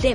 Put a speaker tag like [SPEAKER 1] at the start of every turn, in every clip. [SPEAKER 1] The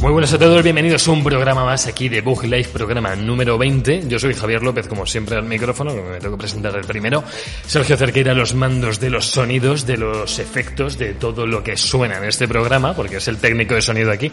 [SPEAKER 2] Muy buenas a todos, bienvenidos a un programa más aquí de Bug Life, programa número 20. Yo soy Javier López, como siempre, al micrófono, que me tengo que presentar el primero. Sergio Cerqueira, los mandos de los sonidos, de los efectos, de todo lo que suena en este programa, porque es el técnico de sonido aquí.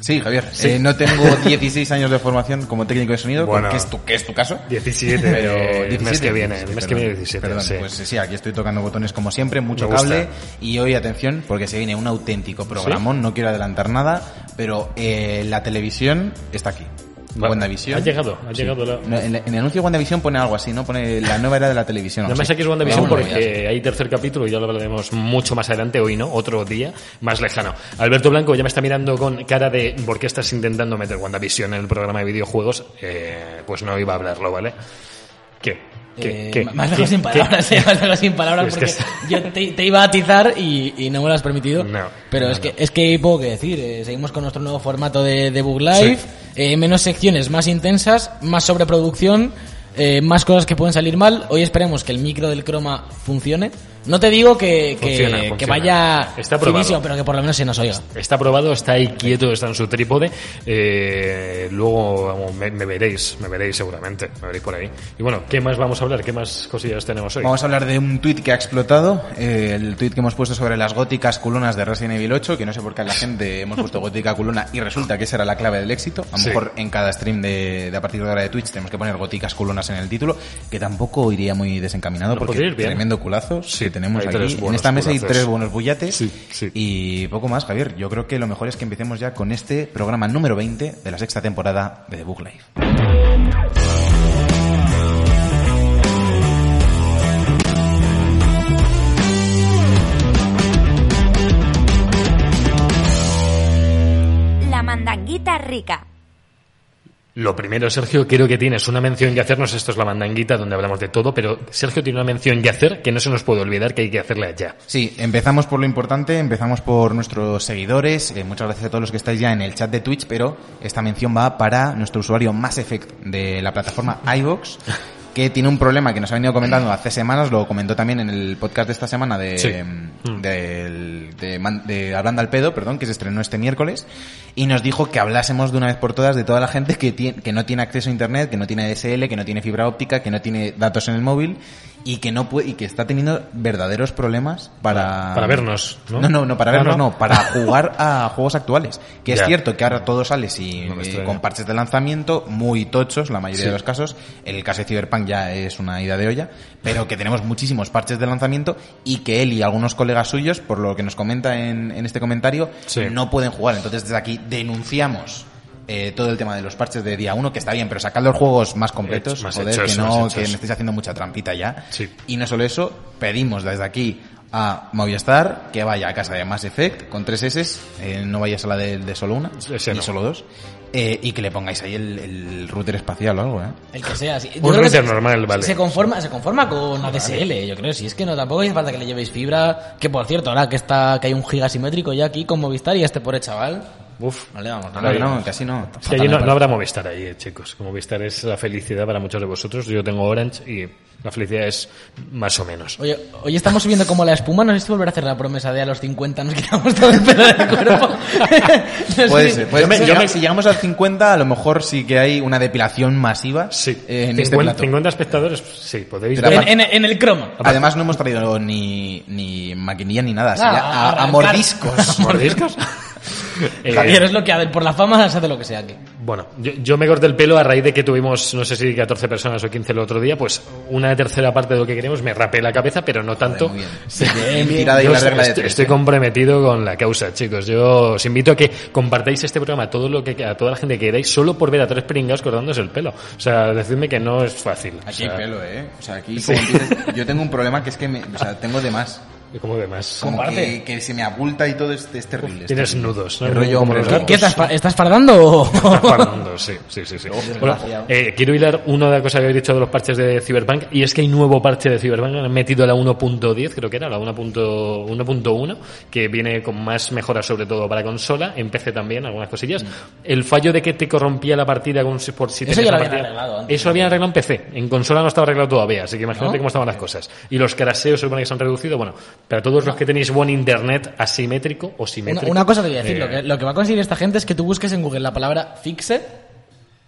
[SPEAKER 3] Sí, Javier. Eh, no tengo 16 años de formación como técnico de sonido,
[SPEAKER 2] Bueno.
[SPEAKER 3] que, es tu, que es tu caso.
[SPEAKER 2] 17,
[SPEAKER 3] Pero
[SPEAKER 2] el mes que viene, el mes que viene
[SPEAKER 3] perdón,
[SPEAKER 2] 17,
[SPEAKER 3] perdón,
[SPEAKER 2] sí.
[SPEAKER 3] pues sí, aquí estoy tocando botones como siempre, mucho
[SPEAKER 2] Me gusta.
[SPEAKER 3] cable. Y hoy, atención, porque se viene un auténtico programón, no quiero adelantar nada, pero eh, la televisión está aquí.
[SPEAKER 2] Vale.
[SPEAKER 3] WandaVision.
[SPEAKER 2] Ha llegado, ha llegado la-
[SPEAKER 3] No, en, la- en el anuncio de WandaVision pone algo así, ¿no? Pone la nueva era de la televisión.
[SPEAKER 2] Nada más
[SPEAKER 3] así.
[SPEAKER 2] aquí es WandaVision
[SPEAKER 3] Bueno, ya
[SPEAKER 2] porque hay tercer capítulo y ya lo hablaremos mucho más adelante, hoy no, otro día más lejano. Alberto Blanco ya me está mirando con cara de ¿por qué estás intentando meter WandaVision en el programa de videojuegos? Eh, pues no iba a hablarlo, ¿vale? ¿Qué? ¿Qué?
[SPEAKER 4] Eh,
[SPEAKER 2] ¿Qué?
[SPEAKER 4] Más
[SPEAKER 2] ¿Qué?
[SPEAKER 4] lejos sin
[SPEAKER 2] ¿Qué?
[SPEAKER 4] palabras, eh, más lejos sin palabras,
[SPEAKER 2] Es que
[SPEAKER 4] porque
[SPEAKER 2] es-
[SPEAKER 4] yo te, te iba a atizar y, y no me lo has permitido.
[SPEAKER 2] No,
[SPEAKER 4] pero
[SPEAKER 2] no,
[SPEAKER 4] es, Que, es que hay poco que decir. eh, seguimos con nuestro nuevo formato de, de Book Live.
[SPEAKER 2] Sí.
[SPEAKER 4] eh, menos secciones, más intensas, más sobreproducción, eh, más cosas que pueden salir mal. Hoy esperemos que el micro del croma funcione. No te digo que, que,
[SPEAKER 2] Funciona,
[SPEAKER 4] que
[SPEAKER 2] funciona.
[SPEAKER 4] vaya
[SPEAKER 2] Está aprobado.
[SPEAKER 4] finísimo, pero que por lo menos se nos oiga.
[SPEAKER 2] Está aprobado, está ahí quieto, está en su trípode. Eh, luego vamos, me, me veréis, me veréis seguramente, me veréis por ahí. Y bueno, ¿qué más vamos a hablar? ¿Qué más cosillas tenemos hoy?
[SPEAKER 3] Vamos a hablar de un tuit que ha explotado, eh, el tuit que hemos puesto sobre las góticas culonas de Resident Evil 8, que no sé por qué a la gente hemos puesto gótica culona y resulta que esa era la clave del éxito. A lo
[SPEAKER 2] Sí.
[SPEAKER 3] mejor en cada stream de, de a partir de ahora de Twitch tenemos que poner góticas culonas en el título, que tampoco iría muy desencaminado
[SPEAKER 2] No,
[SPEAKER 3] porque
[SPEAKER 2] podría ir bien.
[SPEAKER 3] tremendo culazo
[SPEAKER 2] Sí,
[SPEAKER 3] que tenemos
[SPEAKER 2] hay
[SPEAKER 3] aquí.
[SPEAKER 2] tres
[SPEAKER 3] En
[SPEAKER 2] buenos
[SPEAKER 3] esta mesa
[SPEAKER 2] culazos.
[SPEAKER 3] hay tres buenos bullates
[SPEAKER 2] Sí, sí.
[SPEAKER 3] y poco más, Javier. Yo creo que lo mejor es que empecemos ya con este programa número 20 de la sexta temporada de The Book Life.
[SPEAKER 1] La mandanguita rica.
[SPEAKER 2] Lo primero, Sergio, creo que tienes una mención que hacernos. Esto es la mandanguita donde hablamos de todo, pero Sergio tiene una mención que hacer que no se nos puede olvidar que hay que hacerla ya.
[SPEAKER 3] Sí, empezamos por lo importante, empezamos por nuestros seguidores. eh, muchas gracias a todos los que estáis ya en el chat de Twitch, pero esta mención va para nuestro usuario Mass Effect de la plataforma iVox, que tiene un problema que nos ha venido comentando hace semanas, lo comentó también en el podcast de esta semana de,
[SPEAKER 2] Sí.
[SPEAKER 3] del- de Man- de Hablando al Pedo, perdón, que se estrenó este miércoles, y nos dijo que hablásemos de una vez por todas de toda la gente que, tiene, que no tiene acceso a Internet, que no tiene DSL, que no tiene fibra óptica, que no tiene datos en el móvil y que no puede, y que está teniendo verdaderos problemas para...
[SPEAKER 2] Para vernos, ¿no?
[SPEAKER 3] No, no, no, para
[SPEAKER 2] Ah,
[SPEAKER 3] vernos
[SPEAKER 2] ¿no?
[SPEAKER 3] no, para jugar a juegos actuales. Que
[SPEAKER 2] Ya.
[SPEAKER 3] es cierto que ahora todo sale sin,
[SPEAKER 2] No me
[SPEAKER 3] eh,
[SPEAKER 2] extraña.
[SPEAKER 3] con parches de lanzamiento muy tochos, la mayoría
[SPEAKER 2] Sí.
[SPEAKER 3] de los casos. El caso de Cyberpunk ya es una ida de olla, pero que tenemos muchísimos parches de lanzamiento y que él y algunos colegas suyos, por lo que nos comenta en, en este comentario,
[SPEAKER 2] Sí.
[SPEAKER 3] no pueden jugar. Entonces, desde aquí denunciamos. eh, todo el tema de los parches de día 1, que está bien, pero sacad los juegos más completos,
[SPEAKER 2] Hechos, Eh, más
[SPEAKER 3] joder,
[SPEAKER 2] hechos,
[SPEAKER 3] que
[SPEAKER 2] más
[SPEAKER 3] no,
[SPEAKER 2] hechos.
[SPEAKER 3] que me estáis haciendo mucha trampita ya.
[SPEAKER 2] Sí.
[SPEAKER 3] Y no solo eso, pedimos desde aquí a Movistar que vaya a casa de Mass Effect con tres S, eh, no vayas a la de, de solo una,
[SPEAKER 2] Ese
[SPEAKER 3] ni
[SPEAKER 2] no.
[SPEAKER 3] solo dos, eh, y que le pongáis ahí el, el router espacial o algo, ¿eh?
[SPEAKER 4] El que sea. sí. Yo
[SPEAKER 2] Un
[SPEAKER 4] creo que
[SPEAKER 2] router
[SPEAKER 4] se-
[SPEAKER 2] normal,
[SPEAKER 4] se-
[SPEAKER 2] vale.
[SPEAKER 4] Se conforma, se conforma con ADSL, yo creo. Si es que no, tampoco hace falta que le llevéis fibra. Que por cierto, ahora que está, que hay un giga simétrico ya aquí con Movistar y este pobre chaval.
[SPEAKER 2] Uf.
[SPEAKER 4] No le damos
[SPEAKER 3] No,
[SPEAKER 4] nada.
[SPEAKER 3] no,
[SPEAKER 2] Ahí.
[SPEAKER 3] no, casi no.
[SPEAKER 2] Es que allí no, no habrá Movistar ahí, eh, chicos. Como Movistar es la felicidad para muchos de vosotros. Yo tengo Orange y la felicidad es más o menos.
[SPEAKER 4] Oye, hoy estamos subiendo como la espuma. No sé si volver a hacer la promesa de a los 50 nos quitamos todo el pelo del cuerpo. No
[SPEAKER 3] Puede
[SPEAKER 4] sé.
[SPEAKER 3] ser, puede
[SPEAKER 2] Yo me-
[SPEAKER 3] ser.
[SPEAKER 2] yo
[SPEAKER 3] Si-
[SPEAKER 2] me-
[SPEAKER 3] Si llegamos al 50, a lo mejor sí que hay una depilación masiva
[SPEAKER 2] Sí.
[SPEAKER 3] eh, en
[SPEAKER 2] 50,
[SPEAKER 3] este plato.
[SPEAKER 2] 50 espectadores, sí, podéis
[SPEAKER 3] Pero
[SPEAKER 2] ver.
[SPEAKER 4] En, en- en el croma.
[SPEAKER 3] Además no hemos traído ni, ni maquinilla ni nada, así
[SPEAKER 4] Ah,
[SPEAKER 3] ya a- a,
[SPEAKER 4] arrancar.
[SPEAKER 3] mordiscos.
[SPEAKER 2] ¿Mordiscos? Eh,
[SPEAKER 4] Javier es lo que por la fama se hace lo que sea aquí.
[SPEAKER 2] Bueno, yo, yo me corté el pelo a raíz de que tuvimos, no sé si 14 personas o 15 el otro día, pues una tercera parte de lo que queríamos me rapé la cabeza, pero no tanto.
[SPEAKER 3] muy bien.
[SPEAKER 2] Sí.
[SPEAKER 3] Bien, bien. Tirada y
[SPEAKER 2] Yo
[SPEAKER 3] la regla de
[SPEAKER 2] estoy,
[SPEAKER 3] tres,
[SPEAKER 2] estoy
[SPEAKER 3] ¿eh?
[SPEAKER 2] comprometido con la causa, chicos. Yo os invito a que compartáis este programa a, todo lo que, a toda la gente que queráis solo por ver a tres pringados cortándose el pelo. O sea, decidme que no es fácil. O
[SPEAKER 3] Aquí
[SPEAKER 2] sea,
[SPEAKER 3] hay pelo, ¿eh? O sea, aquí como empiezas- yo tengo un problema que es que me, o sea, tengo de más.
[SPEAKER 2] Y como demás.
[SPEAKER 3] Como
[SPEAKER 5] Comparte.
[SPEAKER 3] que, que se me abulta y todo es, es terrible. es
[SPEAKER 2] Tienes
[SPEAKER 3] terrible.
[SPEAKER 2] nudos. ¿no?
[SPEAKER 3] El rollo
[SPEAKER 2] Como
[SPEAKER 3] hombre
[SPEAKER 2] los
[SPEAKER 3] lobo.
[SPEAKER 2] gatos.
[SPEAKER 5] ¿Qué estás, fa- estás fardando? o-
[SPEAKER 2] Fernando, sí, sí, sí. sí. Bueno,
[SPEAKER 3] desgraciado.
[SPEAKER 2] eh, quiero hilar una de las cosas que habéis dicho de los parches de Cyberpunk, y es que hay nuevo parche de Cyberpunk, han metido la 1.10, creo que era, la 1.1, 1.1, que viene con más mejoras sobre todo para consola, en PC también, algunas cosillas. El fallo de que te corrompía la partida con si- por si
[SPEAKER 5] Mm. Eso
[SPEAKER 2] tenías
[SPEAKER 5] ya
[SPEAKER 2] una
[SPEAKER 5] lo habían
[SPEAKER 2] partida-
[SPEAKER 5] arreglado antes.
[SPEAKER 2] Eso lo habían arreglado en PC, en consola no estaba arreglado todavía, así que imagínate
[SPEAKER 5] ¿No?
[SPEAKER 2] cómo estaban las cosas. Y los craseos se supone que se han reducido, bueno, para todos los que tenéis buen internet asimétrico o
[SPEAKER 5] Una,
[SPEAKER 2] simétrico.
[SPEAKER 5] una cosa te voy a decir,
[SPEAKER 2] eh,
[SPEAKER 5] lo, que, lo que va a conseguir esta gente es que tú busques en Google la palabra Fixed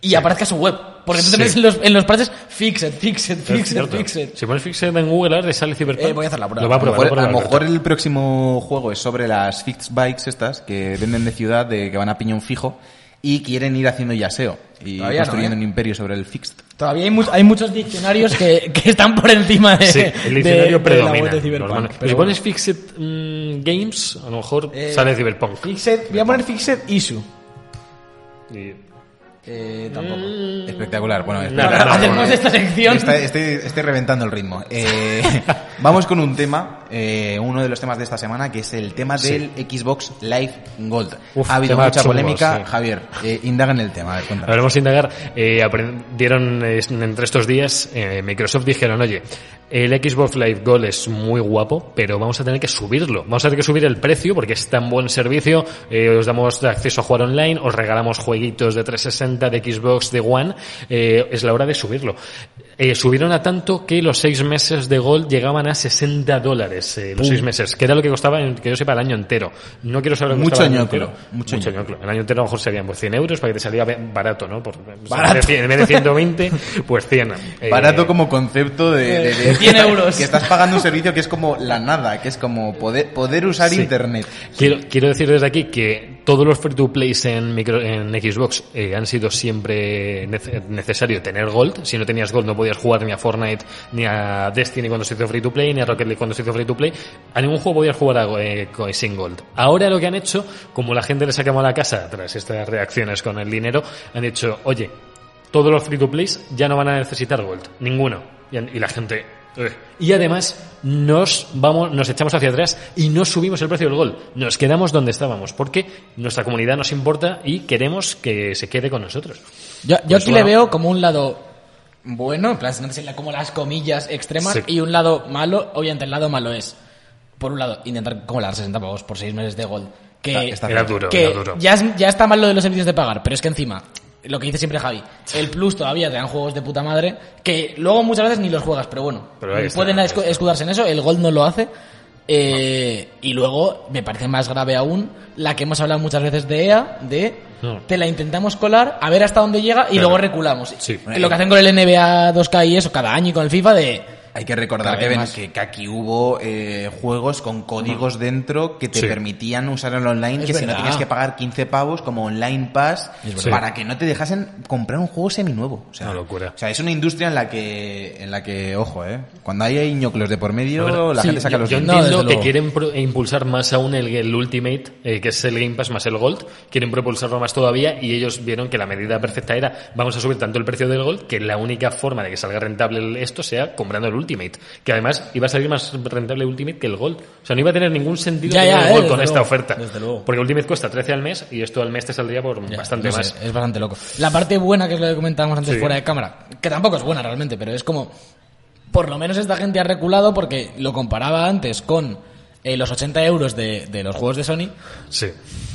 [SPEAKER 5] y aparezca su web. Porque tú te
[SPEAKER 2] Sí.
[SPEAKER 5] metes en los, en los parches Fixed, Fixed,
[SPEAKER 2] Es
[SPEAKER 5] Fixed,
[SPEAKER 2] cierto.
[SPEAKER 5] Fixed.
[SPEAKER 2] Si pones Fixed en Google ahora te sale Cyberpunk.
[SPEAKER 5] Eh, voy a hacer la prueba.
[SPEAKER 2] Lo va a
[SPEAKER 3] A lo
[SPEAKER 2] probar.
[SPEAKER 3] mejor,
[SPEAKER 2] va
[SPEAKER 3] Ah, a
[SPEAKER 2] probar,
[SPEAKER 3] lo mejor
[SPEAKER 2] Alberto.
[SPEAKER 3] el próximo juego es sobre las fixed bikes estas que venden de ciudad, de que van a piñón fijo y quieren ir haciendo yaseo y
[SPEAKER 5] Todavía no,
[SPEAKER 3] construyendo
[SPEAKER 5] ¿eh?
[SPEAKER 3] un imperio sobre el fixed.
[SPEAKER 5] Todavía hay, mu- hay muchos diccionarios que, que están por encima de,
[SPEAKER 2] Sí,
[SPEAKER 5] de-
[SPEAKER 2] el diccionario
[SPEAKER 5] de la
[SPEAKER 2] predomina.
[SPEAKER 5] web de Cyberpunk.
[SPEAKER 2] normal.
[SPEAKER 5] Pero
[SPEAKER 2] si
[SPEAKER 5] bueno.
[SPEAKER 2] pones Fixed mm, Games, a lo mejor
[SPEAKER 5] Eh,
[SPEAKER 2] sale Cyberpunk.
[SPEAKER 5] Fixed, voy a poner Fixed Issue.
[SPEAKER 2] Y- Mm.
[SPEAKER 5] Eh, tampoco.
[SPEAKER 3] Espectacular. Bueno,
[SPEAKER 2] Nada,
[SPEAKER 3] espectacular.
[SPEAKER 2] nada,
[SPEAKER 5] Hacemos
[SPEAKER 2] bueno.
[SPEAKER 5] esta sección.
[SPEAKER 3] Está- estoy, estoy reventando el ritmo. Eh, vamos con un tema, eh, uno de los temas de esta semana, que es el tema del Xbox Live Gold.
[SPEAKER 2] Uf,
[SPEAKER 3] ha habido
[SPEAKER 2] tema
[SPEAKER 3] mucha
[SPEAKER 2] chungo,
[SPEAKER 3] polémica.
[SPEAKER 2] sí.
[SPEAKER 3] Javier, eh, indaga en el tema. A ver, cuéntanos.
[SPEAKER 2] A ver, vamos a indagar. Eh, aprendieron eh, entre estos días, eh, Microsoft dijeron, oye, el Xbox Live Gold es muy guapo, pero vamos a tener que subirlo. Vamos a tener que subir el precio porque es tan buen servicio. eh, os damos acceso a jugar online, os regalamos jueguitos de 360, de Xbox, de One. eh, es la hora de subirlo. Eh, subieron a tanto que los seis meses de Gold llegaban a 60 dólares. eh, los seis meses, que era lo que costaba, en- que yo sepa, el año entero. No quiero saber lo que
[SPEAKER 3] Mucho
[SPEAKER 2] costaba el año
[SPEAKER 3] ñoclo,
[SPEAKER 2] entero.
[SPEAKER 3] mucho
[SPEAKER 2] Mucho
[SPEAKER 3] ñoclo.
[SPEAKER 2] ñoclo. El año entero a lo mejor serían por 100 euros para que te salía be- barato, ¿no? Por,
[SPEAKER 5] Barato.
[SPEAKER 2] En vez de 100, en vez de 120, pues 100. eh,
[SPEAKER 3] Barato como concepto de, de- de-
[SPEAKER 5] 100 Eh, euros.
[SPEAKER 3] Que estás pagando un servicio que es como la nada, que es como poder, poder usar
[SPEAKER 2] Sí.
[SPEAKER 3] internet.
[SPEAKER 2] Quiero, quiero decir desde aquí que todos los free to plays en, micro- en Xbox eh, han sido siempre nece- necesario tener Gold. Si no tenías Gold no podías jugar ni a Fortnite, ni a Destiny cuando se hizo free to play, ni a Rocket Leago cuando se hizo free to play. A ningún juego podías jugar a- eh, co- sin Gold. Ahora lo que han hecho, como la gente les ha quemado la casa tras estas reacciones con el dinero, han dicho, oye, todos los free to plays ya no van a necesitar Gold. Ninguno. Y, y la gente. "Ugh". Y además, nos vamos, nos echamos hacia atrás y no subimos el precio del Gold. Nos quedamos donde estábamos, porque nuestra comunidad nos importa y queremos que se quede con nosotros.
[SPEAKER 5] Yo, yo
[SPEAKER 2] Pues
[SPEAKER 5] aquí
[SPEAKER 2] bueno.
[SPEAKER 5] le veo como un lado bueno, en plan, no sé, como las comillas extremas,
[SPEAKER 2] Sí.
[SPEAKER 5] y un lado malo. Obviamente, el lado malo es, por un lado, intentar cobrar 60 pagos por 6 meses de Gold. Que,
[SPEAKER 3] Está-
[SPEAKER 2] Era duro,
[SPEAKER 5] que
[SPEAKER 2] era duro.
[SPEAKER 5] Ya, es- ya está mal lo de los servicios de pagar, pero es que encima, lo que dice siempre Javi, el Plus todavía te dan juegos de puta madre, que luego muchas veces ni los juegas, pero bueno,
[SPEAKER 2] Pero ahí está,
[SPEAKER 5] pueden
[SPEAKER 2] ahí
[SPEAKER 5] escu-
[SPEAKER 2] está.
[SPEAKER 5] escudarse en eso, el Gold no lo hace. eh, Y luego, me parece más grave aún, la que hemos hablado muchas veces de EA, de
[SPEAKER 2] No.
[SPEAKER 5] te la intentamos colar, a ver hasta dónde llega y
[SPEAKER 2] Claro.
[SPEAKER 5] luego reculamos.
[SPEAKER 2] Sí.
[SPEAKER 5] Que Lo que hacen con el NBA 2K y eso, cada año y con el FIFA de...
[SPEAKER 3] Hay que recordar
[SPEAKER 5] Cada
[SPEAKER 3] que,
[SPEAKER 5] vez
[SPEAKER 3] ven-
[SPEAKER 5] más.
[SPEAKER 3] que, que aquí hubo eh, juegos con códigos dentro que te
[SPEAKER 2] Sí.
[SPEAKER 3] permitían usar el online,
[SPEAKER 5] Es
[SPEAKER 3] que si no
[SPEAKER 5] verdad.
[SPEAKER 3] tenías que pagar 15 pavos como online pass
[SPEAKER 5] Es
[SPEAKER 2] verdad.
[SPEAKER 3] para que no te dejasen comprar un juego seminuevo. O sea,
[SPEAKER 2] Una locura.
[SPEAKER 3] O sea, es una industria en la que, en la que ojo, eh, cuando hay ñoclos de por medio,
[SPEAKER 2] La verdad,
[SPEAKER 3] la
[SPEAKER 5] sí,
[SPEAKER 3] gente saca
[SPEAKER 5] yo-
[SPEAKER 3] los
[SPEAKER 2] Yo
[SPEAKER 3] dientes.
[SPEAKER 5] No, desde
[SPEAKER 2] entiendo que
[SPEAKER 5] luego.
[SPEAKER 2] quieren pro- e impulsar más aún el, el Ultimate, eh, que es el Game Pass más el Gold, quieren propulsarlo más todavía y ellos vieron que la medida perfecta era vamos a subir tanto el precio del Gold que la única forma de que salga rentable el- esto sea comprando el Ultimate, que además iba a salir más rentable el Ultimate que el Gold. O sea, no iba a tener ningún sentido
[SPEAKER 5] Ya,
[SPEAKER 2] tener
[SPEAKER 5] ya,
[SPEAKER 2] el
[SPEAKER 5] eh,
[SPEAKER 2] Gold
[SPEAKER 5] desde
[SPEAKER 2] con esta
[SPEAKER 5] luego,
[SPEAKER 2] oferta.
[SPEAKER 5] desde luego.
[SPEAKER 2] Porque Ultimate cuesta 13 al mes y esto al mes te saldría por bastante
[SPEAKER 5] No sé, eh.
[SPEAKER 2] más.
[SPEAKER 5] es bastante loco. La parte buena, que es lo que comentábamos antes
[SPEAKER 2] Sí.
[SPEAKER 5] fuera de cámara, que tampoco es buena realmente, pero es como... Por lo menos esta gente ha reculado porque lo comparaba antes con eh, los 80 euros de, de los juegos de Sony,
[SPEAKER 2] Sí.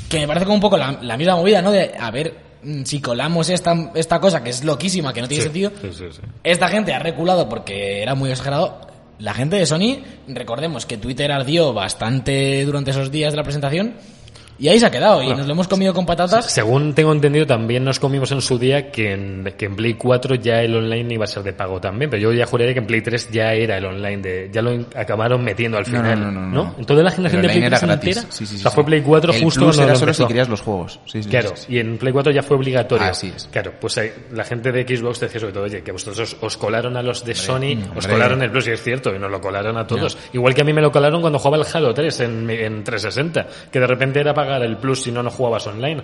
[SPEAKER 5] que me parece como un poco la, la misma movida, ¿no? De, a ver, mm, si colamos esta, esta cosa que es loquísima, que no tiene
[SPEAKER 2] Sí,
[SPEAKER 5] sentido,
[SPEAKER 2] sí, sí, sí.
[SPEAKER 5] Esta gente ha reculado porque era muy exagerado. La gente de Sony, recordemos que Twitter ardió bastante durante esos días de la presentación y ahí se ha quedado y nos lo hemos comido con patatas.
[SPEAKER 2] Según tengo entendido, también nos comimos en su día que en, que en Play 4 ya el online iba a ser de pago también, pero yo ya juraría que en Play 3 ya era el online, de, ya lo in- acabaron metiendo al
[SPEAKER 3] No,
[SPEAKER 2] final.
[SPEAKER 3] no, no, no, no.
[SPEAKER 2] Entonces la generación
[SPEAKER 3] Pero
[SPEAKER 2] de Play
[SPEAKER 3] online
[SPEAKER 2] 3
[SPEAKER 3] era gratis.
[SPEAKER 2] entera,
[SPEAKER 3] Sí, sí, sí,
[SPEAKER 2] o sea,
[SPEAKER 3] sí.
[SPEAKER 2] fue Play 4
[SPEAKER 3] El
[SPEAKER 2] justo
[SPEAKER 3] Plus
[SPEAKER 2] cuando
[SPEAKER 3] era
[SPEAKER 2] lo
[SPEAKER 3] solo si
[SPEAKER 2] empezó.
[SPEAKER 3] querías los juegos. Sí, sí, sí,
[SPEAKER 2] Claro,
[SPEAKER 3] sí, sí.
[SPEAKER 2] y en Play 4 ya fue obligatorio.
[SPEAKER 3] Así es.
[SPEAKER 2] Claro, pues eh, la gente de Xbox decía sobre todo, oye, que vosotros os, os colaron a los de Sony, os
[SPEAKER 3] hombre.
[SPEAKER 2] colaron el Plus, y es cierto, y nos lo colaron a todos. Igual que a mí me lo colaron cuando jugaba el Halo 3 en, mi- en 360, que de repente era pagar el Plus si no, no jugabas online.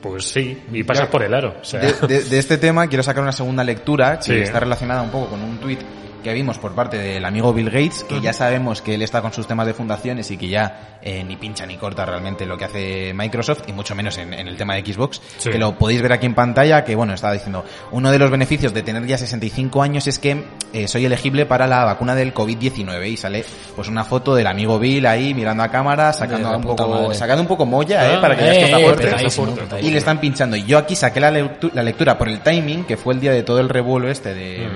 [SPEAKER 2] Pues sí, y pasas por el aro. o sea.
[SPEAKER 3] De, de- de este tema quiero sacar una segunda lectura que
[SPEAKER 2] Sí.
[SPEAKER 3] está relacionada un poco con un tuit que vimos por parte del amigo Bill Gates, que ya sabemos que él está con sus temas de fundaciones y que ya eh, ni pincha ni corta realmente lo que hace Microsoft, y mucho menos en, en el tema de Xbox,
[SPEAKER 2] Sí.
[SPEAKER 3] que lo podéis ver aquí en pantalla, que bueno, estaba diciendo, uno de los beneficios de tener ya 65 años es que eh, soy elegible para la vacuna del COVID-19 y sale pues una foto del amigo Bill ahí mirando a cámara, sacando
[SPEAKER 5] la
[SPEAKER 3] un
[SPEAKER 5] puta
[SPEAKER 3] poco,
[SPEAKER 5] madre.
[SPEAKER 3] sacando un poco molla, eh,
[SPEAKER 2] Ah,
[SPEAKER 3] para que veas
[SPEAKER 2] eh,
[SPEAKER 3] que está
[SPEAKER 2] eh,
[SPEAKER 3] fuerte.
[SPEAKER 2] petadísimo,
[SPEAKER 5] petadísimo.
[SPEAKER 2] petadísimo.
[SPEAKER 3] Y le están pinchando. Y Yo aquí saqué la, lectu- la lectura por el timing, que fue el día de todo el revuelo este de,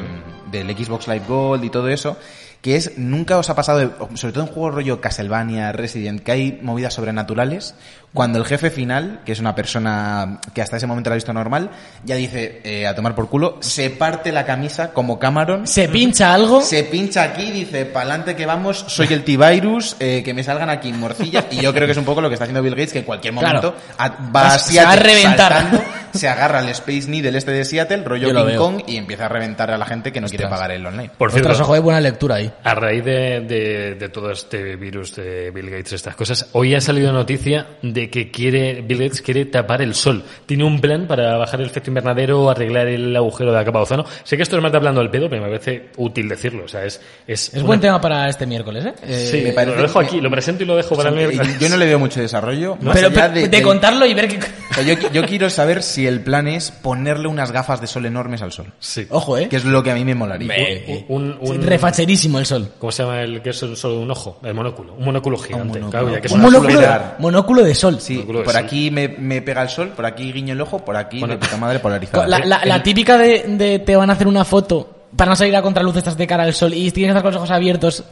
[SPEAKER 3] del Xbox Live Gold y todo eso, que es, nunca os ha pasado, de- sobre todo en juegos rollo Castlevania, Resident, que hay movidas sobrenaturales, cuando el jefe final, que es una persona que hasta ese momento la ha visto normal, ya dice, eh, a tomar por culo, se parte la camisa como Cameron.
[SPEAKER 5] Se pincha algo.
[SPEAKER 3] Se pincha aquí, dice, pa'lante que vamos, soy el T-Virus, eh, que me salgan aquí morcillas. Y yo creo que es un poco lo que está haciendo Bill Gates, que en cualquier momento
[SPEAKER 5] Claro.
[SPEAKER 3] a- va a
[SPEAKER 5] Se- se va a
[SPEAKER 3] Seattle
[SPEAKER 5] reventar.
[SPEAKER 3] saltando, se agarra al Space Needle este de Seattle, rollo
[SPEAKER 5] Yo lo
[SPEAKER 3] King
[SPEAKER 5] veo.
[SPEAKER 3] Kong, y empieza a reventar a la gente que no quiere
[SPEAKER 5] Ostras.
[SPEAKER 3] pagar el online.
[SPEAKER 2] Por cierto,
[SPEAKER 5] Otras ojo de buena lectura ahí.
[SPEAKER 2] A raíz de, de- de todo este virus de Bill Gates, estas cosas, hoy ha salido noticia de que quiere, Bill Gates quiere tapar el sol. Tiene un plan para bajar el efecto invernadero, arreglar el agujero de la capa de ozono. Sé que esto es más de hablando al pedo, pero me parece útil decirlo. O sea, es, es,
[SPEAKER 5] Es
[SPEAKER 2] una-
[SPEAKER 5] buen tema para este miércoles, ¿eh? Eh,
[SPEAKER 2] Sí,
[SPEAKER 3] me parece-
[SPEAKER 2] lo dejo aquí, lo presento y lo dejo para el
[SPEAKER 3] Y
[SPEAKER 2] miércoles.
[SPEAKER 3] Eh, Yo no le veo mucho desarrollo. más
[SPEAKER 5] pero
[SPEAKER 3] allá
[SPEAKER 5] pe- de,
[SPEAKER 3] del-
[SPEAKER 5] contarlo y ver que...
[SPEAKER 3] o sea, yo, qui- yo quiero saber si el plan es ponerle unas gafas de sol enormes al sol.
[SPEAKER 2] Sí.
[SPEAKER 5] Ojo, ¿eh?
[SPEAKER 3] Que es lo que a mí me molaría.
[SPEAKER 5] Eh,
[SPEAKER 2] un- un-
[SPEAKER 5] Refacherísimo el sol.
[SPEAKER 2] ¿Cómo se llama el que es solo un ojo? El monóculo. Un monóculo gigante.
[SPEAKER 3] monóculo.
[SPEAKER 2] Claro, ya que es
[SPEAKER 5] Un
[SPEAKER 2] una
[SPEAKER 5] monóculo,
[SPEAKER 2] chuleta.
[SPEAKER 5] monóculo de sol.
[SPEAKER 3] Sí,
[SPEAKER 2] Yo creo que
[SPEAKER 3] por
[SPEAKER 2] sí.
[SPEAKER 3] aquí me, me pega el sol, por aquí guiño el ojo, por aquí
[SPEAKER 2] Bueno.
[SPEAKER 3] de puta madre polarizada.
[SPEAKER 5] La, la- la típica de, de te van a hacer una foto para no salir a contraluz estás de cara al sol y tienes que estar con los ojos abiertos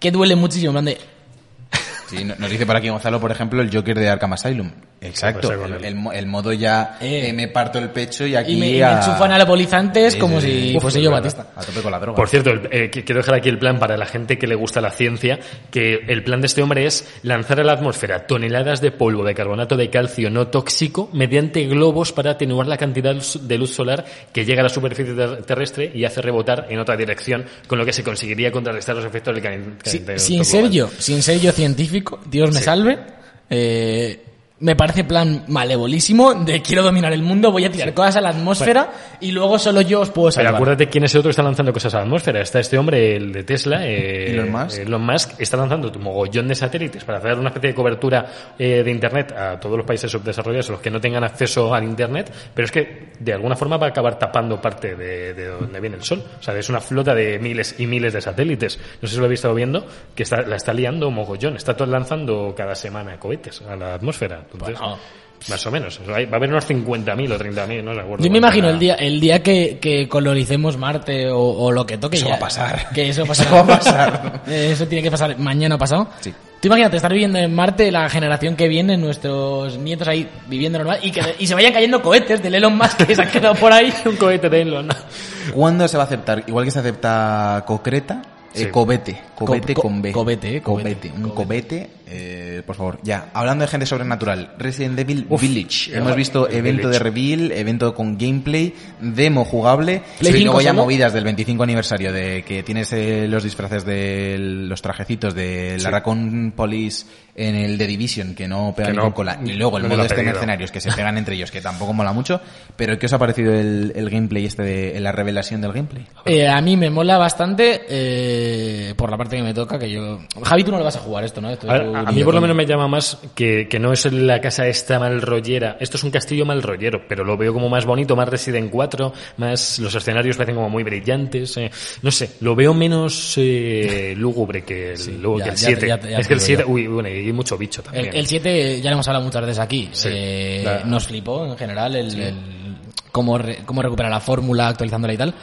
[SPEAKER 5] que duele muchísimo. en plan de,
[SPEAKER 3] Sí, no- nos dice por aquí Gonzalo, por ejemplo, el Joker de Arkham Asylum. Exacto.
[SPEAKER 2] Pues, eh, con él.
[SPEAKER 3] El, mo- el modo ya
[SPEAKER 5] Eh.
[SPEAKER 3] eh, me parto el pecho y aquí
[SPEAKER 5] y me, y me
[SPEAKER 3] a-
[SPEAKER 5] enchufan anabolizantes
[SPEAKER 3] Sí,
[SPEAKER 5] como
[SPEAKER 3] sí, sí.
[SPEAKER 5] si
[SPEAKER 3] Uf,
[SPEAKER 5] fuese
[SPEAKER 3] es
[SPEAKER 5] yo
[SPEAKER 3] verdad.
[SPEAKER 5] Batista.
[SPEAKER 3] A tope con la droga.
[SPEAKER 2] Por cierto, el- eh, qu- quiero dejar aquí el plan para la gente que le gusta la ciencia, que el plan de este hombre es lanzar a la atmósfera toneladas de polvo de carbonato de calcio no tóxico mediante globos para atenuar la cantidad de luz solar que llega a la superficie ter- terrestre y hace rebotar en otra dirección, con lo que se conseguiría contrarrestar los efectos del calen-
[SPEAKER 5] Si-
[SPEAKER 2] calentamiento
[SPEAKER 5] sin ser
[SPEAKER 2] global.
[SPEAKER 5] yo, sin ser yo científico, Dios me
[SPEAKER 2] Sí.
[SPEAKER 5] salve, eh, me parece plan malevolísimo de quiero dominar el mundo, voy a tirar cosas a la atmósfera y luego solo yo os puedo
[SPEAKER 2] Pero
[SPEAKER 5] salvar.
[SPEAKER 2] acuérdate quién es el otro que está lanzando cosas a la atmósfera. Está este hombre, el de Tesla, eh,
[SPEAKER 3] Elon Musk.
[SPEAKER 2] Elon Musk, está lanzando un mogollón de satélites para hacer una especie de cobertura eh, de Internet a todos los países subdesarrollados, a los que no tengan acceso al Internet. Pero es que, de alguna forma, va a acabar tapando parte de, de donde viene el sol. O sea, es una flota de miles y miles de satélites. No sé si lo habéis estado viendo, que está, la está liando mogollón. Está todo lanzando cada semana cohetes a la atmósfera. Entonces,
[SPEAKER 5] Bueno.
[SPEAKER 2] Más o menos. O sea, hay- Va a haber unos 50.000 o 30.000, no se acuerdo.
[SPEAKER 5] Yo me imagino el
[SPEAKER 2] Cuánta-
[SPEAKER 5] día, el día que, que coloricemos Marte o, o lo que toque.
[SPEAKER 3] Eso
[SPEAKER 5] ya.
[SPEAKER 3] va a pasar.
[SPEAKER 5] Que eso, pasará.
[SPEAKER 3] Eso va a pasar.
[SPEAKER 5] Eh, eso tiene que pasar mañana o pasado.
[SPEAKER 3] Sí.
[SPEAKER 5] Tú imagínate estar viviendo en Marte la generación que viene, nuestros nietos ahí viviendo normal y que y se vayan cayendo cohetes del Elon Musk que se han quedado por ahí.
[SPEAKER 2] un cohete de Elon.
[SPEAKER 3] ¿Cuándo se va a aceptar? Igual que se acepta Cocreta, eh,
[SPEAKER 2] Sí.
[SPEAKER 3] Cobete. Cobete
[SPEAKER 5] Co-
[SPEAKER 3] con B.
[SPEAKER 5] cobete, eh, cobete.
[SPEAKER 3] Cobete, Un cobete, eh, por favor. Ya, hablando de gente sobrenatural, Resident Evil Village. Hemos visto
[SPEAKER 2] el
[SPEAKER 3] evento de
[SPEAKER 2] Village.
[SPEAKER 3] reveal, evento con gameplay, demo jugable,
[SPEAKER 5] Play
[SPEAKER 3] y luego
[SPEAKER 5] cinco
[SPEAKER 3] ya
[SPEAKER 5] solo.
[SPEAKER 3] movidas del 25 aniversario de que tienes eh, los disfraces de los trajecitos de la Raccoon Police en el de Division, que no pega
[SPEAKER 2] Que
[SPEAKER 3] ni
[SPEAKER 2] no,
[SPEAKER 3] con cola. Y luego el
[SPEAKER 2] no me lo
[SPEAKER 3] modo
[SPEAKER 2] ha
[SPEAKER 3] este
[SPEAKER 2] pedido.
[SPEAKER 3] mercenario escenarios que se pegan entre ellos, que tampoco mola mucho. Pero ¿qué os ha parecido el, el gameplay este de la revelación del gameplay?
[SPEAKER 5] Eh, a mí me mola bastante eh, por la parte que me toca, que yo... Javi, tú no lo vas a jugar esto, ¿no? Esto
[SPEAKER 2] A,
[SPEAKER 5] tú-
[SPEAKER 2] ver, a- a mí por lo menos me llama más que, que no es la casa esta mal rollera. Esto es un castillo mal rollero, pero lo veo como más bonito, más Resident 4, más los escenarios parecen como muy brillantes. eh. No sé, lo veo menos eh, lúgubre que el, luego
[SPEAKER 5] ya-
[SPEAKER 2] que el
[SPEAKER 5] ya-
[SPEAKER 2] 7.
[SPEAKER 5] ya- ya
[SPEAKER 2] es
[SPEAKER 5] te
[SPEAKER 2] que el
[SPEAKER 5] digo
[SPEAKER 2] 7, uy, bueno, y hay mucho bicho también.
[SPEAKER 5] El, el 7 ya lo hemos hablado muchas veces aquí.
[SPEAKER 2] Sí.
[SPEAKER 5] Eh,
[SPEAKER 2] La-
[SPEAKER 5] Nos flipó en general el, el- cómo, re- cómo recuperar la fórmula actualizándola y tal.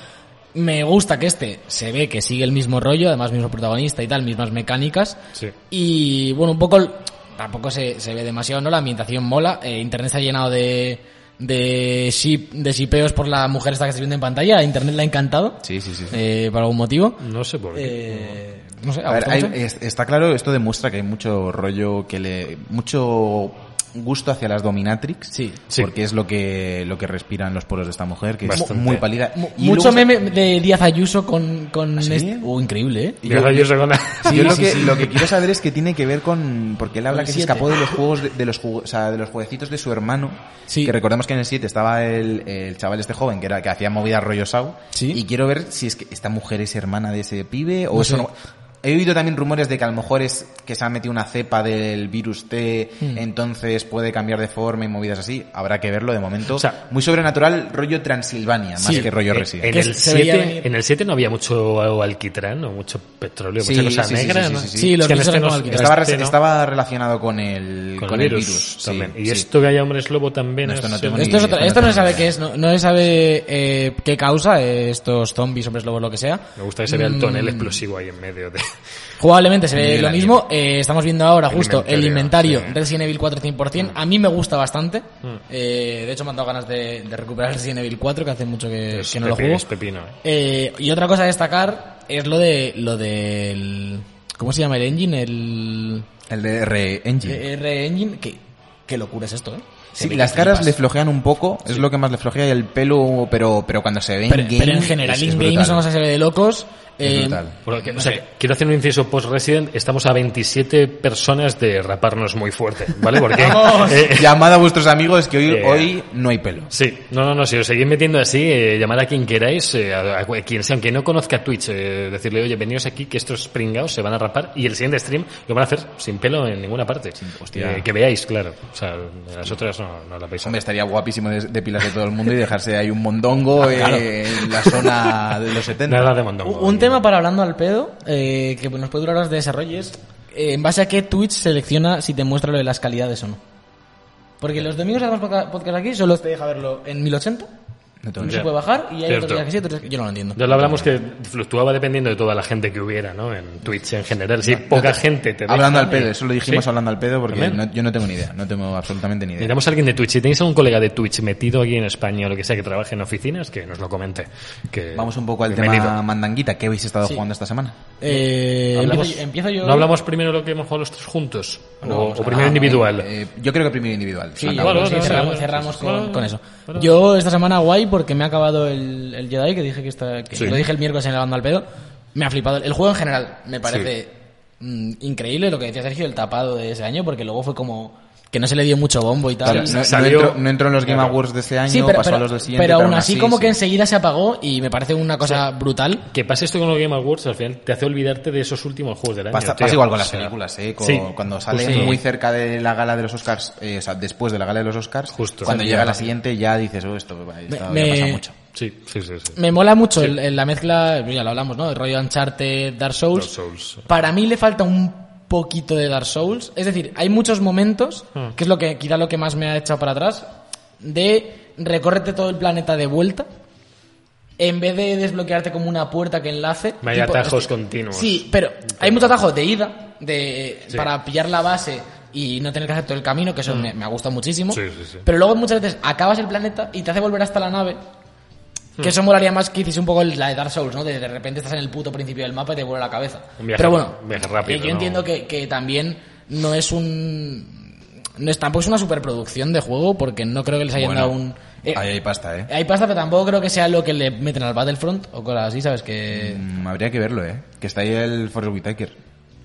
[SPEAKER 5] Me gusta que este se ve que sigue el mismo rollo, además mismo protagonista y tal, mismas mecánicas.
[SPEAKER 2] Sí.
[SPEAKER 5] Y bueno, un poco... el- Tampoco se, se ve demasiado, ¿no? La ambientación mola. eh, Internet está llenado de... De, ship, de shipeos por la mujer esta que se viendo en pantalla. Internet la ha encantado.
[SPEAKER 3] Sí, sí, sí.
[SPEAKER 5] eh, por algún motivo.
[SPEAKER 2] No sé por qué.
[SPEAKER 5] Eh, no sé,
[SPEAKER 3] A ver,
[SPEAKER 5] ¿a
[SPEAKER 3] hay- eh,
[SPEAKER 5] vosotros?
[SPEAKER 3] es- está claro, esto demuestra que hay mucho rollo que le... mucho gusto hacia las dominatrix.
[SPEAKER 5] Sí.
[SPEAKER 2] Sí.
[SPEAKER 3] Porque es lo que, lo que respiran los poros de esta mujer, que
[SPEAKER 2] Bastante.
[SPEAKER 3] es muy pálida.
[SPEAKER 5] Mu-
[SPEAKER 3] Y
[SPEAKER 5] Mucho
[SPEAKER 3] luego-
[SPEAKER 5] meme de Díaz Ayuso con, con
[SPEAKER 3] ¿Ah, sí?
[SPEAKER 5] este- Uh, increíble, ¿eh?
[SPEAKER 3] y
[SPEAKER 2] Yo,
[SPEAKER 3] yo-
[SPEAKER 2] yo soy con la-
[SPEAKER 3] yo lo,
[SPEAKER 5] sí,
[SPEAKER 3] que,
[SPEAKER 5] sí.
[SPEAKER 3] lo que quiero saber es que tiene que ver con... Porque él habla
[SPEAKER 5] Con
[SPEAKER 3] que
[SPEAKER 5] el
[SPEAKER 3] se
[SPEAKER 5] siete.
[SPEAKER 3] escapó de los juegos, de, de los, jugo- o sea, de los jueguecitos de su hermano.
[SPEAKER 5] Sí.
[SPEAKER 3] Que recordemos que en el 7 estaba el, el chaval este joven que era que hacía movidas rollo Sau.
[SPEAKER 5] Sí.
[SPEAKER 3] Y quiero ver si es que esta mujer es hermana de ese pibe o
[SPEAKER 5] No
[SPEAKER 3] eso
[SPEAKER 5] sé.
[SPEAKER 3] no- He oído también rumores de que a lo mejor es que se ha metido una cepa del virus T,
[SPEAKER 5] Hmm.
[SPEAKER 3] entonces puede cambiar de forma y movidas así. Habrá que verlo de momento.
[SPEAKER 2] O sea,
[SPEAKER 3] muy sobrenatural, rollo Transilvania, más
[SPEAKER 5] Sí.
[SPEAKER 3] que rollo
[SPEAKER 2] En-
[SPEAKER 3] Resident.
[SPEAKER 2] Eh, En
[SPEAKER 5] Que
[SPEAKER 2] el,
[SPEAKER 5] se veía
[SPEAKER 2] 7,
[SPEAKER 5] venir.
[SPEAKER 2] en el 7 no había mucho alquitrán o mucho petróleo,
[SPEAKER 3] Sí,
[SPEAKER 2] mucha cosa
[SPEAKER 3] sí, sí, sí,
[SPEAKER 2] negra.
[SPEAKER 3] sí,
[SPEAKER 2] ¿no?
[SPEAKER 3] sí, sí.
[SPEAKER 5] Sí, los
[SPEAKER 2] Es que en
[SPEAKER 5] rusos
[SPEAKER 2] este
[SPEAKER 5] eran
[SPEAKER 2] no-
[SPEAKER 5] alquitrán.
[SPEAKER 3] Estaba,
[SPEAKER 2] este no.
[SPEAKER 3] estaba relacionado con el,
[SPEAKER 2] con,
[SPEAKER 3] con el virus. sí,
[SPEAKER 2] también. y
[SPEAKER 3] sí.
[SPEAKER 2] esto que haya hombres lobo también.
[SPEAKER 3] No, esto
[SPEAKER 2] es,
[SPEAKER 3] no tengo
[SPEAKER 2] eh,
[SPEAKER 3] ni-
[SPEAKER 5] Esto, es otra-
[SPEAKER 3] Bueno,
[SPEAKER 5] esto no se
[SPEAKER 3] también.
[SPEAKER 5] sabe qué es, no, no se sabe eh, qué causa eh, estos zombies, hombres lobos, lo que sea.
[SPEAKER 2] Me gusta que se vea el tonel
[SPEAKER 5] Mm,
[SPEAKER 2] explosivo ahí en medio de.
[SPEAKER 5] Jugablemente se ve
[SPEAKER 3] Y
[SPEAKER 5] lo
[SPEAKER 3] la
[SPEAKER 5] mismo. Eh, estamos viendo ahora
[SPEAKER 2] El
[SPEAKER 5] justo el
[SPEAKER 2] inventario,
[SPEAKER 5] inventario
[SPEAKER 2] sí.
[SPEAKER 5] Resident Evil 4 100%.
[SPEAKER 3] Mm.
[SPEAKER 5] A mí me gusta bastante. Eh, de hecho, me han dado ganas de, de recuperar Resident Evil 4, que hace mucho que,
[SPEAKER 2] es
[SPEAKER 5] que no lo
[SPEAKER 2] pepino,
[SPEAKER 5] juego.
[SPEAKER 2] es pepino, eh.
[SPEAKER 5] Eh, y otra cosa a destacar es lo de lo del ¿cómo se llama el engine? El
[SPEAKER 3] El de R-Engine.
[SPEAKER 5] R engine que qué locura es esto, ¿eh? Se
[SPEAKER 3] Sí,
[SPEAKER 5] ve que
[SPEAKER 3] las caras
[SPEAKER 5] flipas.
[SPEAKER 3] le flojean un poco, es lo que más le flojea, y el pelo, pero, pero cuando se ve
[SPEAKER 5] pero,
[SPEAKER 3] en
[SPEAKER 5] pero
[SPEAKER 3] game,
[SPEAKER 5] en general
[SPEAKER 3] es- es
[SPEAKER 5] in
[SPEAKER 3] brutal.
[SPEAKER 5] game son cosas que se ve de locos.
[SPEAKER 3] Es
[SPEAKER 5] Eh,
[SPEAKER 3] brutal.
[SPEAKER 2] Porque, o sea, quiero hacer un inciso post-resident. Estamos a 27 personas de raparnos muy fuerte, ¿vale? Porque.
[SPEAKER 5] ¡Vamos!
[SPEAKER 2] eh,
[SPEAKER 3] Llamad a vuestros amigos que hoy,
[SPEAKER 2] Eh.
[SPEAKER 3] hoy no hay pelo.
[SPEAKER 2] Sí, no, no, no, si os seguís metiendo así, eh, llamad a quien queráis, eh, a, a quien sea, aunque no conozca Twitch, eh, decirle, oye, venidos aquí, que estos pringados se van a rapar y el siguiente stream lo van a hacer sin pelo en ninguna parte.
[SPEAKER 3] hostia.
[SPEAKER 2] Eh, que veáis, claro. O sea, las otras no, no las veis.
[SPEAKER 3] Hombre, estaría guapísimo de, pilas de todo el mundo y dejarse ahí un mondongo eh, en la zona de los 70.
[SPEAKER 2] Nada de mondongo.
[SPEAKER 5] Un tema para hablando al pedo, eh, que nos puede durar horas de desarrollo, es eh, en base a qué Twitch selecciona si te muestra lo de las calidades o no. Porque los domingos hacemos podca- podcast aquí, solo te deja verlo en 1080,
[SPEAKER 3] No tengo
[SPEAKER 5] no
[SPEAKER 3] ni
[SPEAKER 5] se
[SPEAKER 2] Ya.
[SPEAKER 3] idea.
[SPEAKER 5] puede bajar, y hay
[SPEAKER 2] Cierto.
[SPEAKER 5] otro día que sí, otro día que- yo no lo entiendo.
[SPEAKER 2] Ya lo hablamos que fluctuaba dependiendo de toda la gente que hubiera, ¿no? En Twitch en general. Si poca gente te deja- eh,
[SPEAKER 3] Hablando al pedo, eso lo dijimos
[SPEAKER 2] Sí.
[SPEAKER 3] hablando al pedo porque
[SPEAKER 2] También.
[SPEAKER 3] no- yo no tengo ni idea, no tengo absolutamente ni idea.
[SPEAKER 2] Necesitamos a alguien de Twitch. Si tenéis algún colega de Twitch metido aquí en España o lo que sea que trabaje en oficinas, que nos lo comente. Que
[SPEAKER 3] Vamos un poco al
[SPEAKER 2] bienvenido.
[SPEAKER 3] tema mandanguita, ¿qué habéis estado jugando esta semana?
[SPEAKER 5] Eh,
[SPEAKER 2] Hablamos-
[SPEAKER 5] empiezo, empiezo yo.
[SPEAKER 2] ¿No hablamos primero lo que hemos jugado los tres juntos?
[SPEAKER 5] No,
[SPEAKER 2] o,
[SPEAKER 5] vamos
[SPEAKER 2] o
[SPEAKER 5] a-
[SPEAKER 2] primero
[SPEAKER 5] ah,
[SPEAKER 2] individual.
[SPEAKER 3] Eh, yo creo que primero individual. se
[SPEAKER 5] Sí,
[SPEAKER 3] acabó.
[SPEAKER 2] Vale,
[SPEAKER 5] sí,
[SPEAKER 2] vale,
[SPEAKER 5] cerramos,
[SPEAKER 2] vale.
[SPEAKER 5] cerramos
[SPEAKER 2] Vale,
[SPEAKER 5] con,
[SPEAKER 2] vale.
[SPEAKER 5] con eso.
[SPEAKER 2] Vale.
[SPEAKER 5] Yo esta semana guay porque me ha acabado el, el Jedi, que dije que, está, que
[SPEAKER 2] Sí.
[SPEAKER 5] lo dije el miércoles en el bando al pedo. Me ha flipado. El juego en general me parece mm, increíble lo que decía Sergio, el tapado de ese año, porque luego fue como que no se le dio mucho bombo y tal.
[SPEAKER 3] Claro, no, no
[SPEAKER 2] Salió-
[SPEAKER 3] entró, no entró en los Game
[SPEAKER 2] Claro.
[SPEAKER 3] Awards de ese año,
[SPEAKER 5] sí, pero,
[SPEAKER 3] pasó
[SPEAKER 5] pero-
[SPEAKER 3] a los del siguiente.
[SPEAKER 5] pero aún así, como
[SPEAKER 3] sí.
[SPEAKER 5] que enseguida se apagó y me parece una cosa brutal.
[SPEAKER 2] Que pasa esto con los Game Awards, al final te hace olvidarte de esos últimos juegos del año.
[SPEAKER 3] Pasa,
[SPEAKER 2] tío.
[SPEAKER 3] pasa igual con
[SPEAKER 2] O
[SPEAKER 3] las
[SPEAKER 2] sea,
[SPEAKER 3] películas, ¿eh? Con-
[SPEAKER 2] sí.
[SPEAKER 3] cuando sale
[SPEAKER 2] Justo.
[SPEAKER 3] muy cerca de la gala de los Oscars, eh, o sea, después de la gala de los Oscars,
[SPEAKER 2] Justo.
[SPEAKER 3] cuando
[SPEAKER 2] Sí,
[SPEAKER 3] llega
[SPEAKER 2] ya.
[SPEAKER 3] la siguiente ya dices, oh, esto va,
[SPEAKER 5] Me-
[SPEAKER 3] esto
[SPEAKER 5] me-
[SPEAKER 3] ya pasa mucho.
[SPEAKER 2] Sí, sí, sí. sí.
[SPEAKER 5] Me mola mucho el- el- la mezcla, ya lo hablamos, ¿no? El rollo Uncharted, Dark Souls.
[SPEAKER 2] Dark Souls.
[SPEAKER 5] Para mí le falta un poquito de Dark Souls. Es decir, hay muchos momentos,
[SPEAKER 2] Hmm.
[SPEAKER 5] que es lo que quizá lo que más me ha echado para atrás, de recórrete todo el planeta de vuelta. En vez de desbloquearte como una puerta que enlace.
[SPEAKER 2] Vaya
[SPEAKER 5] tipo-
[SPEAKER 2] atajos continuos.
[SPEAKER 5] Sí, pero hay mucho atajo de ida, de
[SPEAKER 2] Sí. Hmm.
[SPEAKER 5] para pillar la base y no tener que hacer todo el camino, que eso me, me ha gustado muchísimo.
[SPEAKER 2] Sí, sí, sí.
[SPEAKER 5] Pero luego muchas veces acabas el planeta y te hace volver hasta la nave. Que eso molaría más que hiciese un poco el- la de Dark Souls, ¿no? De, de repente estás en el puto principio del mapa y te vuelve la cabeza.
[SPEAKER 2] Un viaje-
[SPEAKER 5] pero bueno,
[SPEAKER 2] un viaje rápido,
[SPEAKER 5] que yo
[SPEAKER 2] ¿no?
[SPEAKER 5] entiendo que, que también no es un... No es, tampoco es una superproducción de juego porque no creo que les hayan
[SPEAKER 3] Bueno,
[SPEAKER 5] dado un... eh,
[SPEAKER 3] Ahí hay pasta, ¿eh?
[SPEAKER 5] hay pasta, pero tampoco creo que sea lo que le meten al Battlefront o cosas así, ¿sabes? Que...
[SPEAKER 3] Mm, habría que verlo, ¿eh? Que está ahí el Forrest Whitaker.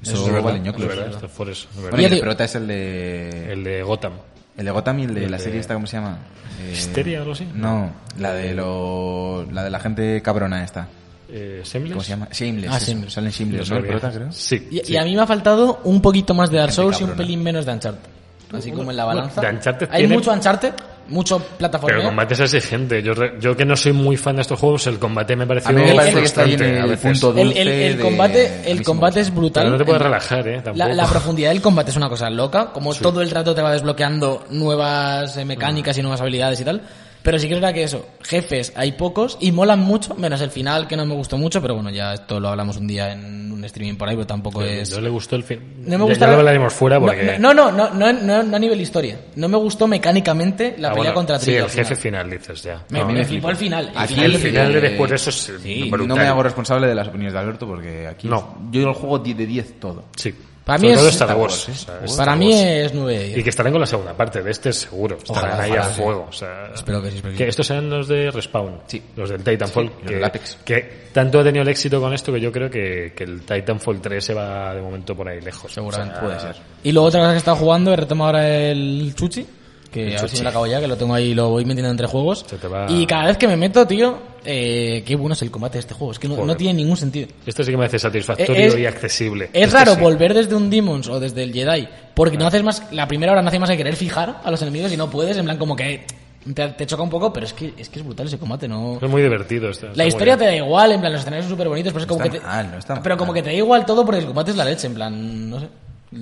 [SPEAKER 3] Eso,
[SPEAKER 2] es verdad,
[SPEAKER 3] vale
[SPEAKER 2] es
[SPEAKER 3] ñoclos.
[SPEAKER 2] verdad, está fuera eso, es verdad.
[SPEAKER 3] Bueno, y el
[SPEAKER 5] Yo
[SPEAKER 3] de
[SPEAKER 5] digo-
[SPEAKER 3] Prota es el de...
[SPEAKER 2] El de Gotham.
[SPEAKER 3] El de Gotham y el de
[SPEAKER 2] el
[SPEAKER 3] la
[SPEAKER 2] de-
[SPEAKER 3] serie esta, ¿cómo se llama? Eh,
[SPEAKER 2] ¿Histeria o algo así?
[SPEAKER 3] No, la de lo... la de la gente cabrona esta.
[SPEAKER 2] Eh, ¿Sembles?
[SPEAKER 3] ¿Cómo se llama? Shameless.
[SPEAKER 5] Ah,
[SPEAKER 3] eso,
[SPEAKER 5] Shameless.
[SPEAKER 3] Sale en
[SPEAKER 2] Lo
[SPEAKER 3] Shameless, ¿no? El
[SPEAKER 2] sabía.
[SPEAKER 3] Prota, creo.
[SPEAKER 2] Sí.
[SPEAKER 5] Y,
[SPEAKER 2] sí.
[SPEAKER 5] y a mí me ha faltado un poquito más de Dark
[SPEAKER 3] Gente
[SPEAKER 5] Souls y un
[SPEAKER 3] cabrona.
[SPEAKER 5] pelín menos de Uncharted. Así como en la
[SPEAKER 2] bueno,
[SPEAKER 5] balanza.
[SPEAKER 2] de Uncharted
[SPEAKER 5] Hay
[SPEAKER 2] tiene-
[SPEAKER 5] mucho Uncharted, mucho plataforma.
[SPEAKER 2] Pero el combate es exigente. Yo, re- yo que no soy muy fan de estos juegos, el combate me pareció
[SPEAKER 3] A mí me parece que está ahí
[SPEAKER 2] frustrante
[SPEAKER 3] en
[SPEAKER 2] a
[SPEAKER 3] el
[SPEAKER 2] veces.
[SPEAKER 3] punto
[SPEAKER 5] El,
[SPEAKER 3] dulce
[SPEAKER 5] el- el
[SPEAKER 3] de- a mí
[SPEAKER 5] combate,
[SPEAKER 3] sí
[SPEAKER 5] el
[SPEAKER 3] me
[SPEAKER 5] combate es brutal.
[SPEAKER 2] Pero no te puedes
[SPEAKER 5] En-
[SPEAKER 2] relajar, ¿eh? Tampoco.
[SPEAKER 5] La, la profundidad del combate es una cosa loca. Como todo el rato te va desbloqueando nuevas eh, mecánicas y nuevas habilidades y tal. Pero sí que es verdad que eso, jefes hay pocos y molan mucho, menos el final que no me gustó mucho, pero bueno, ya esto lo hablamos un día en un streaming por ahí, pero tampoco
[SPEAKER 3] Pues
[SPEAKER 5] es...
[SPEAKER 2] No le gustó el fin.
[SPEAKER 5] No me
[SPEAKER 2] Ya-
[SPEAKER 5] gusta.
[SPEAKER 2] Ya lo hablaremos fuera porque.
[SPEAKER 5] No, no, no, no, no, no a nivel historia. No me gustó mecánicamente la
[SPEAKER 2] Ah,
[SPEAKER 5] pelea
[SPEAKER 2] bueno,
[SPEAKER 5] contra
[SPEAKER 2] Sí,
[SPEAKER 5] Trillo.
[SPEAKER 2] el jefe final, dices ya.
[SPEAKER 5] Me,
[SPEAKER 2] No,
[SPEAKER 5] me
[SPEAKER 2] el
[SPEAKER 5] flipó el final. El
[SPEAKER 3] Aquí
[SPEAKER 5] final
[SPEAKER 2] el final de
[SPEAKER 3] eh,
[SPEAKER 2] después de eso es
[SPEAKER 3] Sí,
[SPEAKER 2] brutal.
[SPEAKER 3] no me hago responsable de las opiniones de Alberto porque aquí
[SPEAKER 2] No.
[SPEAKER 3] yo el juego di- de 10 todo.
[SPEAKER 2] Sí.
[SPEAKER 5] Para mí
[SPEAKER 2] Sobre todo
[SPEAKER 5] es. ¿eh?
[SPEAKER 2] Star Wars.
[SPEAKER 3] Wars,
[SPEAKER 2] o sea, Star
[SPEAKER 5] Para mí
[SPEAKER 2] Wars.
[SPEAKER 5] es 9 de 10.
[SPEAKER 2] Y que estarán con la segunda parte de este seguro. Estarán
[SPEAKER 5] Ojalá,
[SPEAKER 2] ahí
[SPEAKER 5] ojalá,
[SPEAKER 2] a
[SPEAKER 5] sí.
[SPEAKER 2] fuego. o sea,
[SPEAKER 5] Espero que sí, espero que sí.
[SPEAKER 2] estos sean los de Respawn.
[SPEAKER 3] Sí.
[SPEAKER 2] Los del Titanfall.
[SPEAKER 3] Sí, los
[SPEAKER 2] que,
[SPEAKER 3] del Apex.
[SPEAKER 2] que tanto ha tenido el éxito con esto que yo creo que, que el Titanfall 3 se va de momento por ahí lejos.
[SPEAKER 5] Seguramente.
[SPEAKER 2] O sea,
[SPEAKER 3] Puede ser.
[SPEAKER 5] Y luego otra cosa que he estado jugando, he retomado ahora el Chuchi. Que a ver
[SPEAKER 2] Chuchi.
[SPEAKER 5] si me lo acabo ya, que lo tengo ahí, lo voy metiendo entre juegos.
[SPEAKER 2] Se te va-
[SPEAKER 5] Y cada vez que me meto, tío, eh, qué bueno es el combate de este juego. Es que no,
[SPEAKER 2] Joder.
[SPEAKER 5] no tiene ningún sentido.
[SPEAKER 2] Esto sí que me hace satisfactorio
[SPEAKER 5] Eh, es-
[SPEAKER 2] y accesible.
[SPEAKER 5] Es
[SPEAKER 2] Esto
[SPEAKER 5] raro
[SPEAKER 2] Este sí. Ah.
[SPEAKER 5] volver desde un Demons o desde el Jedi, porque no haces más, la primera hora no hace más que querer fijar a los enemigos y no puedes, en plan como que te, te choca un poco, pero es que es que es brutal ese combate, no.
[SPEAKER 2] Es muy divertido. está- está
[SPEAKER 5] La
[SPEAKER 2] muy
[SPEAKER 5] historia te
[SPEAKER 2] bien.
[SPEAKER 5] da igual, en plan los escenarios son súper bonitos, pero es como
[SPEAKER 3] está
[SPEAKER 5] que te,
[SPEAKER 3] mal, no está mal.
[SPEAKER 5] pero como que te da igual todo porque el combate es la leche, en plan, no sé.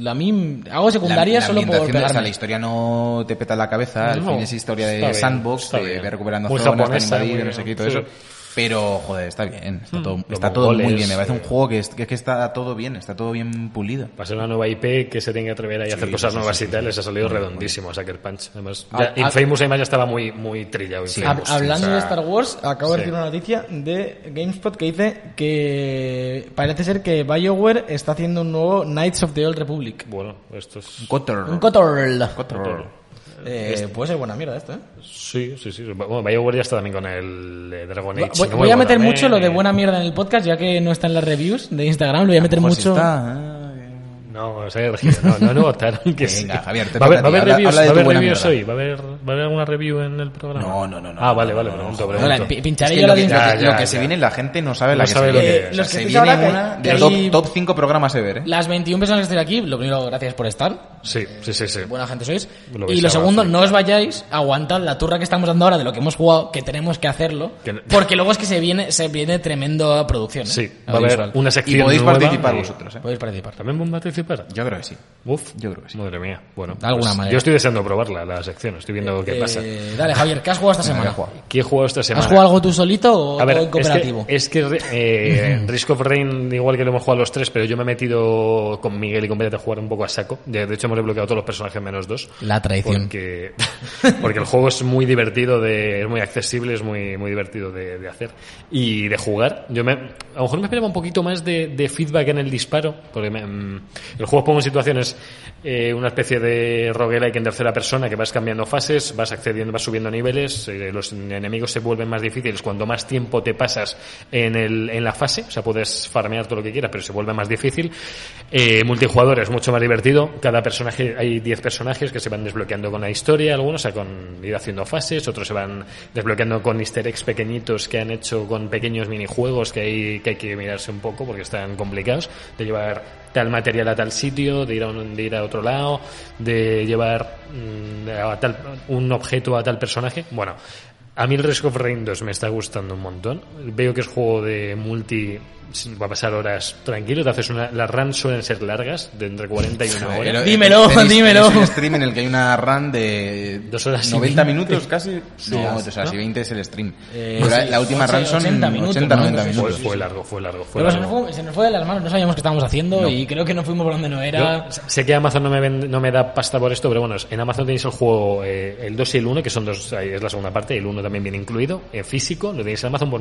[SPEAKER 5] A mí hago
[SPEAKER 3] La-
[SPEAKER 5] secundaria
[SPEAKER 3] la
[SPEAKER 5] solo por
[SPEAKER 3] ambientación de- o sea,
[SPEAKER 5] pegarme.
[SPEAKER 3] la historia no te peta la cabeza, al
[SPEAKER 2] No,
[SPEAKER 3] fin es historia de
[SPEAKER 2] está bien,
[SPEAKER 3] sandbox,
[SPEAKER 2] está
[SPEAKER 3] de
[SPEAKER 2] bien.
[SPEAKER 3] ver recuperando
[SPEAKER 2] Muy
[SPEAKER 3] zonas,
[SPEAKER 2] japonesa,
[SPEAKER 3] tan invadido,
[SPEAKER 2] muy
[SPEAKER 3] no sé qué y todo
[SPEAKER 2] bien,
[SPEAKER 3] eso.
[SPEAKER 2] sí. Mm.
[SPEAKER 3] Pero, joder, está bien, está todo,
[SPEAKER 2] Los
[SPEAKER 3] está todo muy
[SPEAKER 2] mongoles,
[SPEAKER 3] bien. Me parece un
[SPEAKER 2] eh.
[SPEAKER 3] juego que es, que es que está todo bien, está todo bien pulido.
[SPEAKER 2] Va a ser una nueva IP que se tiene que atrever ahí a hacer
[SPEAKER 3] sí,
[SPEAKER 2] cosas
[SPEAKER 3] sí,
[SPEAKER 2] nuevas
[SPEAKER 3] sí,
[SPEAKER 2] y tal. Les ha salido redondísimo a Sucker Punch. Además,
[SPEAKER 5] Ah,
[SPEAKER 2] ya
[SPEAKER 5] ah,
[SPEAKER 2] Infamous además ya estaba muy, muy trillado.
[SPEAKER 5] Hab-
[SPEAKER 2] Infamous.
[SPEAKER 5] Hablando
[SPEAKER 3] o sea,
[SPEAKER 5] de Star Wars, acabo
[SPEAKER 2] sí.
[SPEAKER 5] de recibir una noticia de GameSpot que dice que parece ser que BioWare está haciendo un nuevo Knights of the Old Republic.
[SPEAKER 2] Bueno, esto es...
[SPEAKER 3] Cotor.
[SPEAKER 5] Un Cotorl.
[SPEAKER 3] Cotor.
[SPEAKER 5] Eh,
[SPEAKER 3] Este.
[SPEAKER 5] puede ser buena mierda esto, ¿eh?
[SPEAKER 2] Sí, sí, sí. Bueno, BioWare ya está también con el eh, Dragon Age.
[SPEAKER 5] Voy,
[SPEAKER 2] nuevo
[SPEAKER 5] voy a meter
[SPEAKER 2] también,
[SPEAKER 5] mucho lo de
[SPEAKER 2] eh.
[SPEAKER 5] buena mierda en el podcast, ya que no está en las reviews de Instagram. Lo voy a meter
[SPEAKER 3] Pues
[SPEAKER 5] mucho.
[SPEAKER 3] está, eh,
[SPEAKER 2] No, se ha elegido. No, no, no votaron que sí.
[SPEAKER 3] Venga, Javier, te
[SPEAKER 2] va a haber,
[SPEAKER 3] toca
[SPEAKER 2] va
[SPEAKER 3] a
[SPEAKER 2] a haber
[SPEAKER 3] ti. Habla-
[SPEAKER 2] reviews,
[SPEAKER 3] habla de
[SPEAKER 2] va a
[SPEAKER 3] tu
[SPEAKER 2] haber
[SPEAKER 3] buena
[SPEAKER 2] reviews
[SPEAKER 3] mierda.
[SPEAKER 2] hoy. ¿Va a haber, ¿Va a haber alguna review en el programa?
[SPEAKER 3] No, no, no, no,
[SPEAKER 2] Ah, vale,
[SPEAKER 3] no,
[SPEAKER 2] vale.
[SPEAKER 3] no, no.
[SPEAKER 2] pregunto,
[SPEAKER 3] No,
[SPEAKER 5] No, la-
[SPEAKER 2] pregunto.
[SPEAKER 5] pi- pincharé
[SPEAKER 3] Es
[SPEAKER 5] yo
[SPEAKER 3] que
[SPEAKER 5] la
[SPEAKER 3] lo que,
[SPEAKER 5] de
[SPEAKER 2] Ya,
[SPEAKER 5] Instagram.
[SPEAKER 3] lo
[SPEAKER 2] ya,
[SPEAKER 3] que
[SPEAKER 2] ya.
[SPEAKER 3] se viene la gente no sabe
[SPEAKER 2] No
[SPEAKER 3] la que
[SPEAKER 2] sabe
[SPEAKER 3] se
[SPEAKER 2] lo
[SPEAKER 3] viene.
[SPEAKER 2] que-
[SPEAKER 5] Eh,
[SPEAKER 3] O sea,
[SPEAKER 5] los que
[SPEAKER 3] se
[SPEAKER 5] estéis
[SPEAKER 3] viene
[SPEAKER 5] ahora que-
[SPEAKER 3] una
[SPEAKER 5] que
[SPEAKER 3] del top,
[SPEAKER 5] hay-
[SPEAKER 3] 5 programas ever, ¿eh?
[SPEAKER 5] Las 21 personas que estén aquí, lo primero, gracias por estar.
[SPEAKER 2] Sí, sí, sí. sí.
[SPEAKER 5] Buena gente sois.
[SPEAKER 2] Lo veis
[SPEAKER 5] y lo
[SPEAKER 2] abajo.
[SPEAKER 5] segundo, no os vayáis, aguantad la turra que estamos dando ahora de lo que hemos jugado, que tenemos que hacerlo.
[SPEAKER 2] Que no-
[SPEAKER 5] Porque luego es que se viene, se viene tremenda producción. ¿eh?
[SPEAKER 2] sí, va a haber
[SPEAKER 5] Audiovisual.
[SPEAKER 2] una sección
[SPEAKER 3] Y podéis
[SPEAKER 2] nueva
[SPEAKER 3] participar
[SPEAKER 2] y-
[SPEAKER 3] vosotros, ¿eh?
[SPEAKER 5] Podéis participar.
[SPEAKER 2] ¿También van a participar?
[SPEAKER 3] Yo creo que sí.
[SPEAKER 2] Uf,
[SPEAKER 3] Yo creo que sí.
[SPEAKER 2] Madre mía. Bueno, pues
[SPEAKER 5] De alguna manera.
[SPEAKER 2] yo estoy deseando probarla, la sección. Estoy viendo qué
[SPEAKER 5] Eh,
[SPEAKER 2] pasa.
[SPEAKER 5] Dale, Javier, ¿qué has jugado esta
[SPEAKER 3] Venga,
[SPEAKER 5] semana?
[SPEAKER 3] ¿qué has jugado?
[SPEAKER 2] ¿Qué he jugado esta semana?
[SPEAKER 5] ¿Has jugado algo tú solito o
[SPEAKER 2] A ver,
[SPEAKER 5] todo en cooperativo?
[SPEAKER 2] Es que, es que, eh, Risk of Rain, igual que lo hemos jugado los tres, pero yo me he metido con Miguel y con Beret a jugar un poco a saco. De de hecho, hemos desbloqueado todos los personajes menos dos.
[SPEAKER 5] La traición.
[SPEAKER 2] Porque, porque el juego es muy divertido, de, es muy accesible, es muy, muy divertido de, de hacer y de jugar. Yo me, a lo mejor me esperaba un poquito más de, de feedback en el disparo, porque me- mm, el juego os pongo en situaciones, eh, una especie de roguelike en tercera persona que vas cambiando fases, vas accediendo, vas subiendo niveles, eh, los enemigos se vuelven más difíciles cuanto más tiempo te pasas en, el, en la fase, o sea, puedes farmear todo lo que quieras, pero se vuelve más difícil. Eh, multijugador es mucho más divertido, cada personaje, hay 10 personajes que se van desbloqueando con la historia, algunos, o sea, con ir haciendo fases, otros se van desbloqueando con easter eggs pequeñitos que han hecho con pequeños minijuegos que hay que, hay que mirarse un poco porque están complicados, de llevar tal material a tal sitio, de ir a, un- de ir a otro lado, de llevar mm, a tal, un objeto a tal personaje. Bueno, a mí el Risk of Rain 2 me está gustando un montón. Veo que es juego de multi... Va a pasar horas tranquilo, te haces una... Las runs suelen ser largas, de entre 40 y una hora.
[SPEAKER 3] Pero, eh,
[SPEAKER 5] Dímelo,
[SPEAKER 3] tenéis-
[SPEAKER 5] dímelo.
[SPEAKER 3] tenéis un stream en el que hay una run de
[SPEAKER 2] Dos horas y
[SPEAKER 3] 90
[SPEAKER 2] veinte.
[SPEAKER 3] minutos casi. no, o sea,
[SPEAKER 2] ¿no?
[SPEAKER 3] si 20 es el stream.
[SPEAKER 5] Eh,
[SPEAKER 3] Pero la,
[SPEAKER 5] sí,
[SPEAKER 3] la última
[SPEAKER 5] ocho-
[SPEAKER 3] run son
[SPEAKER 5] 80 minutos,
[SPEAKER 3] 80,
[SPEAKER 5] ¿no? Pues,
[SPEAKER 3] 90
[SPEAKER 5] Sí,
[SPEAKER 2] Fue,
[SPEAKER 3] minutos.
[SPEAKER 2] fue largo, fue largo, fue
[SPEAKER 5] Pero se, nos
[SPEAKER 2] largo.
[SPEAKER 5] fue, se nos fue de las manos, no sabíamos qué estábamos haciendo y creo que no fuimos por donde no era.
[SPEAKER 2] Yo sé que Amazon no me, vende- no me da pasta por esto, pero bueno, en Amazon tenéis el juego, eh, el 2 y el 1, que son dos, ahí es la segunda parte, el 1 también viene incluido, en físico, lo tenéis en Amazon por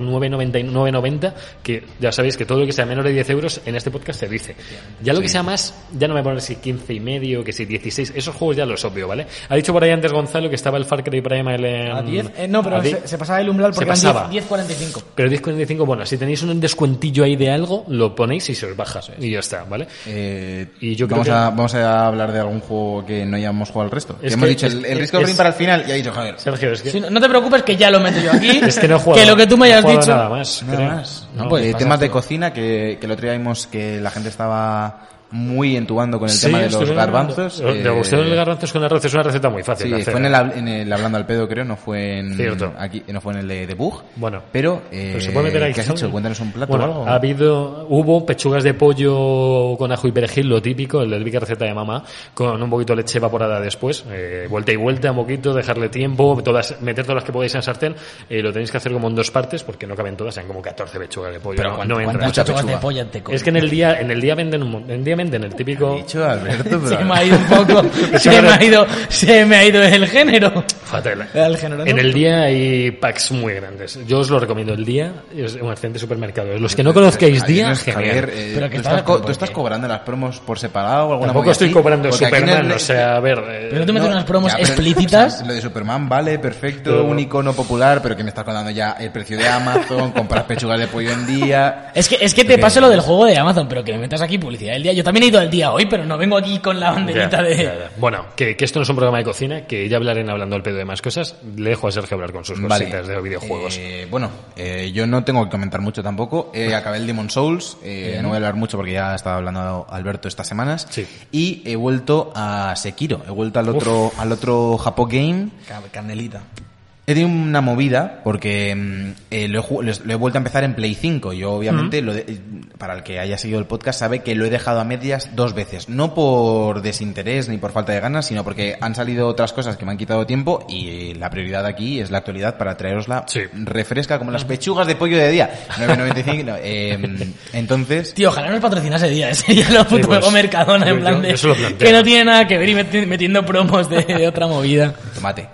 [SPEAKER 2] 9,90, que ya sabéis que todo lo que sea menos de 10 euros en este podcast se dice. Ya lo que sea más, ya no me poner si 15 y medio, que si 16, esos juegos ya los obvio, ¿vale? Ha dicho por ahí antes Gonzalo que estaba el Far Cry Primal en...
[SPEAKER 5] a 10. eh, no, pero
[SPEAKER 2] a di-
[SPEAKER 5] se, se pasaba el umbral porque
[SPEAKER 2] Se
[SPEAKER 5] eran
[SPEAKER 2] pasaba.
[SPEAKER 5] 10 10.45.
[SPEAKER 2] Pero 10,45, bueno, si tenéis un descuentillo ahí de algo, lo ponéis y se os baja, y ya está, ¿vale?
[SPEAKER 3] Eh,
[SPEAKER 2] Y yo creo
[SPEAKER 3] vamos,
[SPEAKER 2] que-
[SPEAKER 3] a, vamos a hablar de algún juego que no hayamos jugado al resto. Que
[SPEAKER 2] Es
[SPEAKER 3] hemos
[SPEAKER 2] que-
[SPEAKER 3] dicho el,
[SPEAKER 2] es-
[SPEAKER 3] el Risk of Rain
[SPEAKER 2] es-
[SPEAKER 3] para el final y ha dicho, joder,
[SPEAKER 2] Sergio, es que...
[SPEAKER 5] Sí, no, no te preocupes que ya lo meto yo aquí.
[SPEAKER 2] Es que no he jugado.
[SPEAKER 5] lo que tú me
[SPEAKER 2] no he
[SPEAKER 5] hayas
[SPEAKER 2] jugado
[SPEAKER 5] dicho.
[SPEAKER 2] Nada más. Pues,
[SPEAKER 3] Nada
[SPEAKER 2] creo.
[SPEAKER 3] más.
[SPEAKER 5] No puedes
[SPEAKER 3] Eh,
[SPEAKER 5] pasar
[SPEAKER 3] temas de
[SPEAKER 5] todo.
[SPEAKER 3] cocina que, que el otro día vimos que la gente estaba muy entubando con el
[SPEAKER 2] Sí,
[SPEAKER 3] tema de
[SPEAKER 2] estoy
[SPEAKER 3] los
[SPEAKER 2] hablando-
[SPEAKER 3] garbanzos.
[SPEAKER 2] Lo- De
[SPEAKER 3] eh,
[SPEAKER 2] gustaron los garbanzos con arroz es una receta muy fácil.
[SPEAKER 3] Sí,
[SPEAKER 2] de hacer.
[SPEAKER 3] fue en el, hab- en el hablando al pedo, creo, no fue en
[SPEAKER 2] Cierto.
[SPEAKER 3] aquí, no fue en el de, de Bug.
[SPEAKER 2] Bueno,
[SPEAKER 3] pero, eh,
[SPEAKER 2] Pero se puede meter ahí
[SPEAKER 3] ¿qué has
[SPEAKER 2] también.
[SPEAKER 3] hecho? Cuéntanos un plato
[SPEAKER 2] Bueno,
[SPEAKER 3] o algo.
[SPEAKER 2] Ha habido, hubo pechugas de pollo con ajo y perejil, lo típico, la típica receta de mamá, con un poquito de leche evaporada después, eh, vuelta y vuelta, un poquito, dejarle tiempo, todas, meter todas las que podáis en sartén, eh, lo tenéis que hacer como en dos partes, porque no caben todas, sean como 14 pechugas de pollo.
[SPEAKER 5] Pero
[SPEAKER 2] no,
[SPEAKER 5] ¿cuánto-
[SPEAKER 2] no entra.
[SPEAKER 5] ¿cuántas
[SPEAKER 3] mucha
[SPEAKER 5] pechugas de
[SPEAKER 2] este
[SPEAKER 3] pechuga.
[SPEAKER 5] pollo te comes?
[SPEAKER 2] Es que en el día, en el día venden un mon- en el día obviamente en el
[SPEAKER 3] Lo he
[SPEAKER 2] típico...
[SPEAKER 3] dicho Alberto, pero...
[SPEAKER 5] Se me ha ido un poco. se, me ha ido, se me ha ido el género.
[SPEAKER 2] Fatal.
[SPEAKER 5] El género, ¿no?
[SPEAKER 2] En el día hay packs muy grandes. Yo os lo recomiendo. El día es un excelente supermercado. Los que no conozcáis
[SPEAKER 3] Ay,
[SPEAKER 2] día,
[SPEAKER 3] no,
[SPEAKER 2] genial.
[SPEAKER 3] Javier, eh,
[SPEAKER 5] Pero que
[SPEAKER 3] ¿tú,
[SPEAKER 5] estaba
[SPEAKER 3] estás, co-
[SPEAKER 5] como
[SPEAKER 3] tú estás
[SPEAKER 5] que-
[SPEAKER 3] cobrando las promos por separado o alguna
[SPEAKER 2] Tampoco
[SPEAKER 3] movida
[SPEAKER 2] estoy
[SPEAKER 3] así?
[SPEAKER 2] cobrando
[SPEAKER 3] Porque aquí en
[SPEAKER 2] Superman,
[SPEAKER 3] el-
[SPEAKER 2] o sea, a ver... eh,
[SPEAKER 5] Pero no te metes unas promos
[SPEAKER 3] ya, pero,
[SPEAKER 5] explícitas.
[SPEAKER 3] o sea, lo de Superman vale, perfecto,
[SPEAKER 2] Pero-
[SPEAKER 3] un icono popular, pero que me estás contando ya el precio de Amazon, compras pechugas de pollo en día.
[SPEAKER 5] Es que, es que te
[SPEAKER 3] Bien.
[SPEAKER 5] pasa lo del juego de Amazon, pero que me metas aquí publicidad del día. Yo también he ido al día hoy, pero no vengo aquí con la banderita
[SPEAKER 2] Ya,
[SPEAKER 5] de.
[SPEAKER 2] ya, ya. Bueno, que, que esto no es un programa de cocina, que ya hablaré en hablando al pedo de más cosas. Le dejo a Sergio hablar con sus
[SPEAKER 3] Vale.
[SPEAKER 2] Pues cositas de videojuegos.
[SPEAKER 3] Eh, bueno, eh, yo no tengo que comentar mucho tampoco. Eh, acabé el Demon Souls, eh, no voy a hablar mucho porque ya estaba hablando Alberto estas semanas.
[SPEAKER 2] Sí.
[SPEAKER 3] Y he vuelto a Sekiro, he vuelto al otro, al otro Japo Game.
[SPEAKER 5] Candelita.
[SPEAKER 3] He tenido una movida porque mm, eh, lo, he, ju- lo he- lo he vuelto a empezar en Play 5. Yo obviamente, lo de- eh, para el que haya seguido el podcast, sabe que lo he dejado a medias dos veces. No por desinterés ni por falta de ganas, sino porque han salido otras cosas que me han quitado tiempo y eh, la prioridad aquí es la actualidad para traerosla
[SPEAKER 2] Sí.
[SPEAKER 3] refresca como las pechugas de pollo de día. 9.95. no, eh, entonces...
[SPEAKER 5] Tío, ojalá nos patrocinase día. Sería lo puto
[SPEAKER 2] pues,
[SPEAKER 5] luego Mercadona,
[SPEAKER 2] yo-
[SPEAKER 5] en plan
[SPEAKER 2] yo-
[SPEAKER 5] de.
[SPEAKER 2] yo se lo planteo.
[SPEAKER 5] que no tiene nada que ver y meti- metiendo promos de, de otra movida.
[SPEAKER 3] Tomate.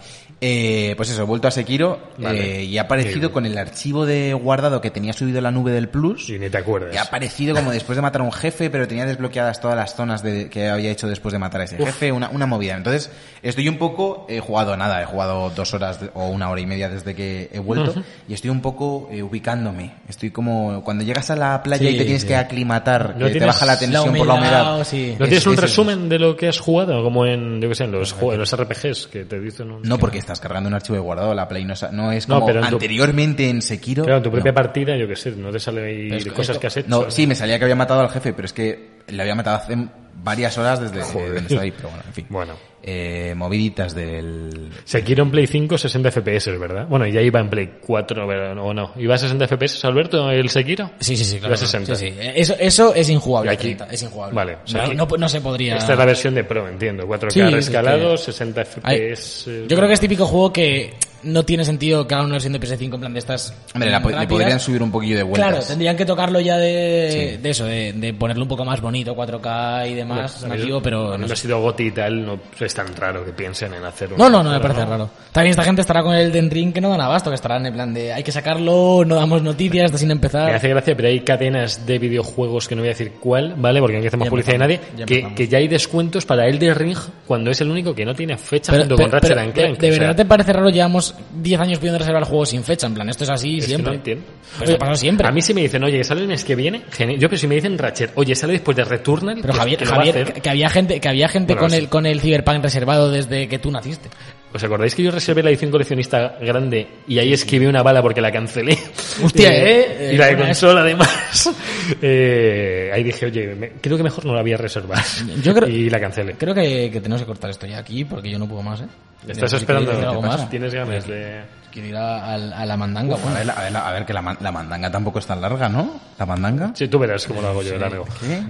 [SPEAKER 3] Eh, pues eso, he vuelto a Sekiro
[SPEAKER 2] Vale.
[SPEAKER 3] eh, y ha aparecido
[SPEAKER 2] Sí.
[SPEAKER 3] con el archivo de guardado que tenía subido a la nube del Plus.
[SPEAKER 2] Y ni te acuerdas.
[SPEAKER 3] Y ha aparecido como después de matar a un jefe, pero tenía desbloqueadas todas las zonas de, que había hecho después de matar a ese jefe, una, una movida. Entonces, estoy un poco, he jugado nada, he jugado dos horas de- o una hora y media desde que he vuelto, y estoy un poco eh, ubicándome. Estoy como, cuando llegas a la playa
[SPEAKER 5] Sí,
[SPEAKER 3] y te tienes
[SPEAKER 5] sí.
[SPEAKER 3] que aclimatar,
[SPEAKER 2] No
[SPEAKER 3] eh, te
[SPEAKER 2] tienes
[SPEAKER 3] baja la tensión por la
[SPEAKER 5] humedad,
[SPEAKER 3] humedad.
[SPEAKER 5] o sí.
[SPEAKER 2] ¿No
[SPEAKER 3] Es-
[SPEAKER 2] tienes un
[SPEAKER 3] es eso.
[SPEAKER 2] resumen de lo que has jugado? Como en, yo que sé, en los, jue- en los RPGs que te dicen... un-
[SPEAKER 3] No, porque estás cargando un archivo de guardado, la Play no, sa- no es
[SPEAKER 2] No,
[SPEAKER 3] como
[SPEAKER 2] pero en tu-
[SPEAKER 3] anteriormente en Sekiro.
[SPEAKER 2] Claro, en tu
[SPEAKER 3] no.
[SPEAKER 2] propia partida, yo que sé, no te sale ahí cosas que has hecho.
[SPEAKER 3] No, sí, me salía que había matado al jefe, pero es que le había matado hace varias horas desde donde estaba ahí, pero bueno, en fin.
[SPEAKER 2] Bueno.
[SPEAKER 3] Eh, moviditas del...
[SPEAKER 2] Sekiro en Play 5, 60 FPS, ¿verdad? Bueno, ya iba en Play 4, ¿verdad? o no. ¿Iba a 60 FPS, Alberto, el Sekiro?
[SPEAKER 5] Sí, sí, sí,
[SPEAKER 2] Iba
[SPEAKER 5] claro.
[SPEAKER 2] a 60.
[SPEAKER 5] Sí, sí. Eso, eso es injugable.
[SPEAKER 2] Y aquí.
[SPEAKER 5] 30, es injugable.
[SPEAKER 2] Vale, o sea,
[SPEAKER 5] no,
[SPEAKER 2] aquí- Este
[SPEAKER 5] no, no se podría.
[SPEAKER 2] Esta es la versión de Pro, entiendo. 4K
[SPEAKER 5] ah. Sí, es
[SPEAKER 2] rescalado,
[SPEAKER 5] que-
[SPEAKER 2] 60
[SPEAKER 5] Ay,
[SPEAKER 2] FPS... eh,
[SPEAKER 5] yo creo que es típico juego que no tiene sentido que haga una versión de PS5 en plan de estas.
[SPEAKER 3] Hombre, la po- le
[SPEAKER 5] rápidas.
[SPEAKER 3] podrían subir un poquillo de vueltas.
[SPEAKER 5] Claro, tendrían que tocarlo ya de, de eso, de, de ponerlo un poco más bonito, 4K y demás,
[SPEAKER 2] Bueno,
[SPEAKER 5] nativo, pero no
[SPEAKER 2] habiendo
[SPEAKER 5] sé.
[SPEAKER 2] sido goti y tal, no es tan raro que piensen en hacer un.
[SPEAKER 5] No, no, no me parece raro. También esta gente estará con el Den Ring que no dan abasto, que estarán en plan de hay que sacarlo, no damos noticias, está sin
[SPEAKER 2] Me
[SPEAKER 5] empezar.
[SPEAKER 2] hace gracia, pero hay cadenas de videojuegos que no voy a decir cuál, ¿vale? Porque no hay que hacer más
[SPEAKER 5] Ya
[SPEAKER 2] publicidad de nadie,
[SPEAKER 5] empezamos, ya
[SPEAKER 2] que,
[SPEAKER 5] empezamos.
[SPEAKER 2] que ya hay descuentos para Elden Ring cuando es el único que no tiene fecha junto con Ratchet and
[SPEAKER 5] de,
[SPEAKER 2] Clank.
[SPEAKER 5] de
[SPEAKER 2] o sea,
[SPEAKER 5] verdad te parece raro, llevamos 10 años pidiendo reservar el juego sin fecha, en plan, esto es así
[SPEAKER 2] es que
[SPEAKER 5] siempre.
[SPEAKER 2] no entiendo.
[SPEAKER 5] Pero esto Pues ha pasado siempre.
[SPEAKER 2] A mí si me dicen, oye, sale el mes que viene, genial. Yo, pero si me dicen Ratchet, oye, sale después de Returnal,
[SPEAKER 5] Pero
[SPEAKER 2] que-
[SPEAKER 5] Javier,
[SPEAKER 2] que lo va a
[SPEAKER 5] Javier
[SPEAKER 2] hacer.
[SPEAKER 5] que- que había gente, que había gente
[SPEAKER 2] Bueno,
[SPEAKER 5] con
[SPEAKER 2] sí.
[SPEAKER 5] el con el Cyberpunk reservado desde que tú naciste.
[SPEAKER 2] ¿Os acordáis que yo reservé la edición coleccionista grande y ahí escribí una bala porque la cancelé?
[SPEAKER 5] Hostia,
[SPEAKER 2] Y-
[SPEAKER 5] ¿eh?
[SPEAKER 2] Y la de
[SPEAKER 5] Eh,
[SPEAKER 2] consola, además. Eh, ahí dije, oye, me- creo que mejor no la voy a reservar.
[SPEAKER 5] Yo creo-
[SPEAKER 2] Y la cancelé.
[SPEAKER 5] Creo que, que tenemos que cortar esto ya aquí porque yo no puedo más, ¿eh?
[SPEAKER 2] Estás
[SPEAKER 5] Yo quiero ir
[SPEAKER 2] esperando.
[SPEAKER 5] a hacer algo más.
[SPEAKER 2] Tienes ganas de...
[SPEAKER 5] Quiero ir a, al- a la mandanga.
[SPEAKER 3] A
[SPEAKER 5] bueno.
[SPEAKER 3] ver, la- a ver, la- a ver, que la, man- la mandanga tampoco es tan larga, ¿no? ¿La mandanga?
[SPEAKER 2] Sí, tú verás cómo lo hago yo, el largo.
[SPEAKER 3] ¿Qué?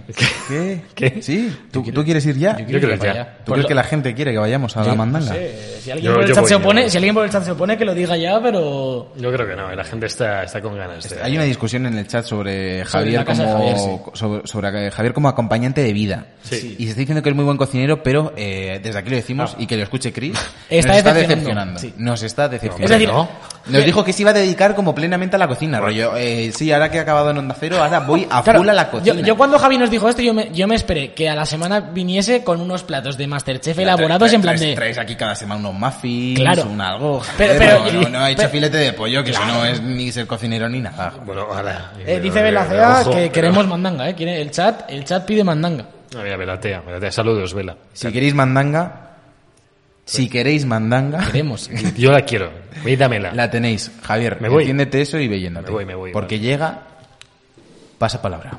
[SPEAKER 3] ¿Qué?
[SPEAKER 2] ¿Qué? Pues
[SPEAKER 3] ¿Sí? ¿Tú, tú quieres ir ya?
[SPEAKER 2] Yo creo que
[SPEAKER 5] para
[SPEAKER 2] ya.
[SPEAKER 5] allá.
[SPEAKER 3] ¿Tú crees que la gente quiere que vayamos a la mandanga?
[SPEAKER 5] Eh, si, alguien
[SPEAKER 2] Yo-
[SPEAKER 5] por el
[SPEAKER 2] yo
[SPEAKER 5] chat
[SPEAKER 2] voy,
[SPEAKER 5] se
[SPEAKER 2] yo
[SPEAKER 5] opone,
[SPEAKER 2] voy.
[SPEAKER 5] si alguien por el chat se opone, que lo diga ya, pero...
[SPEAKER 2] Yo creo que no, eh, la gente está, está con ganas. de-
[SPEAKER 3] Hay una discusión en el chat sobre
[SPEAKER 5] la
[SPEAKER 3] Javier
[SPEAKER 5] casa de
[SPEAKER 3] como
[SPEAKER 5] Javier, sí.
[SPEAKER 3] sobre, sobre eh, Javier como acompañante de vida.
[SPEAKER 2] Sí.
[SPEAKER 3] Y se está diciendo que es muy buen cocinero, pero eh, desde aquí lo decimos y que lo escuche Chris.
[SPEAKER 5] Está
[SPEAKER 3] nos está
[SPEAKER 5] decepcionando.
[SPEAKER 3] decepcionando.
[SPEAKER 5] Sí.
[SPEAKER 3] Nos está decepcionando.
[SPEAKER 5] Es decir,
[SPEAKER 2] no.
[SPEAKER 3] nos dijo que se iba a dedicar como plenamente a la cocina, rollo. eh, sí, ahora que he acabado en Onda Cero, ahora voy a
[SPEAKER 5] claro,
[SPEAKER 3] full a la
[SPEAKER 5] yo,
[SPEAKER 3] cocina.
[SPEAKER 5] yo cuando Javi nos dijo esto, yo me, yo me esperé que a la semana viniese con unos platos de Masterchef
[SPEAKER 3] Tra-
[SPEAKER 5] elaborados
[SPEAKER 3] tra-
[SPEAKER 5] en plan
[SPEAKER 3] traes-
[SPEAKER 5] de...
[SPEAKER 3] Traes aquí cada semana unos muffins,
[SPEAKER 5] Claro.
[SPEAKER 3] un algo.
[SPEAKER 5] Pero-
[SPEAKER 3] Pero,
[SPEAKER 5] pero-
[SPEAKER 3] no, no he hecho
[SPEAKER 5] pero-
[SPEAKER 3] filete de pollo, que eso no es ni ser cocinero ni nada.
[SPEAKER 2] Bueno, ojalá.
[SPEAKER 5] Eh, dice
[SPEAKER 2] Pero-
[SPEAKER 5] Belacea
[SPEAKER 2] ojo,
[SPEAKER 5] que
[SPEAKER 2] pero-
[SPEAKER 5] queremos mandanga, ¿eh? Quiere- El chat, el chat pide mandanga.
[SPEAKER 2] A ver, Belatea, Belatea, saludos, Vela.
[SPEAKER 3] Si queréis mandanga, si queréis mandanga,
[SPEAKER 5] Queremos.
[SPEAKER 2] Yo la quiero, y dámela.
[SPEAKER 3] la tenéis. Javier,
[SPEAKER 2] Me voy.
[SPEAKER 3] entiéndete eso y ve yéndote.
[SPEAKER 2] Me voy, me voy,
[SPEAKER 3] Porque llega, pasa palabra.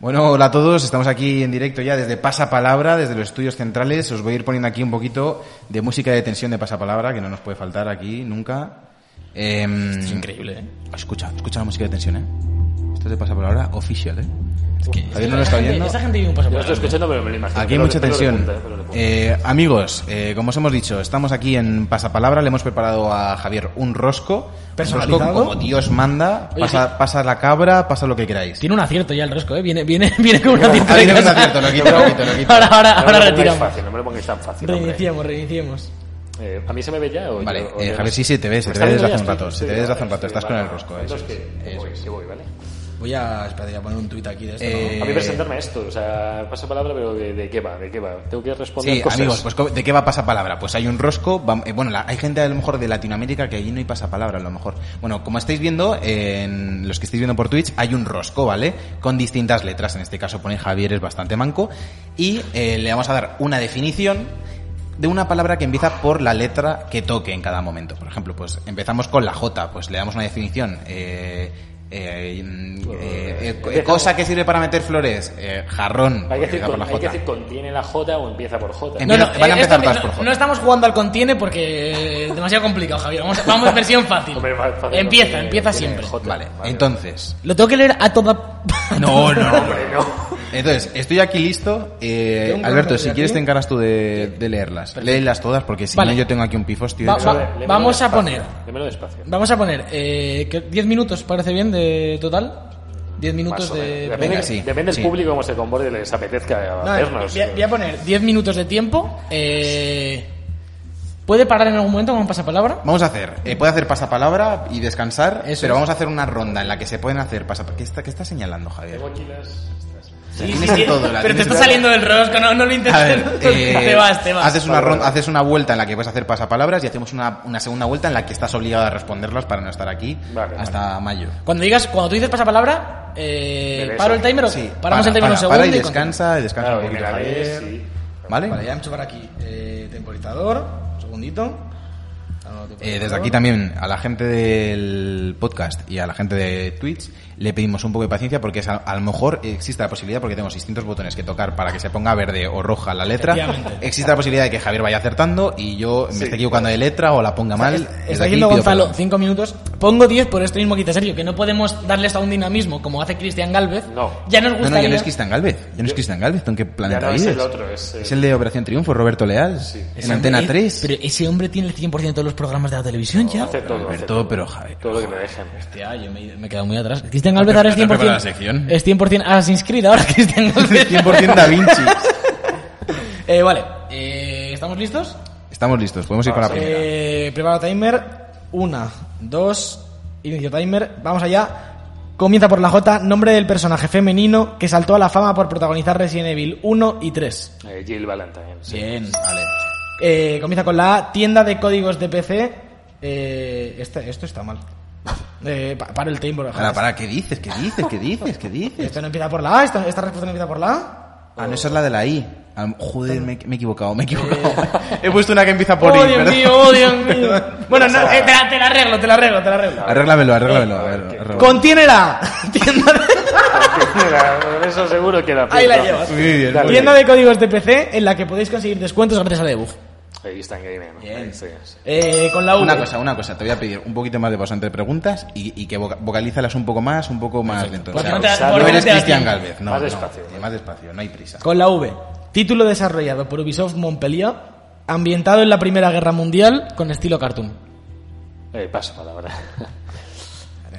[SPEAKER 3] Bueno, hola a todos, estamos aquí en directo ya desde Pasapalabra, desde los estudios centrales. Os voy a ir poniendo aquí un poquito de música de tensión de Pasapalabra, que no nos puede faltar aquí nunca. Em,
[SPEAKER 5] es increíble, ¿eh?
[SPEAKER 3] Escucha, escucha la música de tensión, ¿eh? Esto te pasa por ahora official, ¿eh? Javier no lo está viendo.
[SPEAKER 4] Esa gente vive un paso
[SPEAKER 2] Yo
[SPEAKER 4] por
[SPEAKER 2] lo estoy
[SPEAKER 4] delante.
[SPEAKER 2] escuchando, pero me lo imagino.
[SPEAKER 3] Aquí hay
[SPEAKER 2] Pero-
[SPEAKER 3] mucha
[SPEAKER 2] pero de
[SPEAKER 3] tensión.
[SPEAKER 2] punta, eh, pero de punta.
[SPEAKER 3] Eh, amigos, eh, como os hemos dicho, estamos aquí en Pasapalabra. Le hemos preparado a Javier un rosco.
[SPEAKER 5] Personalizado.
[SPEAKER 3] Un rosco como Dios manda. Pasa, pasa la cabra, pasa lo que queráis.
[SPEAKER 4] Tiene un acierto ya el rosco, ¿eh? Viene, viene, viene con un acierto.
[SPEAKER 3] Ah,
[SPEAKER 4] de
[SPEAKER 3] viene con
[SPEAKER 4] casa.
[SPEAKER 3] acierto, lo quito, lo quito, lo quito.
[SPEAKER 4] Ahora, ahora,
[SPEAKER 2] No me
[SPEAKER 4] ahora
[SPEAKER 2] lo pongáis
[SPEAKER 4] retiramos.
[SPEAKER 2] fácil, no me lo pongáis tan fácil. hombre.
[SPEAKER 4] Reiniciemos, reiniciemos.
[SPEAKER 2] Eh, ¿A mí se me ve ya? O
[SPEAKER 3] Vale,
[SPEAKER 2] yo- o
[SPEAKER 3] eh,
[SPEAKER 2] yo-
[SPEAKER 3] Javier, sí, sí, te ves,
[SPEAKER 2] ¿Me
[SPEAKER 3] te
[SPEAKER 2] está
[SPEAKER 3] ves
[SPEAKER 2] viendo
[SPEAKER 3] desde hace
[SPEAKER 2] ya?
[SPEAKER 3] un rato,
[SPEAKER 2] Sí,
[SPEAKER 3] se te ves desde hace un
[SPEAKER 2] vale, sí,
[SPEAKER 3] rato, estás con
[SPEAKER 2] vale.
[SPEAKER 3] el rosco,
[SPEAKER 2] Entonces,
[SPEAKER 3] eso es,
[SPEAKER 2] que- que voy, que voy, ¿vale?
[SPEAKER 5] Voy a, espérate, voy a poner un tuit aquí de esto.
[SPEAKER 3] Eh,
[SPEAKER 2] A mí presentarme esto, o sea, pasa palabra, pero de, de qué va? ¿De qué va? Tengo que responder
[SPEAKER 3] Sí,
[SPEAKER 2] cosas.
[SPEAKER 3] amigos, pues co- ¿de qué va pasapalabra? Pues hay un rosco, vam- eh, bueno, la- hay gente a lo mejor de Latinoamérica que allí no hay pasapalabra, a lo mejor. Bueno, como estáis viendo, eh, en los que estáis viendo por Twitch, hay un rosco, ¿vale? Con distintas letras, en este caso pone Javier, es bastante manco, y eh, le vamos a dar una definición de una palabra que empieza por la letra que toque en cada momento. Por ejemplo, pues empezamos con la J, pues le damos una definición. eh, eh, mm, eh, eh,
[SPEAKER 2] Empezamos.
[SPEAKER 3] cosa que sirve para meter flores, eh,
[SPEAKER 2] hay,
[SPEAKER 3] jarrón,
[SPEAKER 2] que
[SPEAKER 3] porque
[SPEAKER 2] decir,
[SPEAKER 3] empieza por
[SPEAKER 2] con-
[SPEAKER 3] la
[SPEAKER 2] hay que
[SPEAKER 3] J.
[SPEAKER 2] decir contiene la J o empieza por J.
[SPEAKER 3] Em- Mira, van a
[SPEAKER 4] eh,
[SPEAKER 3] empezar
[SPEAKER 4] esta-
[SPEAKER 3] todas por
[SPEAKER 4] no-
[SPEAKER 3] J.
[SPEAKER 4] no estamos jugando al contiene porque es demasiado complicado, Javier. Vamos, vamos versión fácil.
[SPEAKER 2] Hombre, va- fácil,
[SPEAKER 4] Empieza,
[SPEAKER 2] porque-
[SPEAKER 4] empieza
[SPEAKER 2] porque-
[SPEAKER 4] siempre.
[SPEAKER 2] J.
[SPEAKER 3] Vale,
[SPEAKER 2] Vale.
[SPEAKER 3] entonces.
[SPEAKER 4] Lo tengo que leer a toda...
[SPEAKER 3] No, no,
[SPEAKER 2] Hombre, no.
[SPEAKER 3] Entonces, estoy aquí listo. Eh,
[SPEAKER 5] Yo un
[SPEAKER 3] Alberto,
[SPEAKER 5] crono
[SPEAKER 3] si
[SPEAKER 5] de
[SPEAKER 3] quieres
[SPEAKER 5] aquí.
[SPEAKER 3] te encargas tú de, de leerlas. Léelas todas porque si
[SPEAKER 4] Vale.
[SPEAKER 3] no yo tengo aquí un pifostio.
[SPEAKER 4] Va-
[SPEAKER 3] de-
[SPEAKER 4] va-
[SPEAKER 2] Léemelo
[SPEAKER 4] vamos a
[SPEAKER 2] despacio,
[SPEAKER 4] poner.
[SPEAKER 2] Léemelo despacio.
[SPEAKER 4] Vamos a poner eh, que 10 minutos, ¿parece bien de total? 10
[SPEAKER 2] Más
[SPEAKER 4] minutos
[SPEAKER 2] o menos.
[SPEAKER 4] de...
[SPEAKER 2] Depende,
[SPEAKER 3] Venga, sí,
[SPEAKER 2] depende del
[SPEAKER 3] sí.
[SPEAKER 2] público cómo se comporte y les apetezca
[SPEAKER 5] No,
[SPEAKER 2] vernos.
[SPEAKER 5] voy,
[SPEAKER 3] eh.
[SPEAKER 5] a, voy a poner.
[SPEAKER 4] 10 minutos de tiempo. eh, ¿Puede parar en algún momento con un pasapalabra?
[SPEAKER 3] Vamos a hacer, eh, puede hacer pasapalabra y descansar,
[SPEAKER 4] Eso
[SPEAKER 3] pero
[SPEAKER 4] es.
[SPEAKER 3] vamos a hacer una ronda en la que se pueden hacer pasapalabra. ¿Qué está, qué está señalando, Javier?
[SPEAKER 2] Tengo aquí las-
[SPEAKER 3] O sea, tienes en todo, la
[SPEAKER 4] Pero te
[SPEAKER 3] tienes
[SPEAKER 4] está
[SPEAKER 3] en-
[SPEAKER 4] saliendo del rosco, no, no lo intentes.
[SPEAKER 3] A ver, eh,
[SPEAKER 4] te vas, te vas.
[SPEAKER 3] haces una
[SPEAKER 2] Vale,
[SPEAKER 3] ronda,
[SPEAKER 2] vale.
[SPEAKER 3] haces una vuelta en la que puedes hacer pasapalabras y hacemos una, una segunda vuelta en la que estás obligado a responderlas para no estar aquí
[SPEAKER 2] Vale,
[SPEAKER 3] hasta mayo.
[SPEAKER 4] Cuando digas, cuando tú dices pasapalabra, eh,
[SPEAKER 2] Merece.
[SPEAKER 4] paro el timer o
[SPEAKER 3] Sí,
[SPEAKER 4] paramos
[SPEAKER 3] para,
[SPEAKER 4] el timer
[SPEAKER 3] para,
[SPEAKER 4] un segundo
[SPEAKER 3] para y
[SPEAKER 4] y continuamos.
[SPEAKER 3] descansa, y descansa
[SPEAKER 2] Claro,
[SPEAKER 3] un
[SPEAKER 2] y me
[SPEAKER 3] poquito,
[SPEAKER 2] la
[SPEAKER 3] Javier.
[SPEAKER 2] ves, sí.
[SPEAKER 3] ¿Vale?
[SPEAKER 5] Vale, ya me chupar aquí. Eh, temporizador. Un segundito. Ah, no,
[SPEAKER 3] Eh,
[SPEAKER 5] temporizador.
[SPEAKER 3] desde aquí también a la gente del podcast y a la gente de Twitch le pedimos un poco de paciencia porque es a, a lo mejor existe la posibilidad, porque tenemos distintos botones que tocar para que se ponga verde o roja la letra,
[SPEAKER 4] Efectivamente.
[SPEAKER 3] existe la posibilidad de que Javier vaya acertando y yo me
[SPEAKER 2] Sí,
[SPEAKER 3] esté equivocando de letra o la ponga mal.
[SPEAKER 4] Está-
[SPEAKER 3] Desde
[SPEAKER 4] Está
[SPEAKER 3] aquí
[SPEAKER 4] yendo
[SPEAKER 3] pido
[SPEAKER 4] Gonzalo
[SPEAKER 3] perdón.
[SPEAKER 4] 5 minutos. Pongo 10 por esto mismo que quita Sergio, que no podemos darles a un dinamismo como hace Cristian Galvez.
[SPEAKER 2] No.
[SPEAKER 4] Ya nos
[SPEAKER 3] No, no,
[SPEAKER 4] gustaría.
[SPEAKER 3] ya no es Cristian Galvez. Ya no es Cristian Galvez. ¿tú ¿En qué planeta
[SPEAKER 2] no, es el
[SPEAKER 3] vives?
[SPEAKER 2] otro, es, eh,
[SPEAKER 3] el de Operación Triunfo, Roberto Leal. En
[SPEAKER 4] Ese
[SPEAKER 3] Antena
[SPEAKER 4] hombre-
[SPEAKER 3] 3.
[SPEAKER 4] Pero ese hombre tiene el 100% de todos los programas de la televisión ya.
[SPEAKER 2] Hace todo, hace
[SPEAKER 3] Alberto,
[SPEAKER 2] todo.
[SPEAKER 3] pero Javier.
[SPEAKER 2] Todo lo que me dejen.
[SPEAKER 4] Hostia, yo me, me he quedado muy atrás. Cristian Galvez ahora es
[SPEAKER 3] No te
[SPEAKER 4] 100%.
[SPEAKER 3] acuerdas de la sección.
[SPEAKER 4] Es 100%
[SPEAKER 5] ah,
[SPEAKER 4] Assassin's Creed ahora, Cristian
[SPEAKER 3] eh,
[SPEAKER 4] Galvez.
[SPEAKER 3] 100% Da Vinci.
[SPEAKER 4] Eh, vale, eh, ¿estamos listos?
[SPEAKER 3] Estamos listos, podemos ir con la
[SPEAKER 2] Ah,
[SPEAKER 3] primera.
[SPEAKER 5] Eh, preparo timer. Una, dos. Inicio timer. Vamos allá. Comienza por la J. Nombre del personaje femenino que saltó a la fama por protagonizar Resident Evil 1 y 3.
[SPEAKER 2] Eh, Jill Valentine. sí.
[SPEAKER 5] Bien.
[SPEAKER 3] Vale.
[SPEAKER 5] Eh, comienza con la A, tienda de códigos de PC. Eh, este- esto está mal. Eh, pa- paro el tiempo.
[SPEAKER 3] Para, para, ¿qué dices? ¿Qué dices? ¿Qué dices? ¿Qué dices?
[SPEAKER 5] Esto no empieza por la A, esto- esta respuesta no empieza por la A.
[SPEAKER 3] Ah, no, esa es la de la I. Ah, Joder, me, me he equivocado, me he equivocado. He puesto una que empieza por
[SPEAKER 5] oh,
[SPEAKER 3] I,
[SPEAKER 5] Dios
[SPEAKER 3] perdón.
[SPEAKER 5] mío, oh, Dios mío. Bueno, no, eh, te, la, te la arreglo, te la arreglo, te la arreglo.
[SPEAKER 3] Arréglamelo, arréglamelo. a ver,
[SPEAKER 2] ¿qué-
[SPEAKER 3] arréglamelo.
[SPEAKER 5] Contiene la A, tienda de,
[SPEAKER 2] Mira, Eso seguro que la
[SPEAKER 5] Ahí la
[SPEAKER 2] pierdo.
[SPEAKER 5] llevas.
[SPEAKER 3] Muy bien,
[SPEAKER 2] Dale.
[SPEAKER 3] muy
[SPEAKER 5] tienda de códigos de PC en la que podéis conseguir descuentos gracias a Debug.
[SPEAKER 2] Ahí está en Game, ¿no? Ahí sí, sí.
[SPEAKER 5] Eh, con la U.
[SPEAKER 3] Una cosa, una cosa, te voy a pedir un poquito más de pausa entre preguntas y, y que voca- vocalízalas un poco más, un poco más lento.
[SPEAKER 4] Porque Pues no te da-
[SPEAKER 3] no
[SPEAKER 4] porque no
[SPEAKER 3] eres
[SPEAKER 4] te da
[SPEAKER 3] Cristian
[SPEAKER 4] tiempo.
[SPEAKER 3] Galvez, no.
[SPEAKER 2] Más
[SPEAKER 3] no. eh,
[SPEAKER 2] despacio.
[SPEAKER 3] más despacio, no hay prisa.
[SPEAKER 5] Con la V. Título desarrollado por Ubisoft Montpellier, ambientado en la Primera Guerra Mundial.
[SPEAKER 4] Con estilo cartoon.
[SPEAKER 2] Eh, paso palabra.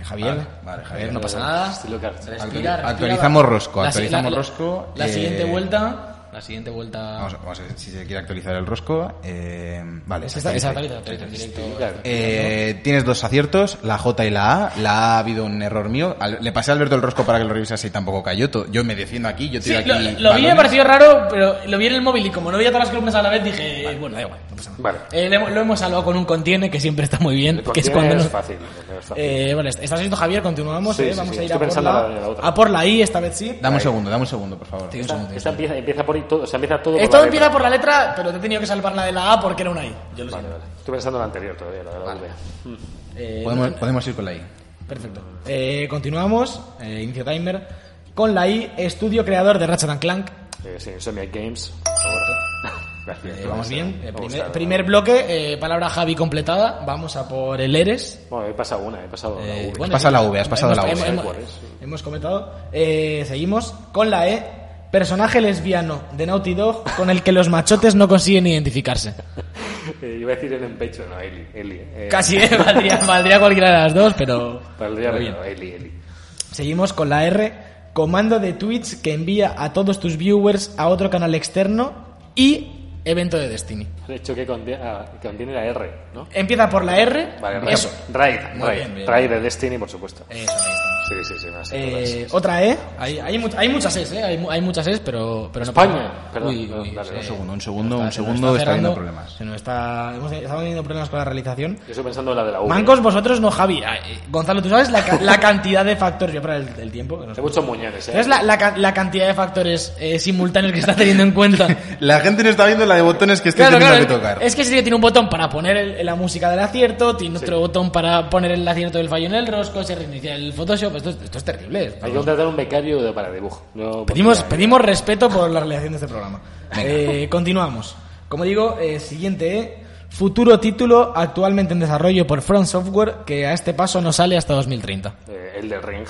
[SPEAKER 5] Javier.
[SPEAKER 3] Vale, vale, Javier, no pasa
[SPEAKER 4] nada.
[SPEAKER 2] Estilo cartel.
[SPEAKER 4] Respira, respira,
[SPEAKER 3] actualizamos
[SPEAKER 4] va.
[SPEAKER 3] Rosco,
[SPEAKER 4] si-
[SPEAKER 3] actualizamos Rosco,
[SPEAKER 4] La
[SPEAKER 3] eh,
[SPEAKER 4] siguiente vuelta. La siguiente vuelta.
[SPEAKER 3] Vamos, a- vamos a ver si se quiere actualizar el rosco. Eh, vale.
[SPEAKER 4] Esa- esa
[SPEAKER 3] sí, sí.
[SPEAKER 4] actualiza, actualiza en directo.
[SPEAKER 3] Eh, tienes dos aciertos, la J y la A. La A ha habido un error mío. Al- le pasé a Alberto el rosco para que lo revisase y tampoco cayó. To- Yo me defiendo aquí, yo
[SPEAKER 4] Sí,
[SPEAKER 3] tiro
[SPEAKER 4] lo, lo vi
[SPEAKER 3] aquí.
[SPEAKER 4] y me
[SPEAKER 3] balones.
[SPEAKER 4] pareció raro, pero lo vi en el móvil y como no veía todas las columnas a la vez dije, eh, bueno, da igual, no pasa nada.
[SPEAKER 2] Vale.
[SPEAKER 4] Eh, le hemos- lo hemos salvado con un contiene que siempre está muy bien,
[SPEAKER 2] El
[SPEAKER 4] que es cuando
[SPEAKER 2] contiene es
[SPEAKER 4] nos-
[SPEAKER 2] fácil. no es fácil.
[SPEAKER 5] Eh, vale, estás listo, Javier, continuamos.
[SPEAKER 2] Sí,
[SPEAKER 5] eh,
[SPEAKER 2] sí,
[SPEAKER 5] Vamos
[SPEAKER 2] sí,
[SPEAKER 5] a ir
[SPEAKER 2] estoy
[SPEAKER 5] a por,
[SPEAKER 2] pensando
[SPEAKER 5] la,
[SPEAKER 2] en la- la otra.
[SPEAKER 5] a por la I, esta vez sí.
[SPEAKER 3] Dame un segundo, dame un segundo, por favor.
[SPEAKER 5] Tío,
[SPEAKER 2] Esta, esta empieza, empieza por, ahí todo, o sea, empieza todo por
[SPEAKER 4] Esto
[SPEAKER 2] la
[SPEAKER 4] empieza
[SPEAKER 2] letra.
[SPEAKER 4] por la letra, pero te he tenido que salvar la de la A porque era una I. Yo lo
[SPEAKER 2] Vale,
[SPEAKER 4] siento.
[SPEAKER 2] vale. Estoy pensando en la anterior todavía, la de la V.
[SPEAKER 5] Eh,
[SPEAKER 3] Podemos, podemos ir con la I.
[SPEAKER 5] Perfecto. Eh, continuamos, eh, inicio timer. Con la I, estudio creador de Ratchet and Clank.
[SPEAKER 2] Eh, sí, Insomniac Games. Gracias.
[SPEAKER 5] Eh, vamos bien. Eh,
[SPEAKER 2] Me ha
[SPEAKER 5] primer,
[SPEAKER 2] gustado.
[SPEAKER 5] primer bloque, eh, palabra Javi completada. Vamos a por el Eres.
[SPEAKER 2] Bueno, he pasado una, he pasado la
[SPEAKER 5] Eh,
[SPEAKER 2] una.
[SPEAKER 5] bueno,
[SPEAKER 3] pasado la
[SPEAKER 5] hemos-
[SPEAKER 3] V, has pasado
[SPEAKER 5] hemos-
[SPEAKER 3] la V.
[SPEAKER 5] hemos-
[SPEAKER 2] Sí,
[SPEAKER 5] hemos-
[SPEAKER 2] cuál es, sí.
[SPEAKER 5] Hemos comentado. Eh, seguimos con la E. Personaje lesbiano de Naughty Dog con el que los machotes no consiguen identificarse.
[SPEAKER 2] Eh, iba a decir el empecho, no, Eli. Eli eh,
[SPEAKER 5] Casi eh, valdría, valdría cualquiera de las dos, pero.
[SPEAKER 2] Valdría,
[SPEAKER 5] pero
[SPEAKER 2] pero Eli, Eli.
[SPEAKER 5] Seguimos con la R, comando de Twitch que envía a todos tus viewers a otro canal externo y evento de Destiny.
[SPEAKER 2] De hecho, que contiene, ah, que contiene la R, ¿no?
[SPEAKER 5] Empieza por la R.
[SPEAKER 2] Vale, Raid.
[SPEAKER 5] eso.
[SPEAKER 2] Raid,
[SPEAKER 6] Muy
[SPEAKER 2] Raid.
[SPEAKER 6] bien, bien.
[SPEAKER 2] Raid de Destiny, por supuesto.
[SPEAKER 6] Eso, ahí está.
[SPEAKER 2] Sí, sí, sí. me las sé todas.
[SPEAKER 5] Eh, otra E.
[SPEAKER 6] Hay, hay, mu- hay muchas es, ¿eh? Hay, mu- hay muchas es, pero, pero no
[SPEAKER 2] España.
[SPEAKER 6] pasa nada.
[SPEAKER 2] Perdón,
[SPEAKER 6] Uy,
[SPEAKER 2] no,
[SPEAKER 6] uy,
[SPEAKER 2] dale,
[SPEAKER 6] sí.
[SPEAKER 2] un
[SPEAKER 3] segundo, un segundo, un
[SPEAKER 6] se nos
[SPEAKER 3] segundo está habiendo
[SPEAKER 6] cerrando.
[SPEAKER 3] problemas.
[SPEAKER 5] Se nos está, hemos- estamos teniendo problemas con la realización.
[SPEAKER 2] Yo estoy pensando en la de la U. ¿eh?
[SPEAKER 5] Mancos, vosotros no, Javi. Ah, eh, Gonzalo, tú sabes la, ca- la cantidad de factores. Yo para el, el tiempo. que nos-
[SPEAKER 2] Hay muchos muñones, ¿eh?
[SPEAKER 5] ¿Sabes la, la ca- la cantidad de factores eh, simultáneos que está teniendo en cuenta?
[SPEAKER 3] La gente no está viendo la de botones que este estoy
[SPEAKER 5] Claro,
[SPEAKER 3] teniendo
[SPEAKER 5] claro.
[SPEAKER 3] que tocar.
[SPEAKER 5] Es que ese tío tiene un botón para poner el- la música del acierto, tiene otro botón para poner el acierto del fallo en el rosco, se reinicia el Photoshop. Esto, es- esto es terrible.
[SPEAKER 2] Hay que contratar un becario de- para dibujo. No,
[SPEAKER 5] Pedimos,
[SPEAKER 2] porque-
[SPEAKER 5] pedimos respeto por la realización de este programa. Eh, continuamos. Como digo, eh, siguiente, eh, futuro título actualmente en desarrollo por Front Software que a este paso no sale hasta 2030.
[SPEAKER 2] Eh, el de Ring,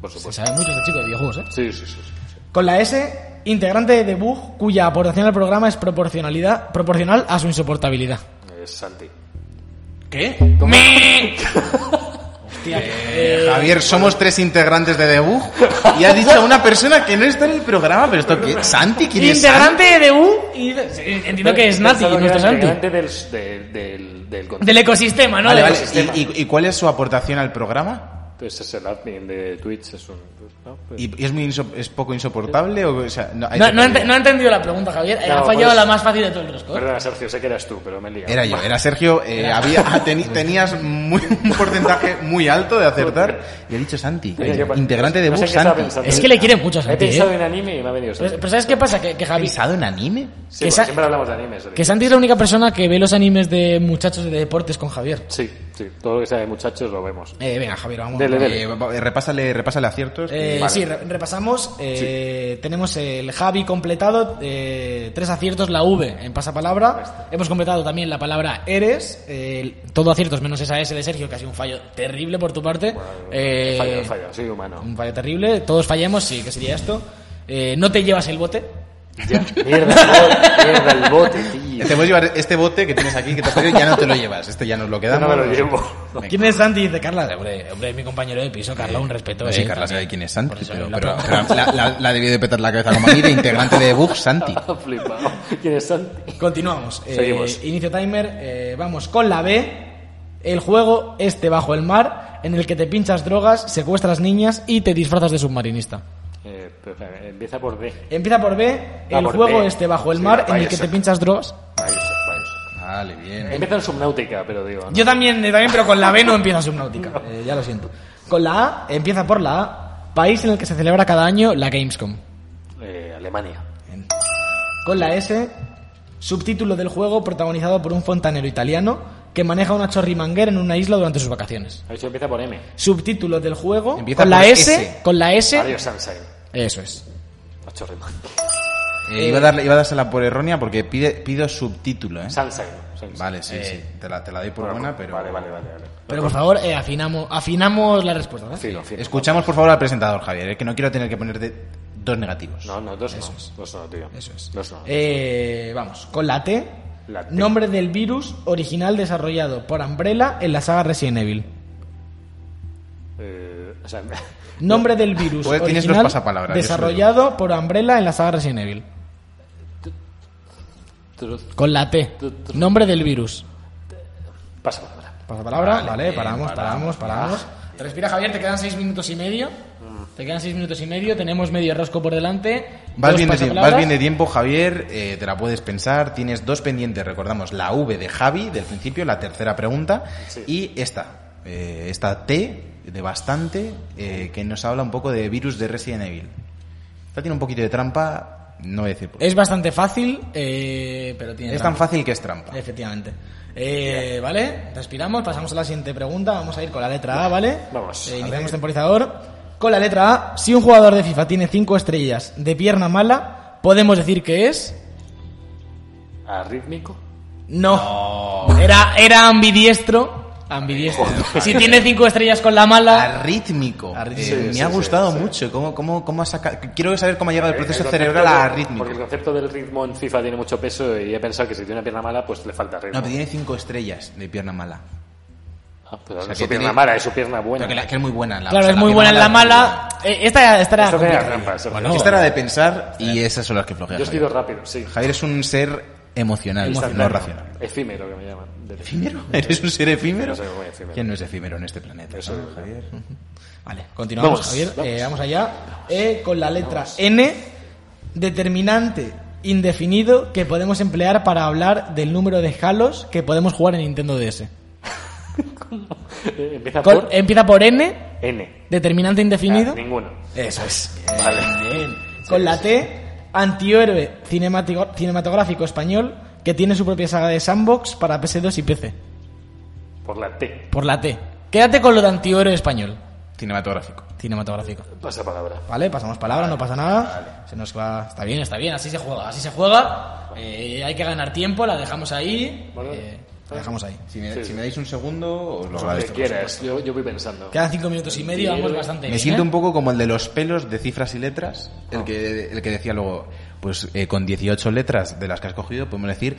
[SPEAKER 2] por
[SPEAKER 6] Se
[SPEAKER 2] supuesto.
[SPEAKER 6] sabe mucho este chico de videojuegos, ¿eh?
[SPEAKER 2] Sí, sí, sí. sí.
[SPEAKER 5] Con la S, integrante de Debug cuya aportación al programa es proporcionalidad, proporcional a su insoportabilidad.
[SPEAKER 2] Es Santi.
[SPEAKER 5] ¿Qué? Eh,
[SPEAKER 3] Javier, somos tres integrantes de Debug y has dicho a una persona que no está en el programa, pero esto qué, ¿Santi? ¿Quién es
[SPEAKER 5] Integrante de Debug y sí, entiendo que es Nati,
[SPEAKER 2] Pensaba que
[SPEAKER 5] nuestro
[SPEAKER 2] era el
[SPEAKER 5] Santi.
[SPEAKER 2] integrante del, del, del, del control.
[SPEAKER 5] Del ecosistema, ¿no?
[SPEAKER 3] Vale,
[SPEAKER 5] Del-
[SPEAKER 3] vale. ¿Y, y- y cuál es su aportación al programa?
[SPEAKER 2] Pues es el admin de Twitch, es un... ¿no? Pues-
[SPEAKER 3] ¿Y, y es, muy inso- es poco insoportable? O, o sea, no, hay
[SPEAKER 5] No,
[SPEAKER 3] que-
[SPEAKER 5] no, he ente- no he entendido la pregunta, Javier. Eh,
[SPEAKER 2] No,
[SPEAKER 5] ha
[SPEAKER 2] pues-
[SPEAKER 5] fallado la más fácil de todo el rosco. ¿eh?
[SPEAKER 2] Perdona, Sergio, sé que eras tú, pero me he liado.
[SPEAKER 3] Era yo, era Sergio. eh, había, teni- tenías muy- un porcentaje muy alto de acertar. Y he dicho Santi,
[SPEAKER 2] Mira, yo-
[SPEAKER 3] integrante de
[SPEAKER 2] no sé
[SPEAKER 3] Debug,
[SPEAKER 2] qué estaba
[SPEAKER 3] Santi.
[SPEAKER 2] pensando.
[SPEAKER 6] Es que le quieren mucho a
[SPEAKER 2] He
[SPEAKER 6] Santi,
[SPEAKER 2] pensado
[SPEAKER 6] ¿eh?
[SPEAKER 2] en anime y me ha venido Santi.
[SPEAKER 6] Pero, pero ¿sabes qué pasa? Que, que Javi...
[SPEAKER 3] ¿Pensado en anime?
[SPEAKER 2] Sí,
[SPEAKER 5] que
[SPEAKER 2] porque
[SPEAKER 5] sa-
[SPEAKER 2] siempre hablamos de animes.
[SPEAKER 6] Que Santi es la única persona que ve los animes de muchachos de deportes con Javier.
[SPEAKER 2] Sí, sí. Todo lo que sea de muchachos lo vemos.
[SPEAKER 5] Eh, venga, Javier, vamos.
[SPEAKER 2] Dele, dele.
[SPEAKER 3] Eh, va- va- repásale, repásale aciertos.
[SPEAKER 5] Eh,
[SPEAKER 2] Vale.
[SPEAKER 5] Sí, re- repasamos. eh, Tenemos el Javi completado, eh, tres aciertos, la V en pasapalabra. Hemos completado también la palabra eres, eh, el- todo aciertos menos esa S de Sergio, que ha sido un fallo terrible por tu parte. Eh,
[SPEAKER 2] Fallo, fallo. Soy humano.
[SPEAKER 5] Un fallo terrible, todos fallamos, sí, que sería esto. Eh, no te llevas el bote.
[SPEAKER 2] Ya. Mierda, el bote, mierda, el bote, tío.
[SPEAKER 3] Te voy a llevar este bote que tienes aquí, que te has pedido, ya no te lo llevas. Este ya nos lo
[SPEAKER 2] Yo
[SPEAKER 3] quedamos.
[SPEAKER 2] no me lo llevo.
[SPEAKER 3] Venga.
[SPEAKER 5] ¿Quién es Santi? Dice Carla.
[SPEAKER 6] Hombre, hombre, mi compañero de piso, Carla, un respeto.
[SPEAKER 3] No sé,
[SPEAKER 6] eh,
[SPEAKER 3] Carla sabe
[SPEAKER 6] también.
[SPEAKER 3] quién es Santi,
[SPEAKER 6] Por eso
[SPEAKER 3] pero,
[SPEAKER 6] la
[SPEAKER 3] pero-
[SPEAKER 6] pregunta-
[SPEAKER 3] pero la, la- la debió de petar la cabeza como a mí de integrante de Bug, Santi.
[SPEAKER 2] Flipado. ¿Quién es Santi?
[SPEAKER 5] Continuamos. Eh,
[SPEAKER 2] Seguimos.
[SPEAKER 5] inicio timer. eh, vamos con la B. El juego este bajo el mar, en el que te pinchas drogas, secuestras niñas y te disfrazas de submarinista.
[SPEAKER 2] Eh, pero, espera, empieza por D.
[SPEAKER 5] Empieza por B.
[SPEAKER 2] Ah,
[SPEAKER 5] El
[SPEAKER 2] por
[SPEAKER 5] juego
[SPEAKER 2] B.
[SPEAKER 5] este bajo el
[SPEAKER 2] Sí,
[SPEAKER 5] mar,
[SPEAKER 2] vaya
[SPEAKER 5] en el que
[SPEAKER 2] esa.
[SPEAKER 5] te pinchas drogas.
[SPEAKER 2] Vale, vale.
[SPEAKER 3] Vale,
[SPEAKER 6] Eh,
[SPEAKER 3] bien.
[SPEAKER 2] Empieza en Subnautica, pero digo. ¿no?
[SPEAKER 5] Yo también, eh, también, pero con la B no empieza subnáutica. Eh, ya lo siento. Con la A, empieza por la A. País en el que se celebra cada año la Gamescom.
[SPEAKER 2] Eh, Alemania.
[SPEAKER 5] Con la S, subtítulo del juego protagonizado por un fontanero italiano que maneja una chorrimanguera en una isla durante sus vacaciones.
[SPEAKER 2] Ha dicho empieza por M.
[SPEAKER 5] subtítulo del juego
[SPEAKER 3] Empieza
[SPEAKER 5] con la
[SPEAKER 3] por
[SPEAKER 5] S,
[SPEAKER 3] S.
[SPEAKER 5] con la S
[SPEAKER 2] Adiós, Sunshine.
[SPEAKER 5] eso es
[SPEAKER 2] Ocho rimas.
[SPEAKER 3] Eh, iba, a darle, iba a dársela por errónea porque pide, pido subtítulo, ¿eh?
[SPEAKER 2] Sunshine. Sunshine.
[SPEAKER 3] Vale, sí, sí. Te la, te la doy por
[SPEAKER 2] Bueno,
[SPEAKER 3] buena, pero...
[SPEAKER 2] Vale, vale, vale. vale.
[SPEAKER 5] pero por favor eh, afinamos afinamos la respuesta ¿eh?
[SPEAKER 2] Fino, fino.
[SPEAKER 3] Escuchamos, por favor, al presentador, Javier, eh, que no quiero tener que ponerte dos negativos.
[SPEAKER 2] No, no, dos no. Dos no, tío.
[SPEAKER 5] Eso es.
[SPEAKER 2] Dos no.
[SPEAKER 5] Eh, vamos con la T,
[SPEAKER 2] La T.
[SPEAKER 5] nombre del virus original desarrollado por Umbrella en la saga Resident Evil
[SPEAKER 2] Eh, o sea,
[SPEAKER 5] nombre del virus
[SPEAKER 3] Pues tienes los
[SPEAKER 5] original
[SPEAKER 3] pasapalabras, yo soy
[SPEAKER 5] desarrollado por Umbrella en la saga Resident Evil
[SPEAKER 2] tru-
[SPEAKER 5] con la T
[SPEAKER 2] Tu- tu-
[SPEAKER 5] nombre del virus
[SPEAKER 2] Pasa palabra.
[SPEAKER 5] pasa palabra vale, paramos paramos paramos respira Javier te quedan seis minutos y medio te quedan seis minutos y medio tenemos medio rosco por delante
[SPEAKER 3] Vas
[SPEAKER 5] dos
[SPEAKER 3] bien, de, tiempo- vas
[SPEAKER 5] pasapalabras.
[SPEAKER 3] bien de tiempo, Javier, eh, te la puedes pensar. Tienes dos pendientes, recordamos, la V de Javi del principio, la tercera pregunta,
[SPEAKER 2] Sí.
[SPEAKER 3] y esta, eh, esta T de bastante, eh, que nos habla un poco de virus de Resident Evil. Esta tiene un poquito de trampa, no voy a decir por qué.
[SPEAKER 5] Es bastante fácil, eh, pero tiene.
[SPEAKER 3] Es tan
[SPEAKER 5] trampa.
[SPEAKER 3] fácil que es trampa.
[SPEAKER 5] Efectivamente. Eh, Vale, respiramos, pasamos a la siguiente pregunta. Vamos a ir con la letra A, ¿vale?
[SPEAKER 2] Vamos,
[SPEAKER 5] Eh,
[SPEAKER 2] a
[SPEAKER 5] iniciamos temporizador. Con la letra A, si un jugador de FIFA tiene 5 estrellas de pierna mala, podemos decir que es.
[SPEAKER 2] ¿Arrítmico?
[SPEAKER 5] No. Era, era ambidiestro. Ambidiestro. si tiene cinco estrellas con la mala.
[SPEAKER 3] Arrítmico.
[SPEAKER 5] Arrítmico.
[SPEAKER 3] Eh,
[SPEAKER 5] Sí,
[SPEAKER 3] me
[SPEAKER 7] sí,
[SPEAKER 3] ha
[SPEAKER 7] sí,
[SPEAKER 3] gustado
[SPEAKER 7] sí.
[SPEAKER 3] mucho. ¿Cómo, cómo, cómo ha sacado? Quiero saber cómo ha llegado el proceso
[SPEAKER 2] Eh, concepto
[SPEAKER 3] cerebral
[SPEAKER 2] de-
[SPEAKER 3] a
[SPEAKER 2] Porque el
[SPEAKER 3] arrítmico.
[SPEAKER 2] concepto del ritmo en FIFA tiene mucho peso y he pensado que si tiene una pierna mala, pues le falta ritmo.
[SPEAKER 3] No, pero tiene cinco estrellas de pierna mala.
[SPEAKER 2] Ah, pues
[SPEAKER 3] sea,
[SPEAKER 2] no es
[SPEAKER 3] que
[SPEAKER 2] su pierna
[SPEAKER 3] tiene-
[SPEAKER 2] mala, es su pierna buena.
[SPEAKER 3] Pero que, la- que es muy buena. La, o
[SPEAKER 5] Claro,
[SPEAKER 3] sea,
[SPEAKER 5] es muy
[SPEAKER 3] pierna
[SPEAKER 5] buena en la
[SPEAKER 3] es muy
[SPEAKER 5] mala. Eh, Esta, esta era
[SPEAKER 2] Esto que era
[SPEAKER 5] complicada.
[SPEAKER 2] trampa, esto que
[SPEAKER 3] buena.
[SPEAKER 2] era
[SPEAKER 3] Esta era de pensar y esas son las que
[SPEAKER 2] trampa.
[SPEAKER 3] flojea.
[SPEAKER 2] Yo estoy
[SPEAKER 3] Javier.
[SPEAKER 2] rápido, sí.
[SPEAKER 3] Javier es un ser emocional, no
[SPEAKER 2] Instantáneo.
[SPEAKER 3] racional.
[SPEAKER 2] Efímero, que me llaman. Del-
[SPEAKER 3] ¿Efímero? ¿Eres un ser efímero?
[SPEAKER 2] No sé cómo es efímero.
[SPEAKER 3] ¿Quién no es efímero en este planeta?
[SPEAKER 2] Eso
[SPEAKER 3] no,
[SPEAKER 2] es.
[SPEAKER 3] Javier?
[SPEAKER 5] Vale, continuamos,
[SPEAKER 2] Vamos,
[SPEAKER 5] Javier.
[SPEAKER 2] vamos.
[SPEAKER 5] Eh, vamos allá. Eh, con la letra N, determinante indefinido que podemos emplear para hablar del número de halos que podemos jugar en Nintendo DS.
[SPEAKER 2] Eh, Empieza
[SPEAKER 5] Con-
[SPEAKER 2] por
[SPEAKER 3] E?
[SPEAKER 5] empieza por N,
[SPEAKER 2] N.
[SPEAKER 5] determinante
[SPEAKER 2] Ah,
[SPEAKER 5] indefinido.
[SPEAKER 2] ninguno.
[SPEAKER 5] Eso es.
[SPEAKER 2] Vale.
[SPEAKER 5] Bien. Con la T, antihéroe cinemático- cinematográfico español que tiene su propia saga de sandbox para PS2 y PC.
[SPEAKER 2] Por la T.
[SPEAKER 5] Por la T. Quédate con lo de antihéroe español
[SPEAKER 3] Cinematográfico.
[SPEAKER 5] cinematográfico.
[SPEAKER 2] Pasa palabra.
[SPEAKER 5] Vale, pasamos palabra, no pasa nada. Se nos va. Está bien, está bien, así se juega, así se juega. Eh, hay que ganar tiempo, la dejamos ahí.
[SPEAKER 2] Vale.
[SPEAKER 5] eh, la dejamos ahí.
[SPEAKER 3] Si me,
[SPEAKER 2] Sí.
[SPEAKER 3] si me dais un segundo, os lo
[SPEAKER 2] Lo que
[SPEAKER 3] agradezco.
[SPEAKER 2] quieras, yo, yo voy pensando.
[SPEAKER 5] Quedan cinco minutos y medio, vamos bastante
[SPEAKER 3] Me
[SPEAKER 5] bien.
[SPEAKER 3] siento
[SPEAKER 5] ¿eh?
[SPEAKER 3] un poco como el de los pelos de cifras y letras,
[SPEAKER 2] Oh.
[SPEAKER 3] el que, el que decía luego, pues eh, con 18 letras de las que has cogido, podemos decir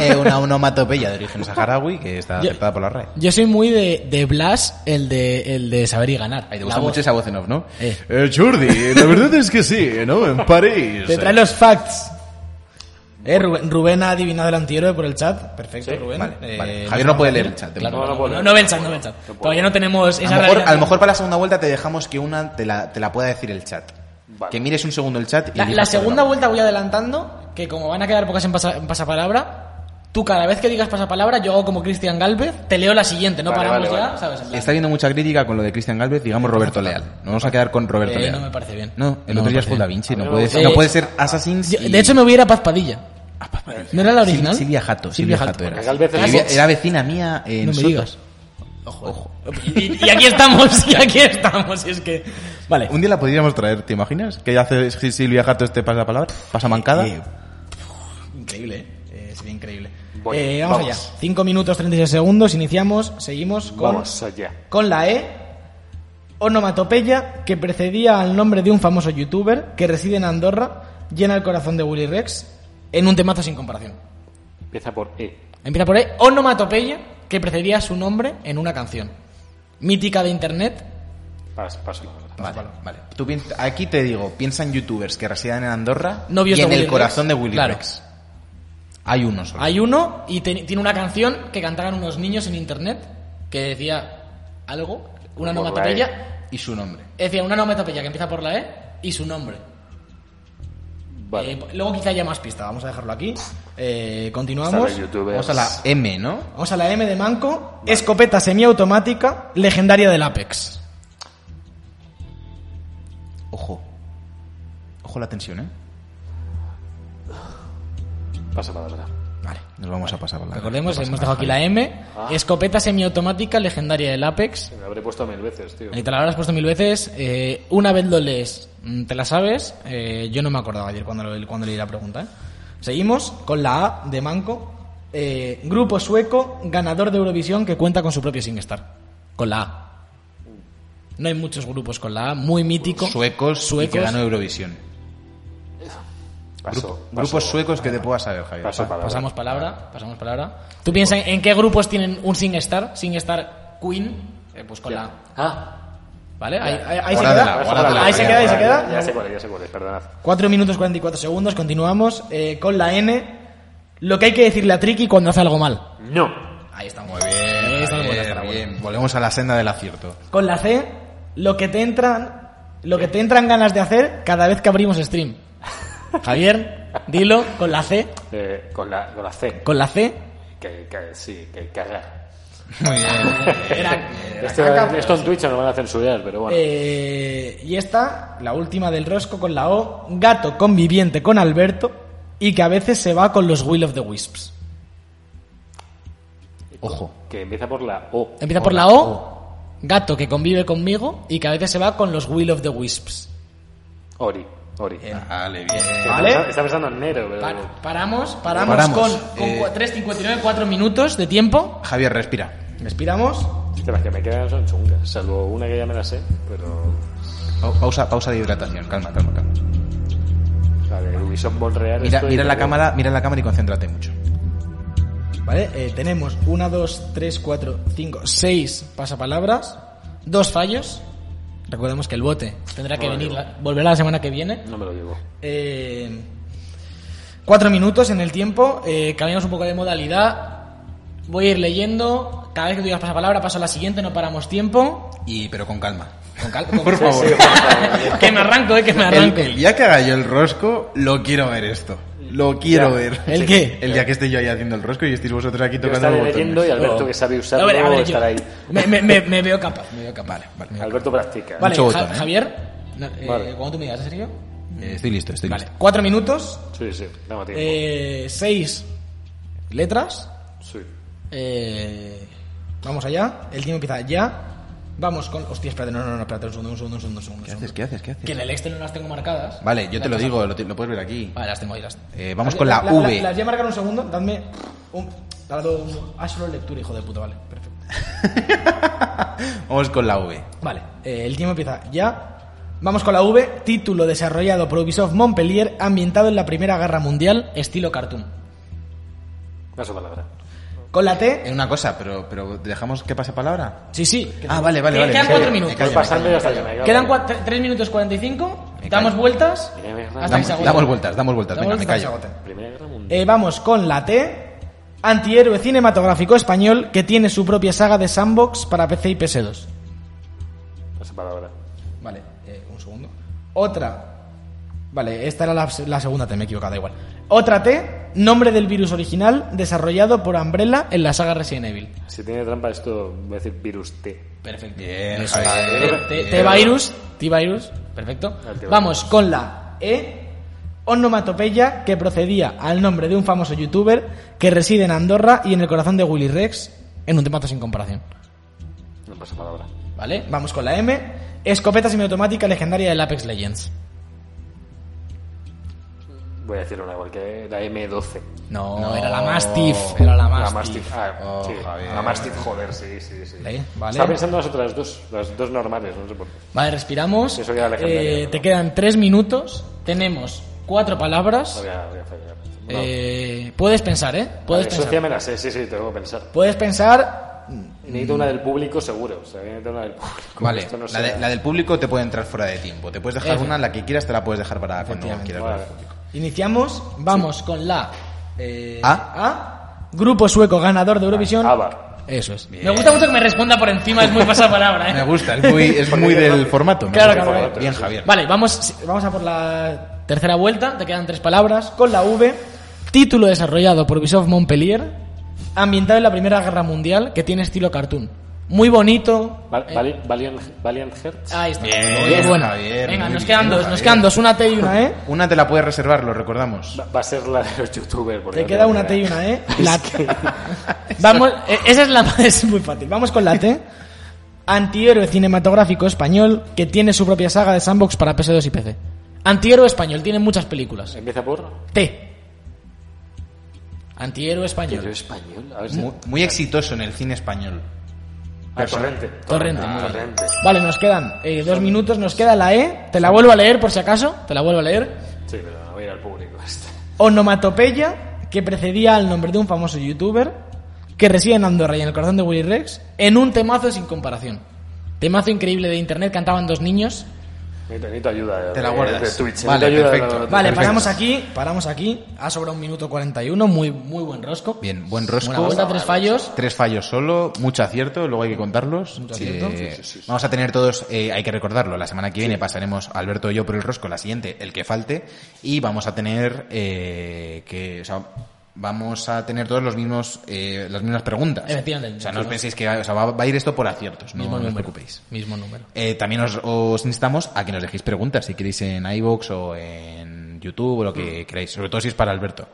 [SPEAKER 3] eh, una onomatopeya de origen saharaui que está
[SPEAKER 5] Yo-
[SPEAKER 3] aceptada por la RAE.
[SPEAKER 5] Yo soy muy de, de Blas, el de, el de saber y ganar.
[SPEAKER 3] Ahí te
[SPEAKER 5] La
[SPEAKER 3] gusta
[SPEAKER 5] voz.
[SPEAKER 3] mucho esa voz en off, ¿no?
[SPEAKER 5] Eh.
[SPEAKER 3] Jordi, la verdad es que sí, ¿no? En París.
[SPEAKER 5] Te trae los facts. Eh, Rubén, Rubén ha adivinado el antihéroe por el chat. Perfecto,
[SPEAKER 2] Sí.
[SPEAKER 5] Rubén.
[SPEAKER 3] Vale,
[SPEAKER 5] Eh,
[SPEAKER 3] vale. Javier no puede leer el chat. de
[SPEAKER 5] Claro,
[SPEAKER 2] No,
[SPEAKER 5] no,
[SPEAKER 2] no
[SPEAKER 5] no,
[SPEAKER 2] puedo.
[SPEAKER 5] no ve el chat, no ve el chat.
[SPEAKER 2] puedo.
[SPEAKER 5] Todavía no tenemos
[SPEAKER 3] A
[SPEAKER 5] esa
[SPEAKER 3] lo, mejor,
[SPEAKER 5] realidad.
[SPEAKER 3] a lo mejor para la segunda vuelta te dejamos que una te la, te la pueda decir el chat.
[SPEAKER 2] Vale.
[SPEAKER 3] Que mires un segundo el chat y
[SPEAKER 5] La,
[SPEAKER 3] elijas
[SPEAKER 5] la
[SPEAKER 3] cuál es
[SPEAKER 5] segunda
[SPEAKER 3] buena.
[SPEAKER 5] vuelta voy adelantando, que como van a quedar pocas en, pasa- en pasapalabra, tú cada vez que digas pasapalabra, yo hago como Cristian Galvez, te leo la siguiente, no
[SPEAKER 2] Vale,
[SPEAKER 5] paramos
[SPEAKER 2] vale,
[SPEAKER 5] ya,
[SPEAKER 2] vale.
[SPEAKER 5] ¿sabes? En plan,
[SPEAKER 3] Está habiendo mucha crítica con lo de Cristian Galvez, digamos Roberto Leal. Nos vamos a quedar con Roberto
[SPEAKER 5] Eh,
[SPEAKER 3] Leal.
[SPEAKER 5] no me parece bien.
[SPEAKER 3] No, el
[SPEAKER 5] No me
[SPEAKER 3] otro día
[SPEAKER 5] parece
[SPEAKER 3] fue Da
[SPEAKER 5] bien.
[SPEAKER 3] Vinci, no
[SPEAKER 2] me
[SPEAKER 3] puede
[SPEAKER 2] gusta.
[SPEAKER 3] ser, no
[SPEAKER 5] Eh,
[SPEAKER 3] puede ser Assassin's.
[SPEAKER 5] yo-
[SPEAKER 3] y-
[SPEAKER 5] de hecho, me voy a ir a Paz Padilla. ¿No era la
[SPEAKER 3] Sil-
[SPEAKER 5] original?
[SPEAKER 3] Silvia Jato,
[SPEAKER 5] Silvia
[SPEAKER 3] Silvia
[SPEAKER 5] Jato.
[SPEAKER 3] Jato era.
[SPEAKER 2] Porque Galvez
[SPEAKER 3] Que
[SPEAKER 2] es-
[SPEAKER 3] vivía- Era vecina mía en
[SPEAKER 5] No me
[SPEAKER 3] Soto.
[SPEAKER 5] digas.
[SPEAKER 3] Ojo. Ojo.
[SPEAKER 5] Y, y aquí estamos, y aquí estamos, y es que... Vale.
[SPEAKER 3] Un día la podríamos traer, ¿te imaginas? Que hace Silvia Jato este pasa palabra, pasa mancada.
[SPEAKER 5] Eh, Increíble, ¿eh? eh. Sería increíble.
[SPEAKER 2] Voy,
[SPEAKER 5] Eh, vamos,
[SPEAKER 2] vamos.
[SPEAKER 5] allá. 5 minutos 36 segundos, iniciamos, seguimos con...
[SPEAKER 2] Vamos allá.
[SPEAKER 5] Con la E, onomatopeya que precedía al nombre de un famoso youtuber que reside en Andorra, llena el corazón de Willy Rex, en un temazo sin comparación.
[SPEAKER 2] Empieza por E.
[SPEAKER 5] Empieza por ahí, onomatopeya que precedía su nombre en una canción. Mítica de internet.
[SPEAKER 2] Pas- paso palabra.
[SPEAKER 3] Vale, vale. Tú pien- aquí te digo, piensa en youtubers que residen en Andorra
[SPEAKER 5] Novios
[SPEAKER 3] y
[SPEAKER 5] de
[SPEAKER 3] en
[SPEAKER 5] Willy
[SPEAKER 3] el corazón
[SPEAKER 5] Rex.
[SPEAKER 3] de Willy
[SPEAKER 5] Claro.
[SPEAKER 3] Rex. Hay uno solo.
[SPEAKER 5] Hay uno y te- tiene una canción que cantaban unos niños en internet que decía algo, una
[SPEAKER 2] Por la E.
[SPEAKER 5] onomatopeya.
[SPEAKER 3] Y su nombre.
[SPEAKER 5] Decía una onomatopeya que empieza por la E y su nombre.
[SPEAKER 2] Vale.
[SPEAKER 5] Eh, luego quizá haya más pista, vamos a dejarlo aquí. Eh,
[SPEAKER 2] Están
[SPEAKER 5] continuamos.
[SPEAKER 2] los youtubers.
[SPEAKER 3] Vamos a la M, ¿no?
[SPEAKER 5] Vamos a la M de Manco. Escopeta semiautomática, legendaria del Apex.
[SPEAKER 3] Ojo. Ojo la tensión, ¿eh?
[SPEAKER 2] Pasa palabra.
[SPEAKER 3] Vale, nos vamos a pasar por la
[SPEAKER 5] Recordemos,
[SPEAKER 3] no pasa
[SPEAKER 5] hemos
[SPEAKER 3] nada.
[SPEAKER 5] dejado aquí la M.
[SPEAKER 2] Ah.
[SPEAKER 5] Escopeta semiautomática, legendaria del Apex.
[SPEAKER 2] Me habré puesto mil veces, tío.
[SPEAKER 5] Y te la habrás puesto mil veces. eh, una vez lo lees, mm, te la sabes. Eh, yo no me acordaba ayer cuando, lo- cuando leí la pregunta. ¿eh? Seguimos con la A de Manco. Eh, grupo sueco, ganador de Eurovisión que cuenta con su propio SingStar. Con la A. No hay muchos grupos con la A, muy mítico.
[SPEAKER 3] Suecos, y que ganó Eurovisión.
[SPEAKER 2] Paso. paso-
[SPEAKER 3] Grupos suecos que te puedas saber, Javier.
[SPEAKER 2] Paso
[SPEAKER 3] Va.
[SPEAKER 2] palabra.
[SPEAKER 5] Pasamos palabra, pasamos palabra. ¿Tú piensas en, en qué grupos tienen un SingStar? SingStar Queen, eh, pues con la...
[SPEAKER 2] Ah.
[SPEAKER 5] ¿Vale? Ahí, ahí- ahí se
[SPEAKER 3] Guárdatela,
[SPEAKER 5] queda.
[SPEAKER 3] guárdatela.
[SPEAKER 5] ahí se queda, ahí se
[SPEAKER 2] Ya,
[SPEAKER 5] queda.
[SPEAKER 2] Ya sé cuál es, ya sé cuál es, perdonad.
[SPEAKER 5] 4 minutos 44 segundos, continuamos eh, con la N. Lo que hay que decirle a Triki cuando hace algo mal.
[SPEAKER 2] No.
[SPEAKER 5] Ahí está muy bien. Ahí está muy buena, está
[SPEAKER 3] Bien,
[SPEAKER 5] buena.
[SPEAKER 3] bien. Volvemos a la senda del acierto.
[SPEAKER 5] Con la C, lo que te entran... Lo que te entran ganas de hacer cada vez que abrimos stream. Javier, dilo, con la C,
[SPEAKER 2] Eh, con, la, con la C.
[SPEAKER 5] con la C.
[SPEAKER 2] Que, que- sí, que cagar.
[SPEAKER 3] Muy bien.
[SPEAKER 5] Era-
[SPEAKER 2] Esto, esto en Twitch no lo van a censurar, pero bueno.
[SPEAKER 5] Eh, y esta, la última del rosco con la O, gato conviviente con Alberto y que a veces se va con los Will of the Wisps.
[SPEAKER 3] Ojo.
[SPEAKER 2] Que empieza por la O.
[SPEAKER 5] Empieza por la O, gato que convive conmigo y que a veces se va con los Will of the Wisps.
[SPEAKER 2] Ori.
[SPEAKER 7] Ori.
[SPEAKER 3] Em. Vale, bien.
[SPEAKER 5] ¿Vale?
[SPEAKER 7] Está pensando en Nero, pero...
[SPEAKER 5] Pa- paramos, paramos,
[SPEAKER 3] Eh, Paramos.
[SPEAKER 5] con, con
[SPEAKER 3] Eh,
[SPEAKER 5] cua- 3.59, 4 minutos de tiempo.
[SPEAKER 3] Javier, respira.
[SPEAKER 5] Respiramos.
[SPEAKER 7] Hostia, las que me quedan son chungas, salvo una que ya me la sé, pero...
[SPEAKER 3] Pa- Pausa, pausa de hidratación. Calma, calma, calma.
[SPEAKER 7] La de Ubisoft Monreal...
[SPEAKER 3] Mira,
[SPEAKER 7] estoy,
[SPEAKER 3] mira la
[SPEAKER 7] pero-
[SPEAKER 3] cámara, mira la cámara y concéntrate mucho.
[SPEAKER 5] ¿Vale? Eh, tenemos 1, 2, 3, 4, 5, 6 pasapalabras, dos fallos. Recordemos que el bote tendrá que
[SPEAKER 7] Vale.
[SPEAKER 5] venir, la- volverá la semana que viene.
[SPEAKER 7] No me lo llevo.
[SPEAKER 5] Eh, cuatro minutos en el tiempo, eh, cambiamos un poco de modalidad. Voy a ir leyendo, cada vez que tú digas pasapalabra paso a la siguiente, no paramos tiempo.
[SPEAKER 3] Y, pero con calma.
[SPEAKER 5] Con calma, con-
[SPEAKER 3] Por favor.
[SPEAKER 5] que me arranco, eh, que me
[SPEAKER 3] El,
[SPEAKER 5] arranco.
[SPEAKER 3] el día que haga yo el rosco, lo quiero ver esto. Lo quiero
[SPEAKER 7] Ya.
[SPEAKER 3] ver.
[SPEAKER 5] ¿El qué?
[SPEAKER 3] El día que esté yo ahí haciendo el rosco y estéis vosotros aquí
[SPEAKER 7] Yo
[SPEAKER 3] tocando
[SPEAKER 7] estaré
[SPEAKER 3] los
[SPEAKER 7] leyendo y
[SPEAKER 3] botones.
[SPEAKER 7] Alberto, que sabe
[SPEAKER 5] A
[SPEAKER 7] usarlo,
[SPEAKER 5] ver, a ver, yo-
[SPEAKER 7] estará ahí.
[SPEAKER 5] me, me- me- me veo capaz, me veo capaz.
[SPEAKER 3] Vale, vale.
[SPEAKER 7] Alberto practica.
[SPEAKER 5] Vale,
[SPEAKER 3] Mucho botón,
[SPEAKER 5] Ja-
[SPEAKER 3] ¿eh?
[SPEAKER 5] Javier, no, eh,
[SPEAKER 7] Vale.
[SPEAKER 5] ¿cuándo tú me digas, en serio?
[SPEAKER 3] Eh, Estoy listo, estoy
[SPEAKER 5] Vale,
[SPEAKER 3] listo.
[SPEAKER 5] cuatro minutos,
[SPEAKER 7] Sí, sí, tengo tiempo.
[SPEAKER 5] eh, seis letras.
[SPEAKER 7] Sí.
[SPEAKER 5] Eh, vamos allá, el tiempo empieza ya. Vamos con. Hostia, espérate, no, no, no, espérate un segundo, un segundo, un segundo. un segundo,
[SPEAKER 3] ¿Qué
[SPEAKER 5] un
[SPEAKER 3] haces?
[SPEAKER 5] segundo.
[SPEAKER 3] ¿Qué haces? ¿Qué haces?
[SPEAKER 5] Que en el Excel no las tengo marcadas.
[SPEAKER 3] Vale, yo te
[SPEAKER 5] Las
[SPEAKER 3] lo
[SPEAKER 5] vas a-
[SPEAKER 3] digo, lo, te- lo puedes ver aquí.
[SPEAKER 5] Vale, las tengo ahí, las
[SPEAKER 3] Eh, vamos
[SPEAKER 5] Las-
[SPEAKER 3] con la, V.
[SPEAKER 5] Las voy a marcar un segundo, dadme. Un, dadme un. Ah, solo lectura, hijo de puta, vale, perfecto.
[SPEAKER 3] Vamos con la V.
[SPEAKER 5] Vale, eh, el tiempo empieza ya. Vamos con la V, título desarrollado por Ubisoft Montpellier, ambientado en la Primera Guerra Mundial, estilo cartoon.
[SPEAKER 7] Una sola palabra.
[SPEAKER 5] Con la T.
[SPEAKER 3] Es una cosa, pero, pero ¿dejamos que pase palabra?
[SPEAKER 5] Sí, sí. que-
[SPEAKER 3] Ah, vale, vale,
[SPEAKER 5] que-
[SPEAKER 3] vale.
[SPEAKER 5] Quedan
[SPEAKER 3] me callo,
[SPEAKER 5] cuatro
[SPEAKER 3] me
[SPEAKER 5] minutos.
[SPEAKER 3] callo, me
[SPEAKER 7] Pasando
[SPEAKER 3] callo.
[SPEAKER 7] y hasta que me acabe.
[SPEAKER 5] Quedan 3 minutos 45,
[SPEAKER 3] Me
[SPEAKER 5] damos
[SPEAKER 3] callo.
[SPEAKER 5] vueltas
[SPEAKER 7] Mira, mira,
[SPEAKER 5] hasta que
[SPEAKER 3] Damos,
[SPEAKER 5] se agote.
[SPEAKER 3] damos vueltas, damos vueltas.
[SPEAKER 5] Damos
[SPEAKER 3] Venga, me
[SPEAKER 5] vueltas hasta
[SPEAKER 3] callo.
[SPEAKER 5] que se agote.
[SPEAKER 7] Primera Guerra Mundial.
[SPEAKER 5] Eh, vamos con la T, antihéroe cinematográfico español que tiene su propia saga de sandbox para PC y PS2.
[SPEAKER 7] Esa palabra.
[SPEAKER 5] Vale, eh, un segundo. Otra. Vale, esta era la, la segunda T, me he equivocado, da igual. Otra T, nombre del virus original desarrollado por Umbrella en la saga Resident Evil.
[SPEAKER 7] Si tiene trampa esto, voy a decir virus T.
[SPEAKER 5] Perfecto.
[SPEAKER 3] Bien,
[SPEAKER 5] Eso.
[SPEAKER 3] Javier.
[SPEAKER 5] T- T-Virus, T-Virus, perfecto.
[SPEAKER 7] T-virus.
[SPEAKER 5] Vamos con la E, onomatopeya que procedía al nombre de un famoso youtuber que reside en Andorra y en el corazón de Willy Rex, en un temazo sin comparación.
[SPEAKER 7] No pasa palabra.
[SPEAKER 5] ¿Vale? Vamos con la M, escopeta semiautomática legendaria del Apex Legends.
[SPEAKER 7] Voy a decir una igual que la M12.
[SPEAKER 5] No,
[SPEAKER 3] No.
[SPEAKER 5] era la Mastiff, era la
[SPEAKER 7] La
[SPEAKER 5] Mastiff.
[SPEAKER 7] Mastiff. Ah,
[SPEAKER 3] Oh,
[SPEAKER 7] sí.
[SPEAKER 3] Javier.
[SPEAKER 7] La Mastiff, joder, sí, sí, sí.
[SPEAKER 5] Vale, ¿Eh? vale.
[SPEAKER 7] Estaba pensando en las otras dos, las dos normales, no sé por qué.
[SPEAKER 5] Vale, respiramos.
[SPEAKER 7] Eso ya era legendario,
[SPEAKER 5] Eh,
[SPEAKER 7] ¿no?
[SPEAKER 5] te quedan tres minutos, tenemos cuatro
[SPEAKER 7] No
[SPEAKER 5] palabras.
[SPEAKER 7] voy a, voy a fallar. No.
[SPEAKER 5] Eh, puedes pensar, ¿eh? Puedes
[SPEAKER 7] Vale, eso sí
[SPEAKER 5] pensar.
[SPEAKER 7] me la sé, sí, sí, tengo que pensar.
[SPEAKER 5] Puedes pensar
[SPEAKER 7] Necesito una del público seguro. O sea, necesito una del público.
[SPEAKER 3] Vale,
[SPEAKER 7] Esto no
[SPEAKER 3] la, de-
[SPEAKER 7] sea-
[SPEAKER 3] la del público te puede entrar fuera de tiempo. Te puedes dejar
[SPEAKER 5] Efe.
[SPEAKER 3] una, la que quieras te la puedes dejar para cuando
[SPEAKER 5] Efectivamente.
[SPEAKER 3] quieras.
[SPEAKER 7] Vale.
[SPEAKER 5] Iniciamos, vamos con la eh,
[SPEAKER 3] A.
[SPEAKER 5] A. Grupo sueco ganador de Eurovisión.
[SPEAKER 7] Ava.
[SPEAKER 5] Eso es.
[SPEAKER 3] Bien.
[SPEAKER 5] Me gusta mucho que me responda por encima, es muy pasapalabra, ¿eh?
[SPEAKER 3] Me gusta, es muy, es muy del formato. me
[SPEAKER 5] Claro,
[SPEAKER 3] gusta.
[SPEAKER 5] claro, claro.
[SPEAKER 3] Bien, Javier.
[SPEAKER 5] Vale, vamos, vamos a por la tercera vuelta. Te quedan tres palabras. Con la V. Título desarrollado por Ubisoft Montpellier. Ambientado en la Primera Guerra Mundial, que tiene estilo cartoon. Muy bonito.
[SPEAKER 7] Val-
[SPEAKER 5] eh,
[SPEAKER 7] Vali- Valiant, Valiant Hearts.
[SPEAKER 5] Ahí está.
[SPEAKER 3] Bien,
[SPEAKER 5] Muy bueno.
[SPEAKER 3] Javier,
[SPEAKER 5] Venga,
[SPEAKER 3] muy
[SPEAKER 5] nos
[SPEAKER 3] bien,
[SPEAKER 5] quedan dos, nos
[SPEAKER 3] Javier.
[SPEAKER 5] quedan dos. Una T y una
[SPEAKER 7] ¿Eh?
[SPEAKER 5] E.
[SPEAKER 3] Una te la puedes reservar, lo recordamos.
[SPEAKER 7] Va, va a ser la de los youtubers. porque
[SPEAKER 5] Te
[SPEAKER 7] no
[SPEAKER 5] queda
[SPEAKER 7] tengo
[SPEAKER 5] una
[SPEAKER 7] ni
[SPEAKER 5] T y
[SPEAKER 7] idea.
[SPEAKER 5] una E. La Vamos, eh, esa es la más es muy fácil. Vamos con la T. Antihéroe cinematográfico español que tiene su propia saga de sandbox para PS2 y PC. Antihéroe español, tiene muchas películas.
[SPEAKER 7] Empieza por.
[SPEAKER 5] T. Antihéroe
[SPEAKER 7] Pero
[SPEAKER 5] español.
[SPEAKER 7] español. A ver si.
[SPEAKER 3] Muy, muy exitoso en el cine español.
[SPEAKER 7] Ah, torrente.
[SPEAKER 5] Torrente.
[SPEAKER 7] Ah, torrente.
[SPEAKER 5] Vale, nos quedan eh, dos minutos, nos queda la E. Te la vuelvo a leer por si acaso. Te la vuelvo a leer.
[SPEAKER 7] Sí, pero no voy a ir al público. este.
[SPEAKER 5] Onomatopeya que precedía al nombre de un famoso youtuber que reside en Andorra y en el corazón de Willy Rex en un temazo sin comparación. Temazo increíble de internet, cantaban dos niños.
[SPEAKER 7] Necesito, necesito ayuda. de-
[SPEAKER 3] Te la
[SPEAKER 7] de-
[SPEAKER 3] guardas.
[SPEAKER 7] De Twitch. Necesito
[SPEAKER 3] Vale,
[SPEAKER 7] ayuda de-
[SPEAKER 3] perfecto.
[SPEAKER 5] Vale,
[SPEAKER 3] Perfecto.
[SPEAKER 5] paramos aquí, paramos aquí. Ha sobrado un minuto 41, muy, muy buen rosco.
[SPEAKER 3] Bien, buen rosco.
[SPEAKER 5] Una vuelta, tres fallos.
[SPEAKER 3] Tres fallos solo, mucho acierto, luego hay que contarlos.
[SPEAKER 5] acierto.
[SPEAKER 3] Eh, Vamos a tener todos, eh, hay que recordarlo, la semana que viene pasaremos Alberto y yo por el rosco, la siguiente, el que falte, y vamos a tener eh, que, o sea, vamos a tener todos los mismos, eh, las mismas preguntas.
[SPEAKER 5] Efectivamente.
[SPEAKER 3] O sea, no os penséis que o sea, va, va a ir esto por aciertos, no, no os preocupéis.
[SPEAKER 5] Mismo número.
[SPEAKER 3] Eh, también os, os instamos a que nos
[SPEAKER 5] Mm.
[SPEAKER 3] dejéis preguntas, si queréis en iVoox o en YouTube o lo que queráis, sobre todo si es para Alberto.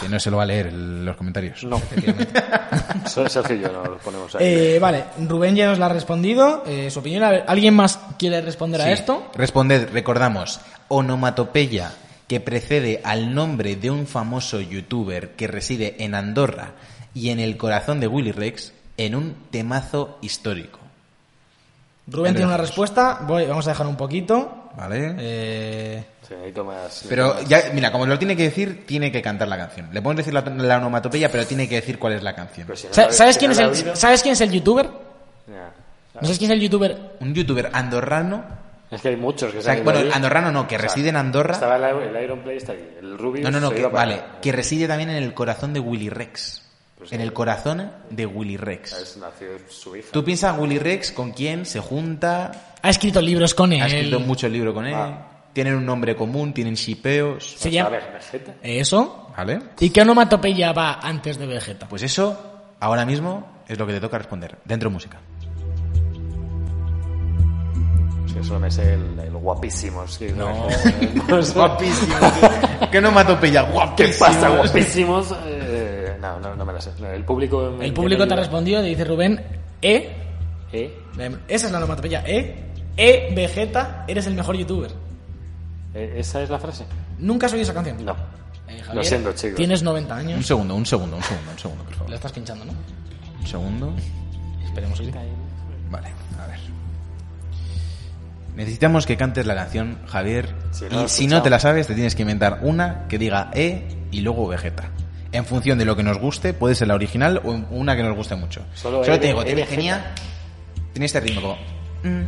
[SPEAKER 3] Que no se lo va a leer el- los comentarios.
[SPEAKER 7] No. Solo Sergio y yo no lo ponemos ahí.
[SPEAKER 5] Eh, vale, Rubén ya nos la ha respondido. eh, su opinión, a ver, ¿alguien más quiere responder
[SPEAKER 3] Sí.
[SPEAKER 5] a esto?
[SPEAKER 3] Responded, recordamos, onomatopeya que precede al nombre de un famoso youtuber que reside en Andorra y en el corazón de Willy Rex en un temazo histórico.
[SPEAKER 5] Rubén
[SPEAKER 3] Ahí
[SPEAKER 5] tiene una
[SPEAKER 3] dejamos.
[SPEAKER 5] respuesta. Voy, vamos a dejar un poquito.
[SPEAKER 3] ¿Vale?
[SPEAKER 5] Eh,
[SPEAKER 7] Sí, necesito más-
[SPEAKER 3] pero ya, mira, como lo tiene que decir, tiene que cantar la canción. Le podemos decir la, la onomatopeya, pero tiene que decir cuál es la canción.
[SPEAKER 7] pero si no
[SPEAKER 5] ¿sa-
[SPEAKER 7] la-
[SPEAKER 5] ¿Sabes
[SPEAKER 7] si
[SPEAKER 5] quién
[SPEAKER 7] no
[SPEAKER 5] es
[SPEAKER 7] la
[SPEAKER 5] el
[SPEAKER 7] he oído-
[SPEAKER 5] sabes quién es el youtuber?
[SPEAKER 7] Ya.
[SPEAKER 5] ¿No sabes quién es el youtuber?
[SPEAKER 3] Un youtuber andorrano.
[SPEAKER 7] Es que hay muchos que
[SPEAKER 3] o sea,
[SPEAKER 7] se han ido
[SPEAKER 3] bueno,
[SPEAKER 7] ahí.
[SPEAKER 3] andorrano no, que reside en Andorra.
[SPEAKER 7] Estaba el, el Iron Play, está aquí. El Ruby.
[SPEAKER 3] No, no, no,
[SPEAKER 7] se
[SPEAKER 3] que,
[SPEAKER 7] iba para-
[SPEAKER 3] vale. Que reside también en el corazón de Willy Rex.
[SPEAKER 7] Pues
[SPEAKER 3] En el corazón de Willy Rex.
[SPEAKER 7] Es nació su hija.
[SPEAKER 3] Tú piensas Willy Rex con quién se junta,
[SPEAKER 5] Ha escrito libros con él.
[SPEAKER 3] ha escrito mucho libro con él,
[SPEAKER 7] Ah.
[SPEAKER 3] tienen un nombre común, tienen shipeos,
[SPEAKER 5] Se
[SPEAKER 7] A
[SPEAKER 5] llama
[SPEAKER 7] ver, Vegeta.
[SPEAKER 5] eso.
[SPEAKER 3] ¿vale?
[SPEAKER 5] ¿Y qué onomatopeya va antes de Vegeta?
[SPEAKER 3] Pues eso, ahora mismo, es lo que te toca responder. Dentro música.
[SPEAKER 7] Es que solo me sé el, el guapísimo. es que-
[SPEAKER 3] Guapísimo. que no mato pella,
[SPEAKER 7] ¿Qué
[SPEAKER 3] guapísimo.
[SPEAKER 7] pasa, guapísimos? Eh, no, no, no me la sé. No, El público. me-
[SPEAKER 5] el público
[SPEAKER 7] me
[SPEAKER 5] te ha
[SPEAKER 7] ayuda.
[SPEAKER 5] respondido, te dice Rubén, E.
[SPEAKER 7] ¿Eh?
[SPEAKER 5] Esa es la onomatopeya, E. E, Vegeta, eres el mejor youtuber.
[SPEAKER 7] ¿Eh? ¿Esa es la frase?
[SPEAKER 5] ¿Nunca has oído esa canción?
[SPEAKER 7] No.
[SPEAKER 5] Eh,
[SPEAKER 7] Lo
[SPEAKER 5] Javier,
[SPEAKER 7] siento, chicos.
[SPEAKER 5] Tienes 90
[SPEAKER 3] Un
[SPEAKER 5] años.
[SPEAKER 3] segundo, un segundo, un segundo, un segundo, por
[SPEAKER 5] La
[SPEAKER 3] favor.
[SPEAKER 5] estás pinchando, ¿no?
[SPEAKER 3] Un segundo.
[SPEAKER 5] Esperemos que sí.
[SPEAKER 3] Vale, a ver. Necesitamos que cantes la canción, Javier.
[SPEAKER 7] Si no la
[SPEAKER 3] y
[SPEAKER 7] he
[SPEAKER 3] si no te
[SPEAKER 7] escuchado.
[SPEAKER 3] la sabes, te tienes que inventar una que diga E y luego Vegeta. En función de lo que nos guste, puede ser la original o en- una que nos guste mucho.
[SPEAKER 7] Solo
[SPEAKER 3] Solo,
[SPEAKER 7] E de-
[SPEAKER 3] te digo,
[SPEAKER 7] E
[SPEAKER 3] te-
[SPEAKER 7] Vegeta.
[SPEAKER 3] tenía, tenía este ritmo como... mm,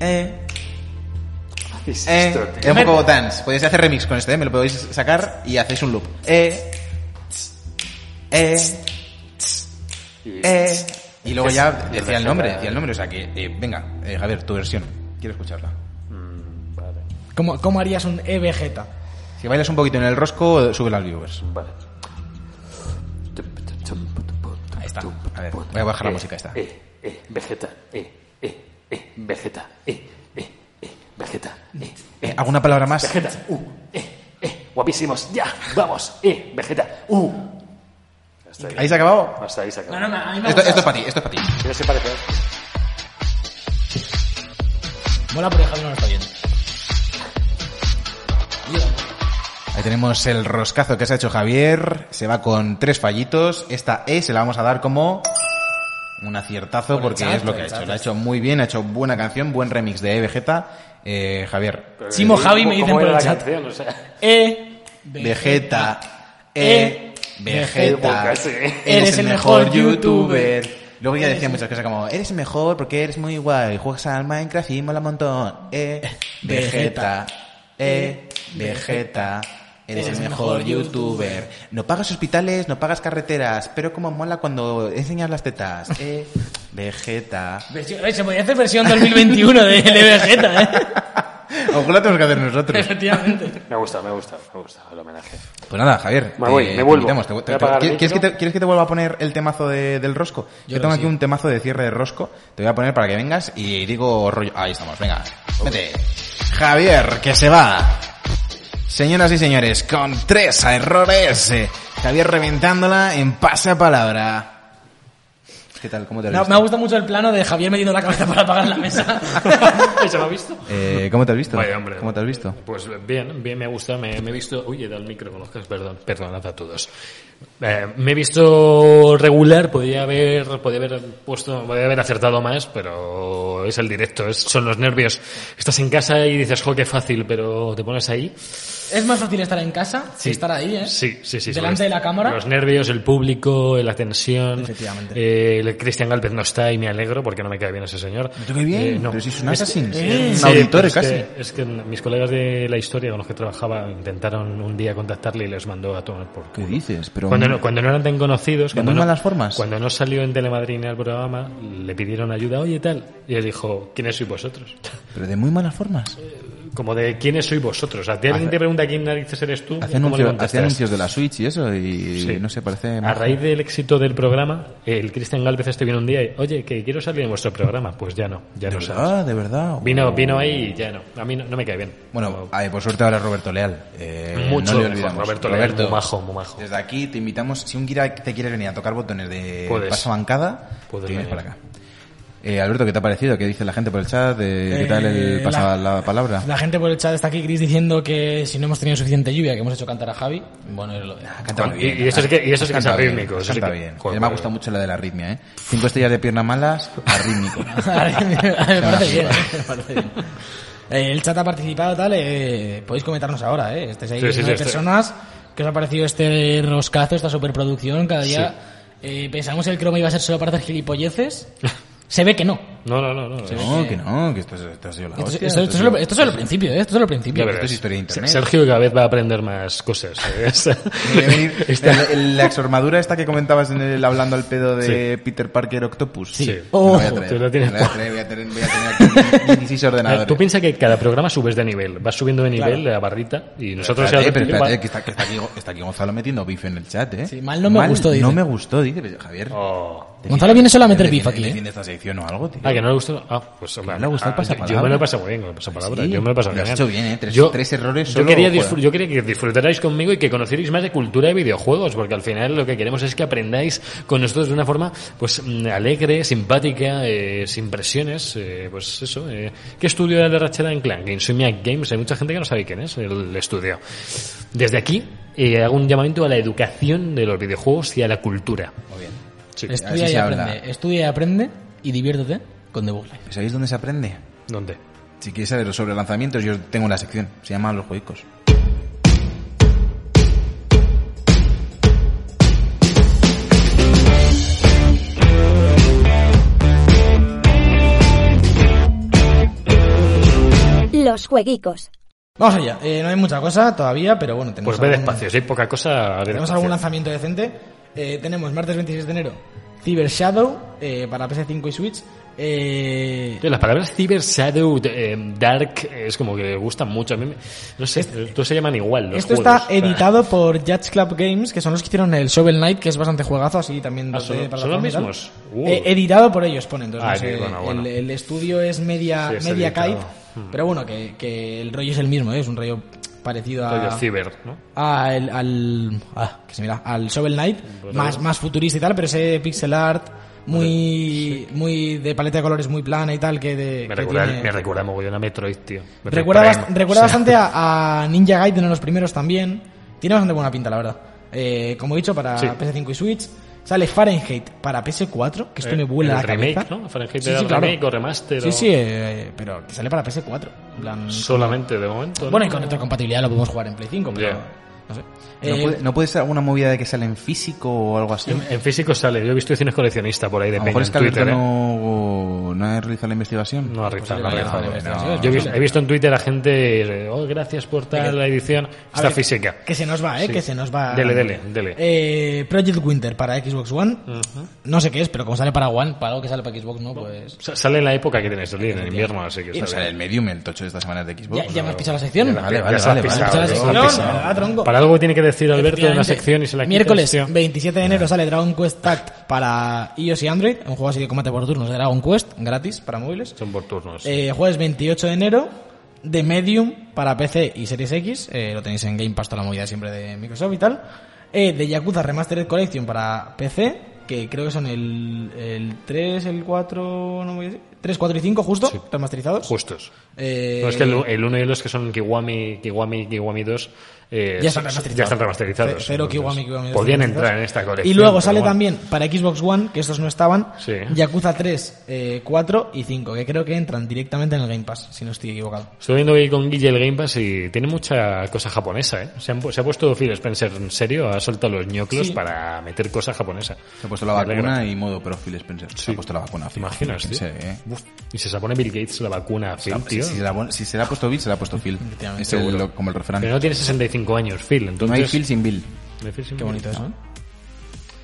[SPEAKER 3] eh,
[SPEAKER 7] ¿Qué es
[SPEAKER 3] eh.
[SPEAKER 7] esto, tío?
[SPEAKER 3] Era un poco dance. Podéis hacer remix con este, ¿eh? me lo podéis sacar y hacéis un loop. Eh, eh,
[SPEAKER 7] Y-
[SPEAKER 3] eh. Y luego ya decía
[SPEAKER 7] Vegeta.
[SPEAKER 3] el nombre, decía el nombre. O sea que, eh, venga, eh, Javier, tu versión. Quiero escucharla.
[SPEAKER 7] Mm, Vale.
[SPEAKER 5] ¿Cómo, cómo harías un E Vegeta?
[SPEAKER 3] Si bailas un poquito en el rosco, sube las viewers.
[SPEAKER 7] Vale.
[SPEAKER 3] Ahí está. A ver, voy a bajar la música esta.
[SPEAKER 7] Eh, eh, Vegeta, eh, eh, eh, Vegeta, eh, eh, eh, Vegeta, eh, eh,
[SPEAKER 3] Eh, ¿Alguna palabra más?
[SPEAKER 7] Vegeta, uh, eh, eh, guapísimos, ya, vamos, eh, Vegeta, uh. Hasta ahí,
[SPEAKER 3] ¿Ahí se ha acabado?
[SPEAKER 7] hasta ahí se acabó.
[SPEAKER 3] Esto, esto es para ti, esto es para ti.
[SPEAKER 7] ¿Qué les parece?
[SPEAKER 5] Mola porque Javier no lo está viendo.
[SPEAKER 3] Ahí tenemos el roscazo que se ha hecho Javier. Se va con tres fallitos. Esta E se la vamos a dar como un aciertazo porque
[SPEAKER 5] exacto,
[SPEAKER 3] es lo que ha hecho.
[SPEAKER 5] exacto.
[SPEAKER 3] Lo ha hecho muy bien, ha hecho buena canción, buen remix de E Vegeta. Eh, Javier.
[SPEAKER 7] Pero,
[SPEAKER 5] Simo
[SPEAKER 7] eh,
[SPEAKER 5] Javi
[SPEAKER 7] ¿cómo
[SPEAKER 5] me dicen por
[SPEAKER 7] era
[SPEAKER 5] el
[SPEAKER 7] la
[SPEAKER 5] chat.
[SPEAKER 7] canción? O sea,
[SPEAKER 5] E
[SPEAKER 3] Vegeta. E. Vegeta.
[SPEAKER 7] Vegeta, sí.
[SPEAKER 3] Eres el mejor youtuber. Luego ya decía muchas cosas como, eres el mejor porque eres muy guay, juegas al Minecraft y mola un montón. Eh, Vegeta. Eh, Vegeta. Eres el mejor youtuber. No pagas hospitales, no pagas carreteras, pero como mola cuando enseñas las tetas. Eh, Vegeta.
[SPEAKER 5] Versión- eh, Se podía hacer versión 2021 de, de Vegeta, ¿eh?
[SPEAKER 3] Ojo, la tenemos que hacer nosotros.
[SPEAKER 5] Efectivamente.
[SPEAKER 7] me gusta, me gusta, me gusta el homenaje.
[SPEAKER 3] Pues nada, Javier.
[SPEAKER 7] Me voy, me vuelvo.
[SPEAKER 3] invitamos, te-
[SPEAKER 7] Voy a
[SPEAKER 3] te-
[SPEAKER 7] apagar el
[SPEAKER 3] ¿quieres, quieres que
[SPEAKER 7] micro.
[SPEAKER 3] te, quieres que te vuelva a poner el temazo de- del rosco? Yo,
[SPEAKER 5] creo
[SPEAKER 3] tengo
[SPEAKER 5] que
[SPEAKER 3] aquí
[SPEAKER 5] sí.
[SPEAKER 3] un temazo de cierre de rosco. Te voy a poner para que vengas y digo rollo. Ahí estamos, venga. Vete. Javier, que se va. Señoras y señores, con tres errores. eh, Javier reventándola en pasapalabra. ¿Qué tal? ¿Cómo te lo
[SPEAKER 5] No,
[SPEAKER 3] has
[SPEAKER 5] me ha
[SPEAKER 3] visto?
[SPEAKER 5] gustado mucho el plano de Javier metiendo la cabeza para apagar la mesa.
[SPEAKER 2] ¿Se me ha visto?
[SPEAKER 3] Eh, ¿Cómo te has visto?
[SPEAKER 2] Vaya, hombre.
[SPEAKER 3] ¿Cómo te has visto?
[SPEAKER 2] Pues bien, bien, me ha gustado, me, me he visto... Uy, he dado el micro con los cascos, perdón, perdonad a todos. Eh, me he visto regular, podía haber, podía haber puesto, podía haber acertado más, pero es el directo, es- son los nervios. Estás en casa y dices, jo, qué fácil, pero te pones ahí.
[SPEAKER 5] es más fácil estar en casa que estar ahí, ¿eh?
[SPEAKER 2] Sí, sí, sí.
[SPEAKER 5] Delante
[SPEAKER 2] Son
[SPEAKER 5] de la
[SPEAKER 2] los-
[SPEAKER 5] cámara.
[SPEAKER 2] Los nervios, el público, la tensión.
[SPEAKER 5] Efectivamente.
[SPEAKER 2] Eh, el Cristian Galvez no está y me alegro porque no me cae bien ese
[SPEAKER 8] Este
[SPEAKER 2] señor.
[SPEAKER 3] ¿Me toca bien?
[SPEAKER 2] Eh, no.
[SPEAKER 3] Pero si es un
[SPEAKER 2] Es-
[SPEAKER 3] assassin.
[SPEAKER 5] eh,
[SPEAKER 3] un
[SPEAKER 2] Sí,
[SPEAKER 3] auditor
[SPEAKER 2] pero es
[SPEAKER 3] casi.
[SPEAKER 2] que- es que mis colegas de la historia con los que trabajaba intentaron un día contactarle y les mandó a tomar por
[SPEAKER 3] ¿Qué
[SPEAKER 2] culo.
[SPEAKER 3] dices? Pero...
[SPEAKER 2] Cuando no, cuando no eran tan conocidos,
[SPEAKER 3] De
[SPEAKER 2] cuando
[SPEAKER 3] muy
[SPEAKER 2] no,
[SPEAKER 3] malas formas.
[SPEAKER 2] cuando no salió en Telemadrid en el programa, le pidieron ayuda, oye tal, y él dijo, ¿quiénes sois vosotros?
[SPEAKER 3] Pero de muy malas formas.
[SPEAKER 8] como de quiénes sois vosotros. O sea, si alguien
[SPEAKER 3] Hace-
[SPEAKER 8] te pregunta quién narices eres tú,
[SPEAKER 3] Hacía
[SPEAKER 8] ¿cómo le
[SPEAKER 3] anuncios, hacía
[SPEAKER 8] contestas?
[SPEAKER 3] anuncios de la Switch y eso, y
[SPEAKER 8] Sí.
[SPEAKER 3] no sé, parece...
[SPEAKER 8] A raíz del éxito del programa, el Cristian Galvez este vino un día y, oye, que quiero salir en vuestro programa. Pues ya no, ya
[SPEAKER 3] ¿De
[SPEAKER 8] no sabes.
[SPEAKER 3] verdad? Ah, ¿De verdad?
[SPEAKER 8] Vino, vino ahí y ya no. A mí no, no me cae bien.
[SPEAKER 3] Bueno, ay, por suerte ahora Roberto Leal. Eh,
[SPEAKER 8] Mucho
[SPEAKER 3] no le
[SPEAKER 8] mejor,
[SPEAKER 3] olvidamos.
[SPEAKER 8] Roberto Leal, muy majo, muy majo.
[SPEAKER 3] Desde aquí te invitamos, si un día te quieres venir a tocar botones de
[SPEAKER 8] Puedes.
[SPEAKER 3] pasa bancada,
[SPEAKER 8] Puedes
[SPEAKER 3] te vienes
[SPEAKER 8] venir.
[SPEAKER 3] para acá. Eh, Alberto, ¿qué te ha parecido? ¿Qué dice la gente por el chat? Eh, ¿Qué
[SPEAKER 5] Eh,
[SPEAKER 3] tal el pasa la, palabra?
[SPEAKER 5] La gente por el chat está aquí, Chris, diciendo que si no hemos tenido suficiente lluvia, que hemos hecho cantar a Javi. Bueno, era lo de...
[SPEAKER 3] Ha cantado
[SPEAKER 8] Juan, y- y eso sí que- y eso sí que
[SPEAKER 3] Ha
[SPEAKER 8] es
[SPEAKER 3] cantado bien,
[SPEAKER 8] arrítmico,
[SPEAKER 3] ha
[SPEAKER 8] eso sí
[SPEAKER 3] cantado
[SPEAKER 8] que-
[SPEAKER 3] bien.
[SPEAKER 8] Joder,
[SPEAKER 3] me ha
[SPEAKER 8] madre
[SPEAKER 3] gustado mucho la de la arritmia, ¿eh? Cinco estrellas de piernas malas, arrítmico.
[SPEAKER 5] me parece bien, me parece bien. Eh, El chat ha participado, tal. eh, podéis comentarnos ahora, ¿eh? Estáis ahí
[SPEAKER 8] Sí, sí,
[SPEAKER 5] lleno de
[SPEAKER 8] sí, estoy.
[SPEAKER 5] personas. ¿Qué os ha parecido este roscazo, esta superproducción? Cada día eh, pensamos que el croma iba a ser solo para hacer gilipolleces. Se ve que no.
[SPEAKER 8] No, no, no. no.
[SPEAKER 3] No, que no, que esto, es- esto ha sido la
[SPEAKER 5] Esto, es-
[SPEAKER 3] hostia,
[SPEAKER 5] esto- esto
[SPEAKER 3] ha
[SPEAKER 5] es
[SPEAKER 3] sido-
[SPEAKER 5] lo- esto es solo el principio, ¿eh? Esto es solo el
[SPEAKER 8] Ya
[SPEAKER 5] principio.
[SPEAKER 8] verás.
[SPEAKER 3] es historia de internet.
[SPEAKER 8] Sergio cada vez va a aprender más cosas. ¿eh?
[SPEAKER 3] Debe venir
[SPEAKER 8] Está-
[SPEAKER 3] el- el- la exormadura esta que comentabas en el hablando al pedo de Peter Parker Octopus.
[SPEAKER 8] Sí. Sí.
[SPEAKER 3] Me la voy a
[SPEAKER 8] Ojo,
[SPEAKER 3] traer.
[SPEAKER 8] tú lo tienes
[SPEAKER 3] Me la voy a traer, voy a tener, voy a tener aquí 16 ordenadores.
[SPEAKER 8] Tú piensas que cada programa subes de nivel, vas subiendo de nivel la barrita y nosotros...
[SPEAKER 3] Espérate,
[SPEAKER 8] ya-
[SPEAKER 3] pero espérate,
[SPEAKER 8] va-
[SPEAKER 3] que está, que está aquí, Go- está aquí Gonzalo metiendo bife en el chat, ¿eh?
[SPEAKER 5] Sí, mal no me gustó, dice.
[SPEAKER 3] No me gustó, dice pero, Javier.
[SPEAKER 8] Oh.
[SPEAKER 3] te
[SPEAKER 5] Gonzalo
[SPEAKER 3] tiene-
[SPEAKER 5] viene solo a
[SPEAKER 3] te
[SPEAKER 5] meter
[SPEAKER 3] tiene-
[SPEAKER 5] bife aquí,
[SPEAKER 3] te
[SPEAKER 5] ¿eh?
[SPEAKER 3] tiene esta sección o algo, tío.
[SPEAKER 8] Ah, que no le gustó. Ah, pues hombre,
[SPEAKER 3] no le gustó el
[SPEAKER 8] ah,
[SPEAKER 3] pasapalabra.
[SPEAKER 8] Yo, yo me lo he pasado muy bien con el pasapalabra.
[SPEAKER 3] Sí.
[SPEAKER 8] yo me lo he pasado
[SPEAKER 3] Lo has
[SPEAKER 8] genial.
[SPEAKER 3] hecho bien, ¿eh? Tres- tres errores
[SPEAKER 8] yo
[SPEAKER 3] solo,
[SPEAKER 8] quería,
[SPEAKER 3] joder.
[SPEAKER 8] disfr- yo quería que disfrutarais conmigo y que conocierais más de cultura de videojuegos, porque al final lo que queremos es que aprendáis con nosotros de una forma pues mm, alegre, simpática, eh, sin presiones. eh, pues eso. eh. ¿Qué estudio era el de Ratchet and Clank? Insomniac Games. Hay mucha gente que no sabe quién es el estudio. Desde aquí eh, hago un llamamiento a la educación de los videojuegos y a la cultura.
[SPEAKER 3] Muy bien.
[SPEAKER 8] Sí.
[SPEAKER 3] Así
[SPEAKER 5] Estudia y
[SPEAKER 3] se habla.
[SPEAKER 5] aprende. Estudia y aprende y diviértete con The Book Life.
[SPEAKER 3] ¿Sabéis dónde se aprende?
[SPEAKER 8] ¿Dónde?
[SPEAKER 3] Si quieres saber sobre lanzamientos, yo tengo una sección. Se llama Los Juegos.
[SPEAKER 1] Los jueguicos.
[SPEAKER 5] Vamos allá. Eh, no hay mucha cosa todavía, pero bueno, tenemos
[SPEAKER 8] Pues ve
[SPEAKER 5] algún-
[SPEAKER 8] despacio, si hay poca cosa. ve
[SPEAKER 5] Tenemos algún
[SPEAKER 8] despacio.
[SPEAKER 5] lanzamiento decente. Eh, tenemos martes 26 de enero Cyber Shadow eh, para PS5 y Switch. Eh,
[SPEAKER 8] Tío, Las palabras Cyber Shadow, de- eh, Dark, eh, es como que gustan mucho. A mí me- no sé, todos se llaman igual. Los
[SPEAKER 5] Este- esto
[SPEAKER 8] juegos.
[SPEAKER 5] está editado por Judge Club Games, que son los que hicieron el Shovel Knight, que es bastante juegazo, así también.
[SPEAKER 8] Ah,
[SPEAKER 5] de-
[SPEAKER 8] son-
[SPEAKER 5] de
[SPEAKER 8] son
[SPEAKER 5] plataforma
[SPEAKER 8] los
[SPEAKER 5] y tal.
[SPEAKER 8] mismos. Uh.
[SPEAKER 5] Eh, editado por ellos, ponen. Entonces,
[SPEAKER 8] Ah,
[SPEAKER 5] no sé,
[SPEAKER 8] sí, bueno, bueno.
[SPEAKER 5] El, el estudio es Media,
[SPEAKER 8] Sí, es
[SPEAKER 5] media
[SPEAKER 8] editado. Hmm.
[SPEAKER 5] Kite, pero bueno, que, que el rollo es el mismo, ¿eh? es un rollo parecido
[SPEAKER 8] Rollo
[SPEAKER 5] a,
[SPEAKER 8] Cyber, ¿no?
[SPEAKER 5] Ah, el- al, ah, que se mira, al Shovel Knight,
[SPEAKER 8] Pues
[SPEAKER 5] más, más futurista y tal, pero ese pixel art muy, muy de paleta de colores muy plana y tal, que de...
[SPEAKER 8] Me
[SPEAKER 5] que
[SPEAKER 8] recuerda,
[SPEAKER 5] tiene-
[SPEAKER 8] me recuerda mogollón a Metroid, tío. Me
[SPEAKER 5] recuerda,
[SPEAKER 8] reprimo.
[SPEAKER 5] bast- recuerda bastante a, a Ninja Gaiden en los primeros también. Tiene bastante buena pinta, la verdad. Eh, como he dicho, para
[SPEAKER 8] Sí.
[SPEAKER 5] PS5 y Switch. Sale Fahrenheit para PS4, que esto
[SPEAKER 8] Eh,
[SPEAKER 5] me vuela
[SPEAKER 8] el
[SPEAKER 5] la
[SPEAKER 8] remake,
[SPEAKER 5] cabeza.
[SPEAKER 8] ¿no? Fahrenheit era remake o remaster
[SPEAKER 5] Sí,
[SPEAKER 8] o-
[SPEAKER 5] sí, eh, pero que sale para PS4. en plan-
[SPEAKER 8] Solamente de momento. ¿no?
[SPEAKER 5] Bueno, y con retrocompatibilidad lo podemos jugar en Play 5, pero...
[SPEAKER 8] Ya.
[SPEAKER 5] No sé.
[SPEAKER 3] ¿No,
[SPEAKER 5] Eh,
[SPEAKER 3] puede, ¿No puede ser alguna movida de que sale en físico o algo así?
[SPEAKER 8] En, en físico sale. Yo he visto cines coleccionista por ahí de
[SPEAKER 3] A lo mejor
[SPEAKER 8] peña
[SPEAKER 3] es
[SPEAKER 8] en
[SPEAKER 3] que Alberto
[SPEAKER 8] Twitter. ¿eh?
[SPEAKER 3] no, no ha realizado la investigación.
[SPEAKER 8] No ha rifado, no ha
[SPEAKER 5] Pues
[SPEAKER 8] rifado.
[SPEAKER 5] vale, vale,
[SPEAKER 8] No.
[SPEAKER 5] vale.
[SPEAKER 8] ¿eh? Yo he visto, he visto en Twitter a gente, eh, oh, gracias por tal la edición,
[SPEAKER 5] A
[SPEAKER 8] está
[SPEAKER 5] ver,
[SPEAKER 8] física.
[SPEAKER 5] Que se nos va, ¿eh?
[SPEAKER 8] Sí.
[SPEAKER 5] Que se nos va.
[SPEAKER 8] Dele, dele, dele.
[SPEAKER 5] Eh, Project Winter para Xbox One. No sé qué es, pero como sale para One, para algo que sale para Xbox, ¿no? Pues...
[SPEAKER 8] Sa- Sale en la época que tienes, en el invierno, así que
[SPEAKER 3] O
[SPEAKER 8] está
[SPEAKER 3] sea, el
[SPEAKER 8] bien.
[SPEAKER 3] medium, el tocho de esta semana de Xbox. pues
[SPEAKER 5] Ya, ya me has pisado la sección.
[SPEAKER 3] Vale, vale,
[SPEAKER 8] Ya se la
[SPEAKER 3] vale,
[SPEAKER 8] has
[SPEAKER 3] vale.
[SPEAKER 8] pisado,
[SPEAKER 5] Ya se la
[SPEAKER 8] ya se la has
[SPEAKER 5] has pisado.
[SPEAKER 8] pisado.
[SPEAKER 5] Ah, tronco.
[SPEAKER 8] Para algo tiene que decir Alberto de una
[SPEAKER 5] Efectivamente.
[SPEAKER 8] sección y se la quitas,
[SPEAKER 5] Miércoles
[SPEAKER 8] tío.
[SPEAKER 5] 27 de enero sale Dragon Quest Tact para iOS y Android. Un juego así de combate por turnos de Dragon Quest, gratis para móviles.
[SPEAKER 8] Son por turnos.
[SPEAKER 5] Eh, jueves 28 de enero, The Medium para PC y Series X. eh, lo tenéis en Game Pass toda la movida siempre de Microsoft y tal. Eh, de Yakuza Remastered Collection para PC, que creo que son el, el 3, el 4, no voy a decir, 3, 4 y 5 justo, remasterizados.
[SPEAKER 8] Justos.
[SPEAKER 5] Eh,
[SPEAKER 8] No, es que el, el uno y el dos que son Kiwami, Kiwami, Kiwami 2 eh,
[SPEAKER 5] ya están
[SPEAKER 8] son-
[SPEAKER 5] remasterizados.
[SPEAKER 8] ya están remasterizados.
[SPEAKER 5] Ce- Cero
[SPEAKER 8] Entonces,
[SPEAKER 5] Kiwami, Kiwami.
[SPEAKER 8] Podían
[SPEAKER 5] remasterizados.
[SPEAKER 8] entrar en esta colección.
[SPEAKER 5] Y luego
[SPEAKER 8] pero
[SPEAKER 5] sale
[SPEAKER 8] bueno.
[SPEAKER 5] también para Xbox One, que estos no estaban,
[SPEAKER 8] Sí.
[SPEAKER 5] Yakuza 3, eh, 4 y 5, que creo que entran directamente en el Game Pass, si no estoy equivocado.
[SPEAKER 8] Estoy viendo hoy con Guille el Game Pass y tiene mucha cosa japonesa, ¿eh? Se, han pu- se ha puesto Phil Spencer en serio, ha soltado los ñoclos
[SPEAKER 5] Sí.
[SPEAKER 8] para meter cosa japonesa.
[SPEAKER 3] Se ha puesto la
[SPEAKER 8] Me
[SPEAKER 3] vacuna
[SPEAKER 8] alegra.
[SPEAKER 3] y modo perfil Spencer. Se ha puesto la vacuna.
[SPEAKER 8] ¿Te imaginas, tío?
[SPEAKER 3] Sí, eh.
[SPEAKER 8] Uf, Y se la pone Bill Gates la vacuna a Phil,
[SPEAKER 3] Si,
[SPEAKER 8] tío.
[SPEAKER 3] si la pon- si se la ha puesto Bill, se la ha puesto Phil.
[SPEAKER 5] Efectivamente.
[SPEAKER 3] Es el-
[SPEAKER 8] Seguro.
[SPEAKER 3] lo- como el refrán.
[SPEAKER 8] Pero no tiene 65 años, Phil. Entonces,
[SPEAKER 3] No hay Phil sin Bill.
[SPEAKER 8] No hay Phil sin
[SPEAKER 5] Qué ¿eh?
[SPEAKER 8] Bill.
[SPEAKER 5] bonito eso, ¿eh?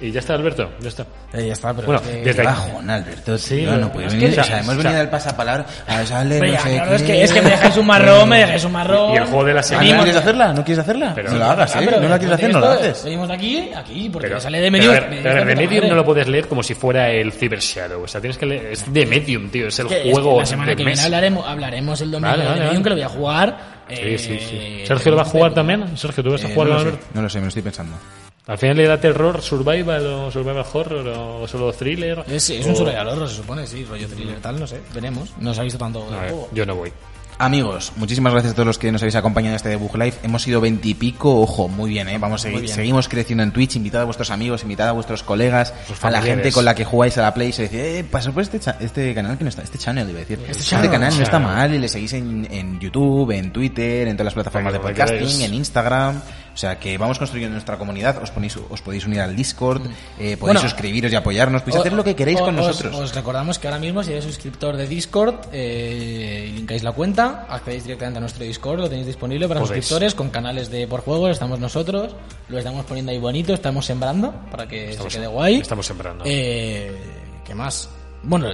[SPEAKER 8] Y ya está, Alberto, ya está.
[SPEAKER 5] Eh, ya está, pero
[SPEAKER 8] Bueno,
[SPEAKER 5] que-
[SPEAKER 8] desde aquí.
[SPEAKER 3] Bajón, Alberto.
[SPEAKER 8] Sí,
[SPEAKER 3] Sí, no,
[SPEAKER 8] no,
[SPEAKER 3] no puedes
[SPEAKER 8] es que
[SPEAKER 3] venir.
[SPEAKER 8] ya-
[SPEAKER 3] o sea, hemos
[SPEAKER 8] ya.
[SPEAKER 3] venido al pasapalabra. A ver, sale,
[SPEAKER 5] Venga,
[SPEAKER 3] no sé
[SPEAKER 5] claro,
[SPEAKER 3] qué.
[SPEAKER 5] es, que, es que me dejáis un marrón, me dejáis un marrón.
[SPEAKER 8] Y el juego de la
[SPEAKER 3] Ah, ¿No la
[SPEAKER 8] semana.
[SPEAKER 3] quieres hacerla? ¿No quieres hacerla?
[SPEAKER 8] Pero-
[SPEAKER 3] no la hagas,
[SPEAKER 5] Ah,
[SPEAKER 3] ¿eh?
[SPEAKER 5] pero
[SPEAKER 3] No la quieres hacer, no la haces.
[SPEAKER 5] Venimos de aquí, aquí, porque
[SPEAKER 8] Pero-
[SPEAKER 5] sale de
[SPEAKER 8] pero
[SPEAKER 5] medio.
[SPEAKER 8] a ver, pero a ver, de Medium no lo puedes leer como si fuera el Cyber Shadow. O sea, tienes que leer. Es de Medium, tío. Es el
[SPEAKER 5] Que es que
[SPEAKER 8] juego
[SPEAKER 5] la semana
[SPEAKER 8] del
[SPEAKER 5] que viene
[SPEAKER 8] mes.
[SPEAKER 5] hablaremos, hablaremos el domingo
[SPEAKER 8] Vale,
[SPEAKER 5] de
[SPEAKER 8] vale,
[SPEAKER 5] Medium,
[SPEAKER 8] vale.
[SPEAKER 5] que lo voy a jugar.
[SPEAKER 8] Sí, sí, sí.
[SPEAKER 5] eh,
[SPEAKER 8] ¿Sergio lo va a jugar también? Sergio, ¿tú vas a
[SPEAKER 3] Eh,
[SPEAKER 8] jugar
[SPEAKER 3] no,
[SPEAKER 8] con
[SPEAKER 3] lo sé,
[SPEAKER 8] Alberto?
[SPEAKER 3] no lo sé, me lo estoy pensando.
[SPEAKER 8] ¿Al final le da terror, survival o survival horror o solo thriller?
[SPEAKER 5] Es, es un surreal horror, se supone, sí, rollo thriller tal, no sé, veremos. No se ha visto tanto del
[SPEAKER 8] A ver,
[SPEAKER 5] juego.
[SPEAKER 8] yo no voy.
[SPEAKER 3] Amigos, muchísimas gracias a todos los que nos habéis acompañado en este debug live. Hemos sido veintipico, ojo, muy bien, ¿eh? Vamos a seguir, seguimos creciendo en Twitch. Invitad a vuestros amigos, invitad a vuestros colegas,
[SPEAKER 8] Vuestros
[SPEAKER 3] a la
[SPEAKER 8] familiares.
[SPEAKER 3] gente con la que jugáis a la Play. Se dice, eh, pasó por este, cha- este canal que no está, este channel, iba a decir. Este,
[SPEAKER 8] channel.
[SPEAKER 3] canal no está
[SPEAKER 8] Channel.
[SPEAKER 3] mal y le seguís en, en YouTube, en Twitter, en todas las plataformas
[SPEAKER 8] Bueno,
[SPEAKER 3] de
[SPEAKER 8] lo que
[SPEAKER 3] podcasting,
[SPEAKER 8] queráis.
[SPEAKER 3] en Instagram. O sea que vamos construyendo nuestra comunidad. Os, ponéis, os podéis unir al Discord, eh, podéis
[SPEAKER 5] Bueno,
[SPEAKER 3] suscribiros y apoyarnos. Podéis
[SPEAKER 5] O-
[SPEAKER 3] hacer lo que queréis
[SPEAKER 5] o-
[SPEAKER 3] con
[SPEAKER 5] os-
[SPEAKER 3] nosotros.
[SPEAKER 5] Os recordamos que ahora mismo, si eres suscriptor de Discord, eh, y linkáis la cuenta, accedéis directamente a nuestro Discord, lo tenéis disponible para
[SPEAKER 8] Podéis.
[SPEAKER 5] suscriptores con canales de por juegos. Estamos nosotros, lo estamos poniendo ahí bonito, estamos sembrando para que
[SPEAKER 8] Estamos-
[SPEAKER 5] se quede guay.
[SPEAKER 8] estamos sembrando.
[SPEAKER 5] Eh, ¿Qué más? Bueno,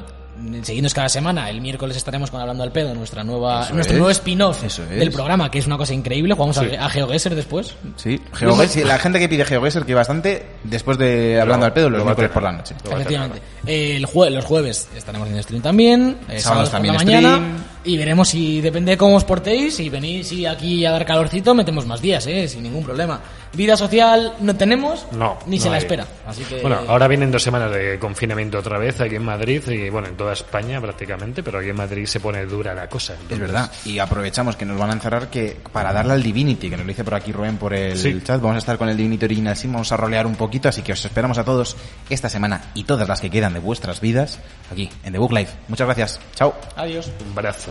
[SPEAKER 5] seguimos cada semana. El miércoles estaremos con Hablando al Pedo, nuestra nueva,
[SPEAKER 3] Eso
[SPEAKER 5] nuestro
[SPEAKER 3] es.
[SPEAKER 5] nuevo spin-off
[SPEAKER 3] Eso es.
[SPEAKER 5] del programa, que es una cosa increíble. Jugamos a-
[SPEAKER 8] Sí.
[SPEAKER 5] a, GeoGuessr después.
[SPEAKER 3] Sí, GeoGuessr, sí, la gente que pide GeoGuessr que hay bastante después de hablando
[SPEAKER 8] Lo-
[SPEAKER 3] al pedo
[SPEAKER 8] lo
[SPEAKER 3] los
[SPEAKER 8] va a
[SPEAKER 3] miércoles
[SPEAKER 8] tener.
[SPEAKER 3] por la noche.
[SPEAKER 8] Lo va a tener.
[SPEAKER 5] Efectivamente. Eh, el jue- los jueves estaremos en stream también. eh,
[SPEAKER 3] Sábados
[SPEAKER 5] sábados por la
[SPEAKER 3] también
[SPEAKER 5] mañana.
[SPEAKER 3] stream.
[SPEAKER 5] Y veremos si depende de cómo os portéis. Si venís y aquí a dar calorcito, metemos más días, eh, sin ningún problema. Vida social no tenemos,
[SPEAKER 8] No.
[SPEAKER 5] ni se
[SPEAKER 8] no
[SPEAKER 5] la
[SPEAKER 8] hay.
[SPEAKER 5] espera. Así que,
[SPEAKER 8] Bueno, ahora vienen dos semanas de confinamiento otra vez aquí en Madrid y bueno, en toda España prácticamente, pero aquí en Madrid se pone dura la cosa.
[SPEAKER 3] Es
[SPEAKER 8] entonces-
[SPEAKER 3] verdad. Y aprovechamos que nos van a encerrar que para darle al Divinity, que nos lo dice por aquí Rubén por el
[SPEAKER 8] Sí.
[SPEAKER 3] chat, vamos a estar con el Divinity Original Sin, vamos a rolear un poquito, así que os esperamos a todos esta semana y todas las que quedan de vuestras vidas aquí en The Book Live. Muchas gracias. Chao.
[SPEAKER 5] adiós.
[SPEAKER 8] Un brazo.